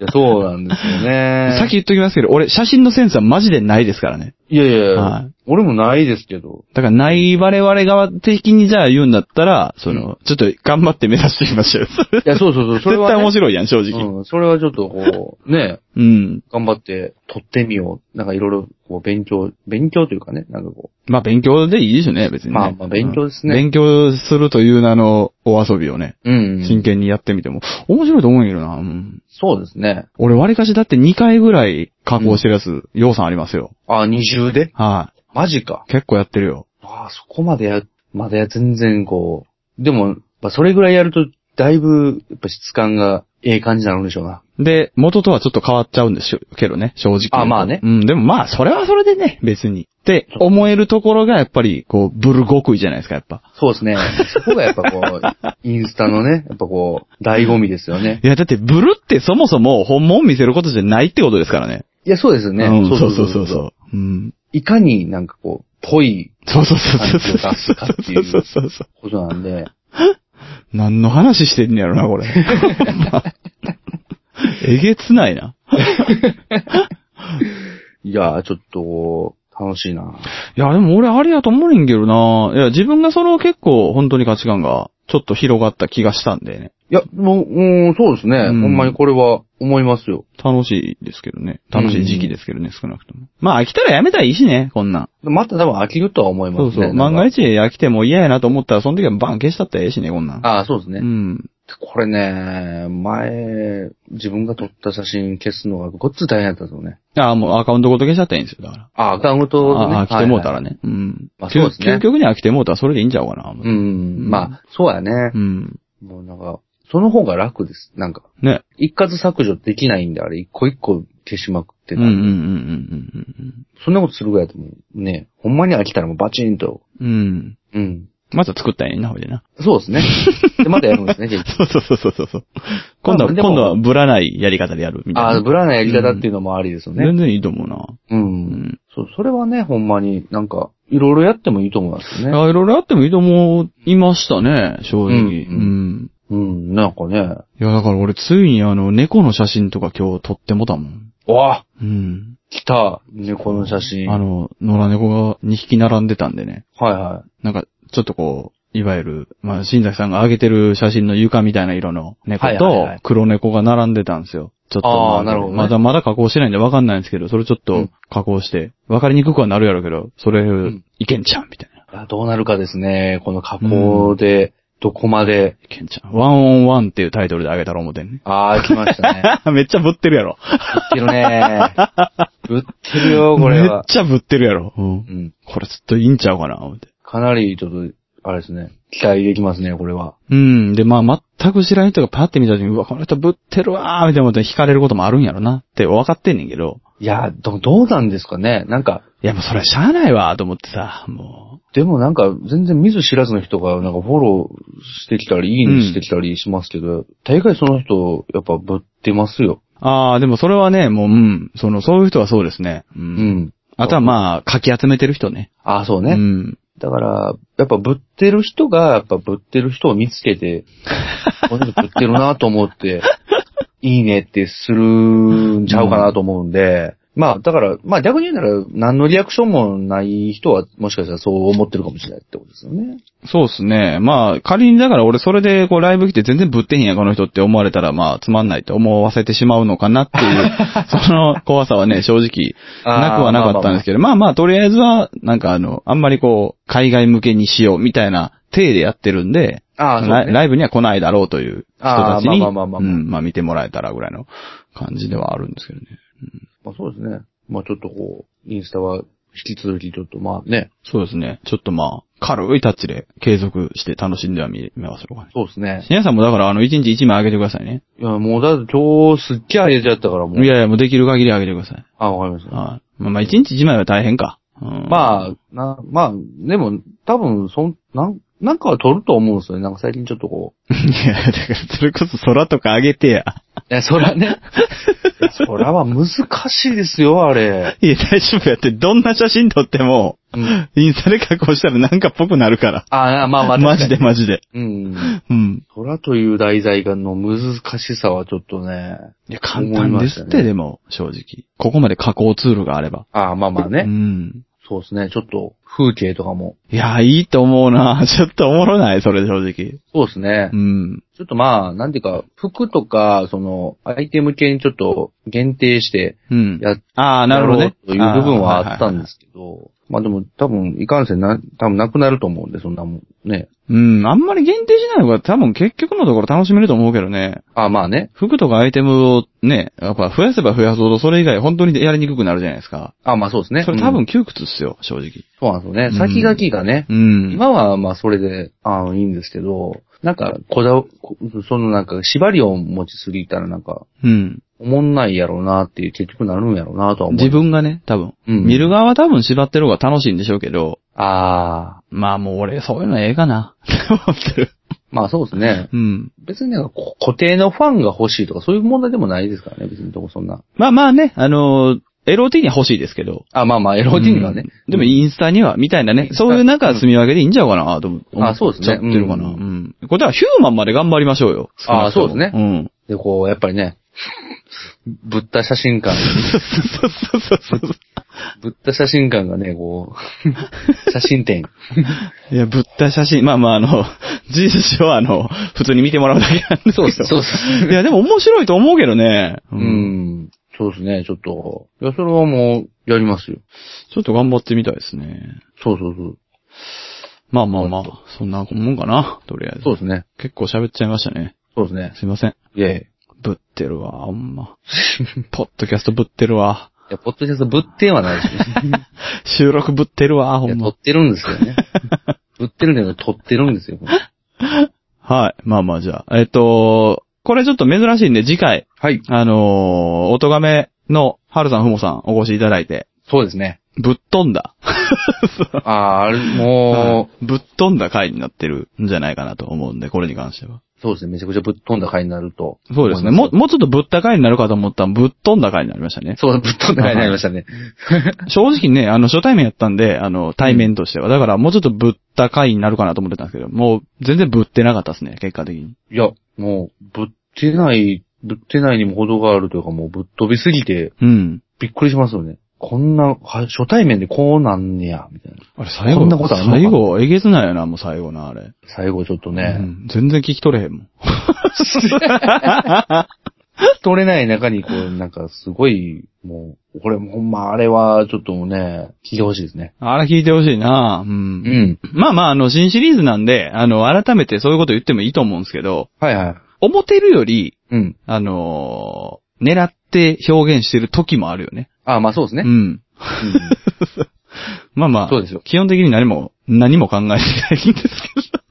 Speaker 2: いやそうなんですよね。
Speaker 1: さっき言っときますけど、俺、写真のセンスはマジでないですからね。
Speaker 2: いやいやいや、
Speaker 1: はい
Speaker 2: 俺もないですけど。
Speaker 1: だから、ない我々側的にじゃあ言うんだったら、その、ちょっと頑張って目指してみましょう。
Speaker 2: いや、そうそうそう。それ
Speaker 1: 絶
Speaker 2: は、
Speaker 1: 対
Speaker 2: ね。
Speaker 1: 面白いやん、正直。
Speaker 2: うん、それはちょっとこう、ね、
Speaker 1: うん。
Speaker 2: 頑張って取ってみよう。なんかいろいろこう勉強、勉強というかね、なんかこ
Speaker 1: まあ、勉強でいいでしょね、別にね。
Speaker 2: まあまあ勉強ですね
Speaker 1: うん勉強するという名のお遊びをね、
Speaker 2: う。うん
Speaker 1: 真剣にやってみても、面白いと思うんやけどな。うん
Speaker 2: そうですね。
Speaker 1: 俺、割かしだって2回ぐらい加工してるやつ、要さんありますよ。
Speaker 2: あ、二重で
Speaker 1: はい、
Speaker 2: マジか。
Speaker 1: 結構やってるよ。
Speaker 2: あそこまでや、まだや、全然こう。でも、まあ、それぐらいやると、だいぶ、やっぱ質感が、ええ感じになるんでしょうな。
Speaker 1: で、元とはちょっと変わっちゃうんですけどね、正直。
Speaker 2: あまあね
Speaker 1: うん、でもまあ、それはそれでね、別に。って思えるところが、やっぱり、こう、ブルゴクイじゃないですか、やっぱ。
Speaker 2: そうですね。そこがやっぱこう、インスタ のね、やっぱこう、醍醐味ですよね。
Speaker 1: いや、だって、ブルってそもそも本物見せることじゃないってことですからね。
Speaker 2: いや、そうですよね。
Speaker 1: うん、そうそうそうそう。うん。
Speaker 2: いかになんかこう、ぽい
Speaker 1: そうそうそうそうそう。
Speaker 2: 感じを出すかってい う
Speaker 1: そうそうそうそう。
Speaker 2: ことなんで、
Speaker 1: 何の話してんねやろな、 これ。えげつないな。
Speaker 2: いやー、ちょっとこう、楽しいな。
Speaker 1: いや、でも俺あれやと思うねんけどな。いや、自分がその結構本当に価値観がちょっと広がった気がしたんでね。
Speaker 2: いや、もう、うん、そうですね、
Speaker 1: うん
Speaker 2: ほんまにこれは思いますよ。
Speaker 1: 楽しいですけどね。楽しい時期ですけどね、少なくとも。まあ飽きたらやめたらいいしね、こんなん。
Speaker 2: また多分飽きるとは思いま
Speaker 1: そう
Speaker 2: す
Speaker 1: そう。
Speaker 2: ね。なん
Speaker 1: 漫
Speaker 2: か
Speaker 1: 画一飽きても嫌やなと思ったら、その時はバン消しちゃったらええしね、こんなん。
Speaker 2: ああ、そうですね。
Speaker 1: うん。
Speaker 2: これね、前、自分が撮った写真消すのがごっつ大変だったんですよね。
Speaker 1: ああ、もうアカウントごと消しちゃったらいいんですよ、だから。
Speaker 2: あ、アカウント、ね、
Speaker 1: ああ、飽きてもうた
Speaker 2: は
Speaker 1: ら
Speaker 2: い
Speaker 1: ね。うん。
Speaker 2: まあそうですね
Speaker 1: 究究極に飽きてもうたらそれでいいんちゃうかな。
Speaker 2: はい。うん、まあ、そうやね
Speaker 1: う。ん。
Speaker 2: もうなんか、その方が楽です。なんか、
Speaker 1: ね。
Speaker 2: 一括削除できないんで、あれ、一個一個消しまくって
Speaker 1: うん
Speaker 2: た
Speaker 1: うんうんうん
Speaker 2: そんなことするぐらいだともうね、ほんまに飽きたらもうバチンと。
Speaker 1: うんうん。うん。
Speaker 2: うん。
Speaker 1: まずは作ったらええな、ほいでな。
Speaker 2: そうですね。で、またやるんですね、結局。
Speaker 1: そうそうそうそうそう。今度は、
Speaker 2: まあでも
Speaker 1: 今度はブラないやり方でやるみたいな。
Speaker 2: ああ、ブラなやり方っていうのもありですよね。
Speaker 1: 全然いいと思うな。
Speaker 2: うん。
Speaker 1: ん
Speaker 2: そう、それはね、ほんまになんか、いろいろやってもいいと思いますよね。
Speaker 1: あいろいろあってもいいと思いましたね、正直。
Speaker 2: う
Speaker 1: うんん。
Speaker 2: うん、なんかね。
Speaker 1: いや、だから俺ついにあの、猫の写真とか今日撮ってもたもん。
Speaker 2: わあ、
Speaker 1: うん。
Speaker 2: 来た。猫の写真。
Speaker 1: あの、野良猫が2匹並んでたんでね。
Speaker 2: はいは
Speaker 1: なんか、ちょっとこう、いわゆる、まあ、新崎さんが上げてる写真の床みたいな色の猫
Speaker 2: はいはい
Speaker 1: と
Speaker 2: はい、
Speaker 1: 黒猫が並んでたんですよ。ちょっと
Speaker 2: あ
Speaker 1: ま
Speaker 2: ーなるほどね
Speaker 1: まだまだ加工してないんでわかんないんですけど、それちょっ
Speaker 2: う
Speaker 1: と
Speaker 2: ん
Speaker 1: 加工して、わかりにくくはなるやろうけど、それ
Speaker 2: ん、
Speaker 1: いけんちゃんみたいな。
Speaker 2: いいや。どうなるかですね。この加工で、どこまで。
Speaker 1: いけんちゃん。ワンオンワンっていうタイトルで上げたら思 てんね。
Speaker 2: ああ、来ましたね。
Speaker 1: めっちゃぶってるや ろ。
Speaker 2: ぶってる ね。ぶってるよ、これ
Speaker 1: めっ
Speaker 2: は。
Speaker 1: ちゃぶってるやろ。うん
Speaker 2: うん。
Speaker 1: これちょっといいんちゃうかな、思って。
Speaker 2: かなり、ちょっと、あれですね。期待できますね、これは。
Speaker 1: うん。で、まあ、全く知らん人がパッて見た時に、うわ、この人ぶってるわー、みたいなことで惹かれることもあるんやろな、って分かってんねんけど。
Speaker 2: いや、ど、どうなんですかね。なんか、
Speaker 1: いや、もうそれはしゃあないわ、と思ってさ、も
Speaker 2: でもなんか、全然見ず知らずの人が、なんかフォローしてきたり、いいねしてきたりしますけど、大概その人、やっぱぶってますよ。
Speaker 1: う。ああ、でもそれはね、もう、うん。その、そういう人はそうですね。うん。
Speaker 2: うん。
Speaker 1: あとはまあ、かき集めてる人ね。
Speaker 2: ああ、そうね。
Speaker 1: うん。
Speaker 2: だから、やっぱぶってる人が、やっぱぶってる人を見つ けて、この人ぶってるなと思って、いいねってするんちゃうかなと思うんで、まあ、だから、まあ逆に言うなら、何のリアクションもない人は、もしかしたらそう思ってるかもしれないってことですよね。
Speaker 1: そうっすね。まあ、仮にだから俺それでこうライブ来て全然ぶってへんや、この人って思われたら、まあ、つまんないって思わせてしまうのかなって いう、その怖さはね、正直、
Speaker 2: あー
Speaker 1: なくはなかったんですけど、まあまあ、とりあえずは、なんかあの、あんまりこう、海外向けにしようみたいな体でやってるんで、
Speaker 2: ああ、そう
Speaker 1: ラ
Speaker 2: ね
Speaker 1: イライブには来ないだろうという人たちに、
Speaker 2: あーまあまあまあまあまあ
Speaker 1: うん、まあ見てもらえたらぐらいの感じではあるんですけどね。
Speaker 2: まあそうですね。まあちょっとこう、インスタは引き続きちょっとまあね、
Speaker 1: そうですね。ちょっとまあ、軽いタッチで継続して楽しんではみ見ましょうかね。
Speaker 2: そうですね。
Speaker 1: 皆さんもだからあの、1日1枚あげてくださいね。
Speaker 2: いや、もうだって今日すっげえあげちゃったからもう。
Speaker 1: いやいや、もうできる限りあげてください。
Speaker 2: あ、わかりました。
Speaker 1: はい。まあまあ、1日1枚は大変か。うん、
Speaker 2: まあ、な、まあ、でも、多分、そん、なん、なんかは撮ると思うんですよね。なんか最近ちょっとこ
Speaker 1: あ。いや、だからそれこそ空とかあげてや。
Speaker 2: う。いや、そらね。いやそらは難しいですよ、あれ。
Speaker 1: いや、大丈夫やって、どんな写真撮っても、
Speaker 2: うん。
Speaker 1: インスタで加工したらなんかっぽくなるから。
Speaker 2: ああ、まあまあ、
Speaker 1: マジで
Speaker 2: 確か
Speaker 1: マジで。
Speaker 2: に。うん。
Speaker 1: うん。
Speaker 2: そらという題材がの難しさはちょっとね。
Speaker 1: いや、簡単ですって、でも、正直。ここまで加工ツールがあれば。
Speaker 2: ああ、まあまあ
Speaker 1: う
Speaker 2: ね。
Speaker 1: ん。
Speaker 2: そうですね。ちょっと、風景とかも。
Speaker 1: いや、いいと思うな ちょっとおもろない、それ正直。
Speaker 2: そうですね
Speaker 1: う。ん。
Speaker 2: ちょっとまあ、なんていうか、服とか、その、アイテム系にちょっと限定して
Speaker 1: うん。
Speaker 2: やっ
Speaker 1: ああ、なるほどね。
Speaker 2: という部分はあったん
Speaker 1: す。はいはいはい
Speaker 2: ですけど、まあでも多分、いかんせんな、多分なくなると思うんで、そんなもん。ね。
Speaker 1: うん。あんまり限定しないのが多分結局のところ楽しめると思うけどね。
Speaker 2: あまあね。
Speaker 1: 服とかアイテムをね、やっぱ増やせば増やすほどそれ以外本当にやりにくくなるじゃないですか。
Speaker 2: あまあそうですね。
Speaker 1: それ多
Speaker 2: う
Speaker 1: 分
Speaker 2: ん
Speaker 1: 窮屈っすよ、正直。
Speaker 2: そうなんです
Speaker 1: う
Speaker 2: よ
Speaker 1: ん
Speaker 2: ね。先書きがね。
Speaker 1: うん。
Speaker 2: 今はまあそれで、あいいんですけど、なんか、こだわ、こそのなんか、縛りを持ちすぎたらなんか、
Speaker 1: うん。
Speaker 2: おもんないやろうなっていう、結局なるんやろうなとは思う。
Speaker 1: 自。分がね、多分。
Speaker 2: うん
Speaker 1: 見る側は多分縛ってる方が楽しいんでしょうけど、
Speaker 2: ああ。
Speaker 1: まあもう俺そういうのええかな。って思ってる。
Speaker 2: まあそうですね。
Speaker 1: うん。
Speaker 2: 別になんかこ固定のファンが欲しいとかそういう問題でもないですからね、別にどこそんな。
Speaker 1: まあまあね、あのー、LOT には欲しいですけど。
Speaker 2: あ、まあまあ、LOT にはね。
Speaker 1: うんでもインスタには、みたいなね。そういうなんか住み分けでいいんちゃうかな、と思って。
Speaker 2: あそうですね
Speaker 1: ちょっとるかな。う
Speaker 2: う
Speaker 1: んん。これだからヒューマンまで頑張りましょうよ。
Speaker 2: あそうですね
Speaker 1: うん。
Speaker 2: で、こう、やっぱりね、ぶった写真館、
Speaker 1: そうそうそうそう。
Speaker 2: ぶった写真館がね、こ う、写真展。
Speaker 1: いや、ぶった写真、まあまああの、 事実上はあの、普通に見てもらうだけなんですけど。
Speaker 2: そうっす
Speaker 1: いや、でも面白いと思うけどね。う
Speaker 2: う。ん。そうですね、ちょっと。いや、それはもう、やりますよ。
Speaker 1: ちょっと頑張ってみたいですね。
Speaker 2: そうそうそう。
Speaker 1: まあまあまあ、そんなもんかな、とりあえず。
Speaker 2: そうですね。
Speaker 1: 結構喋っちゃいましたね。
Speaker 2: そうですね。
Speaker 1: すいません。
Speaker 2: い やいや。い
Speaker 1: ぶってるわ、ほんま。ポッドキャストぶってるわ。
Speaker 2: や、ポッドキャストぶってはないですね。
Speaker 1: 収録ぶってるわ、ほ
Speaker 2: いや、
Speaker 1: ん
Speaker 2: 撮
Speaker 1: ま
Speaker 2: っ。てるんですよね。ぶってるんだけど、撮ってるんですよ。
Speaker 1: はい。まあまあじゃあ。えっと、これちょっと珍しいんで次回、
Speaker 2: はい。
Speaker 1: あのー、音亀の春さん、ふもさんお越しいただいて、
Speaker 2: そうですね。
Speaker 1: ぶっ飛んだ。
Speaker 2: あーあれ、も
Speaker 1: ぶっ飛んだ回になってるんじゃないかなと思うんで、これに関しては。
Speaker 2: う、そうですね。めちゃくちゃぶっ飛んだ回になると。
Speaker 1: そうですね。
Speaker 2: 思
Speaker 1: も
Speaker 2: い、ます
Speaker 1: もうちょっとぶった回になるかと思ったら、ぶっ飛んだ回になりましたね。
Speaker 2: そう、ぶっ飛んだ回になりましたね。
Speaker 1: 正直ね、あの、初対面やったんで、あの、対面としては。だから、もうちょっとぶった回になるかなと思ってたんですけど、もう、全然ぶってなかったですね、結果的に。
Speaker 2: いや、もう、ぶってない、ぶってないにも程があるというか、もうぶっ飛びすぎて、
Speaker 1: うん。
Speaker 2: びっくりしますよね。こんな、は初対面でこうなんねや、みたいな。
Speaker 1: あれ、最後、
Speaker 2: こんなことあるのかな
Speaker 1: 最後、えげつないよな、もう最後な、あれ。
Speaker 2: 最後ちょっと
Speaker 1: う
Speaker 2: ね、
Speaker 1: ん。全然聞き取れへんもん。
Speaker 2: 取れない中に、こう、なんかすごい、もう、これほんま、あれは、ちょっともうね、聞いてほしいですね。
Speaker 1: あれ聞いてほしいな、う。
Speaker 2: うんん。
Speaker 1: まあまあ、あの、新シリーズなんで、あの、改めてそういうこと言ってもいいと思うんですけど、
Speaker 2: はいはい。
Speaker 1: 思ってるより、
Speaker 2: うん。
Speaker 1: あのー狙って表現してる時もあるよね。
Speaker 2: あまあそうですね。
Speaker 1: う
Speaker 2: うん
Speaker 1: ん。まあまあ、
Speaker 2: そうですよ
Speaker 1: 基本的に何も、何も考えてないんですけど。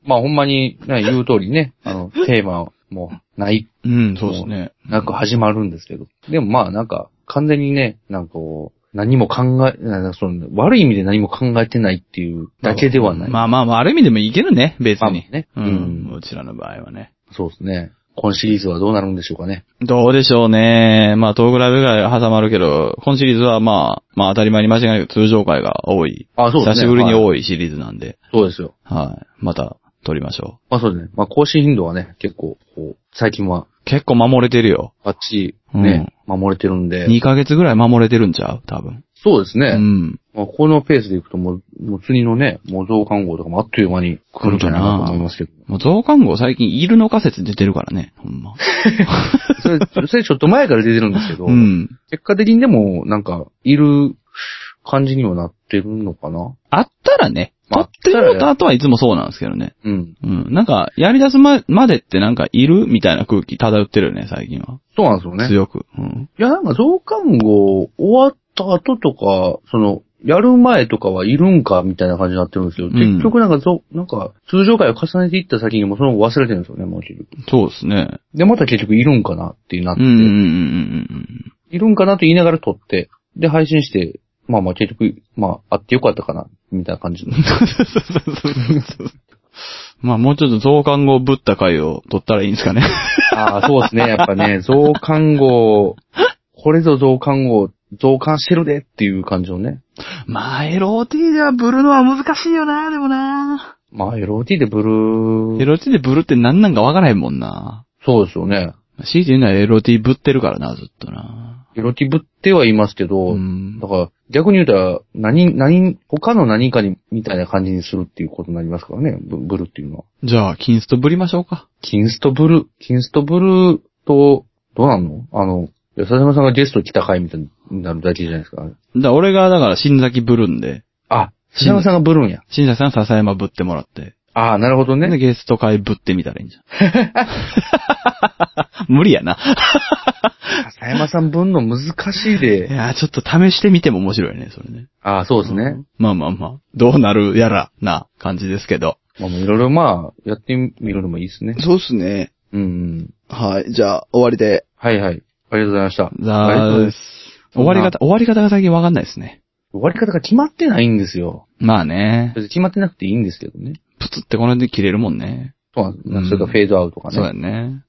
Speaker 2: まあほんまに、ね、言う通りね、あの、テーマもない、
Speaker 1: うん、そうですね。
Speaker 2: なく始まるんですけど。でもまあなんか、完全にね、なんかこう、何も考え、なんかその悪い意味で何も考えてないっていうだけではない。
Speaker 1: まあまあまあ、ある意味でもいけるね、別
Speaker 2: まあ
Speaker 1: に。
Speaker 2: ね
Speaker 1: う
Speaker 2: うんん。
Speaker 1: うちらの場合はね。
Speaker 2: そうですね。今シリーズはどうなるんでしょうかね。
Speaker 1: どうでしょうね。まあ、トークライブぐらいは挟まるけど、今シリーズはまあ、まあ当たり前に間違いなく通常回が多い。
Speaker 2: あそうで
Speaker 1: 久
Speaker 2: すね
Speaker 1: しぶりに
Speaker 2: はい
Speaker 1: 多いシリーズなんで。
Speaker 2: そうですよ。
Speaker 1: はい。また、撮りましょ
Speaker 2: まあそうですね。まあ更新頻度はね、結構、こう、最近は
Speaker 1: う。結構守れてるよ。
Speaker 2: バッチリね、守れてるんで。
Speaker 1: 2ヶ月ぐらい守れてるんちゃう多分。
Speaker 2: そうですね。
Speaker 1: うん。
Speaker 2: まあ、このペースでいくともう、もう次のね、模造看護とかもあっという間に来るんじゃないかなと思いますけど。
Speaker 1: もう増刊号最近いるの仮説出てるからね。ほんま。
Speaker 2: それ、それちょっと前から出てるんです けど、
Speaker 1: うん。
Speaker 2: 結果的にでも、なんか、いる感じにはなってるのかな
Speaker 1: あったらね、撮
Speaker 2: まあ
Speaker 1: ってもらった後はいつもそうなんですけどね。
Speaker 2: うん。
Speaker 1: うん。なんか、やり出すま、までってなんかいるみたいな空気漂ってるよね、最近は。
Speaker 2: そうなんですよね。
Speaker 1: 強く。うん。
Speaker 2: いや、なんか、増刊号終わった後とか、その、やる前とかはいるんかみたいな感じになってるんですけど、
Speaker 1: うん
Speaker 2: 結局なんか、ぞなんか、通常回を重ねていった先にもその後忘れてるんですよね、もう結局。
Speaker 1: そうですね。
Speaker 2: で、また結局いるんかなってなっ
Speaker 1: う
Speaker 2: て、
Speaker 1: んうんうんうん
Speaker 2: いるんかなと言いながら撮って、で、配信して、まあまあ結局、まあ、あってよかったかな、みたいな感じの。
Speaker 1: うん うん。まあもうちょっと増刊号ぶった回を撮ったらいいんですかね。
Speaker 2: ああ、そうですね。やっぱね、増刊号、これぞ増刊号、増刊してるでっていう感じのね。
Speaker 1: まあ LOT ではブルのは難しいよな、でもな。
Speaker 2: まあ、LOT でブルー、
Speaker 1: LOT でブルって何なんかわからへんもんな。
Speaker 2: そうですよね。
Speaker 1: 強いて言うなら LOT ぶってるからな、ずっとな。
Speaker 2: LOT ぶってはいますけど、
Speaker 1: うん
Speaker 2: だから、逆に言うたら、何、何、他の何かに、みたいな感じにするっていうことになりますからね、ブブルっていうのは。
Speaker 1: じゃあ、金ストぶりましょうか。
Speaker 2: キンストブル、キンストブルと、どうなんのあの、安田島さんがゲスト来た回みたいになるだけじゃないですか。
Speaker 1: だから俺が、だから、新崎ぶるんで、
Speaker 2: あ、安田島さんがブルーンや。
Speaker 1: 新崎さん笹山ぶってもらって、
Speaker 2: ああ、なるほど
Speaker 1: で、
Speaker 2: ね。
Speaker 1: ゲスト会ぶってみたらいいんじゃん。 無理やな。
Speaker 2: 笹山さん分の難しい
Speaker 1: い
Speaker 2: で。
Speaker 1: やーちょっと試してみても面白いね、それね。
Speaker 2: ああ、そうですね。
Speaker 1: まあまあまあ、どうなるやら、な感じですけど。
Speaker 2: まあ、もういろいろまあ、やってみるのもいいですね。
Speaker 1: そうっすね。
Speaker 2: うんうん。
Speaker 1: はい、じゃあ、終わりで。
Speaker 2: はいはい。ありがとうございました。ありがとうござい
Speaker 1: ざー。
Speaker 2: ます
Speaker 1: 終わり方、終わり方が最近わかんないですね。
Speaker 2: 終わり方が決まってないんですよ。
Speaker 1: まあね。
Speaker 2: 別に決まってなくていいんですけどね。
Speaker 1: プツってこの辺で切れるもんね。
Speaker 2: そうなんです。
Speaker 1: うん
Speaker 2: それからフェードアウトとかね。
Speaker 1: そうやね。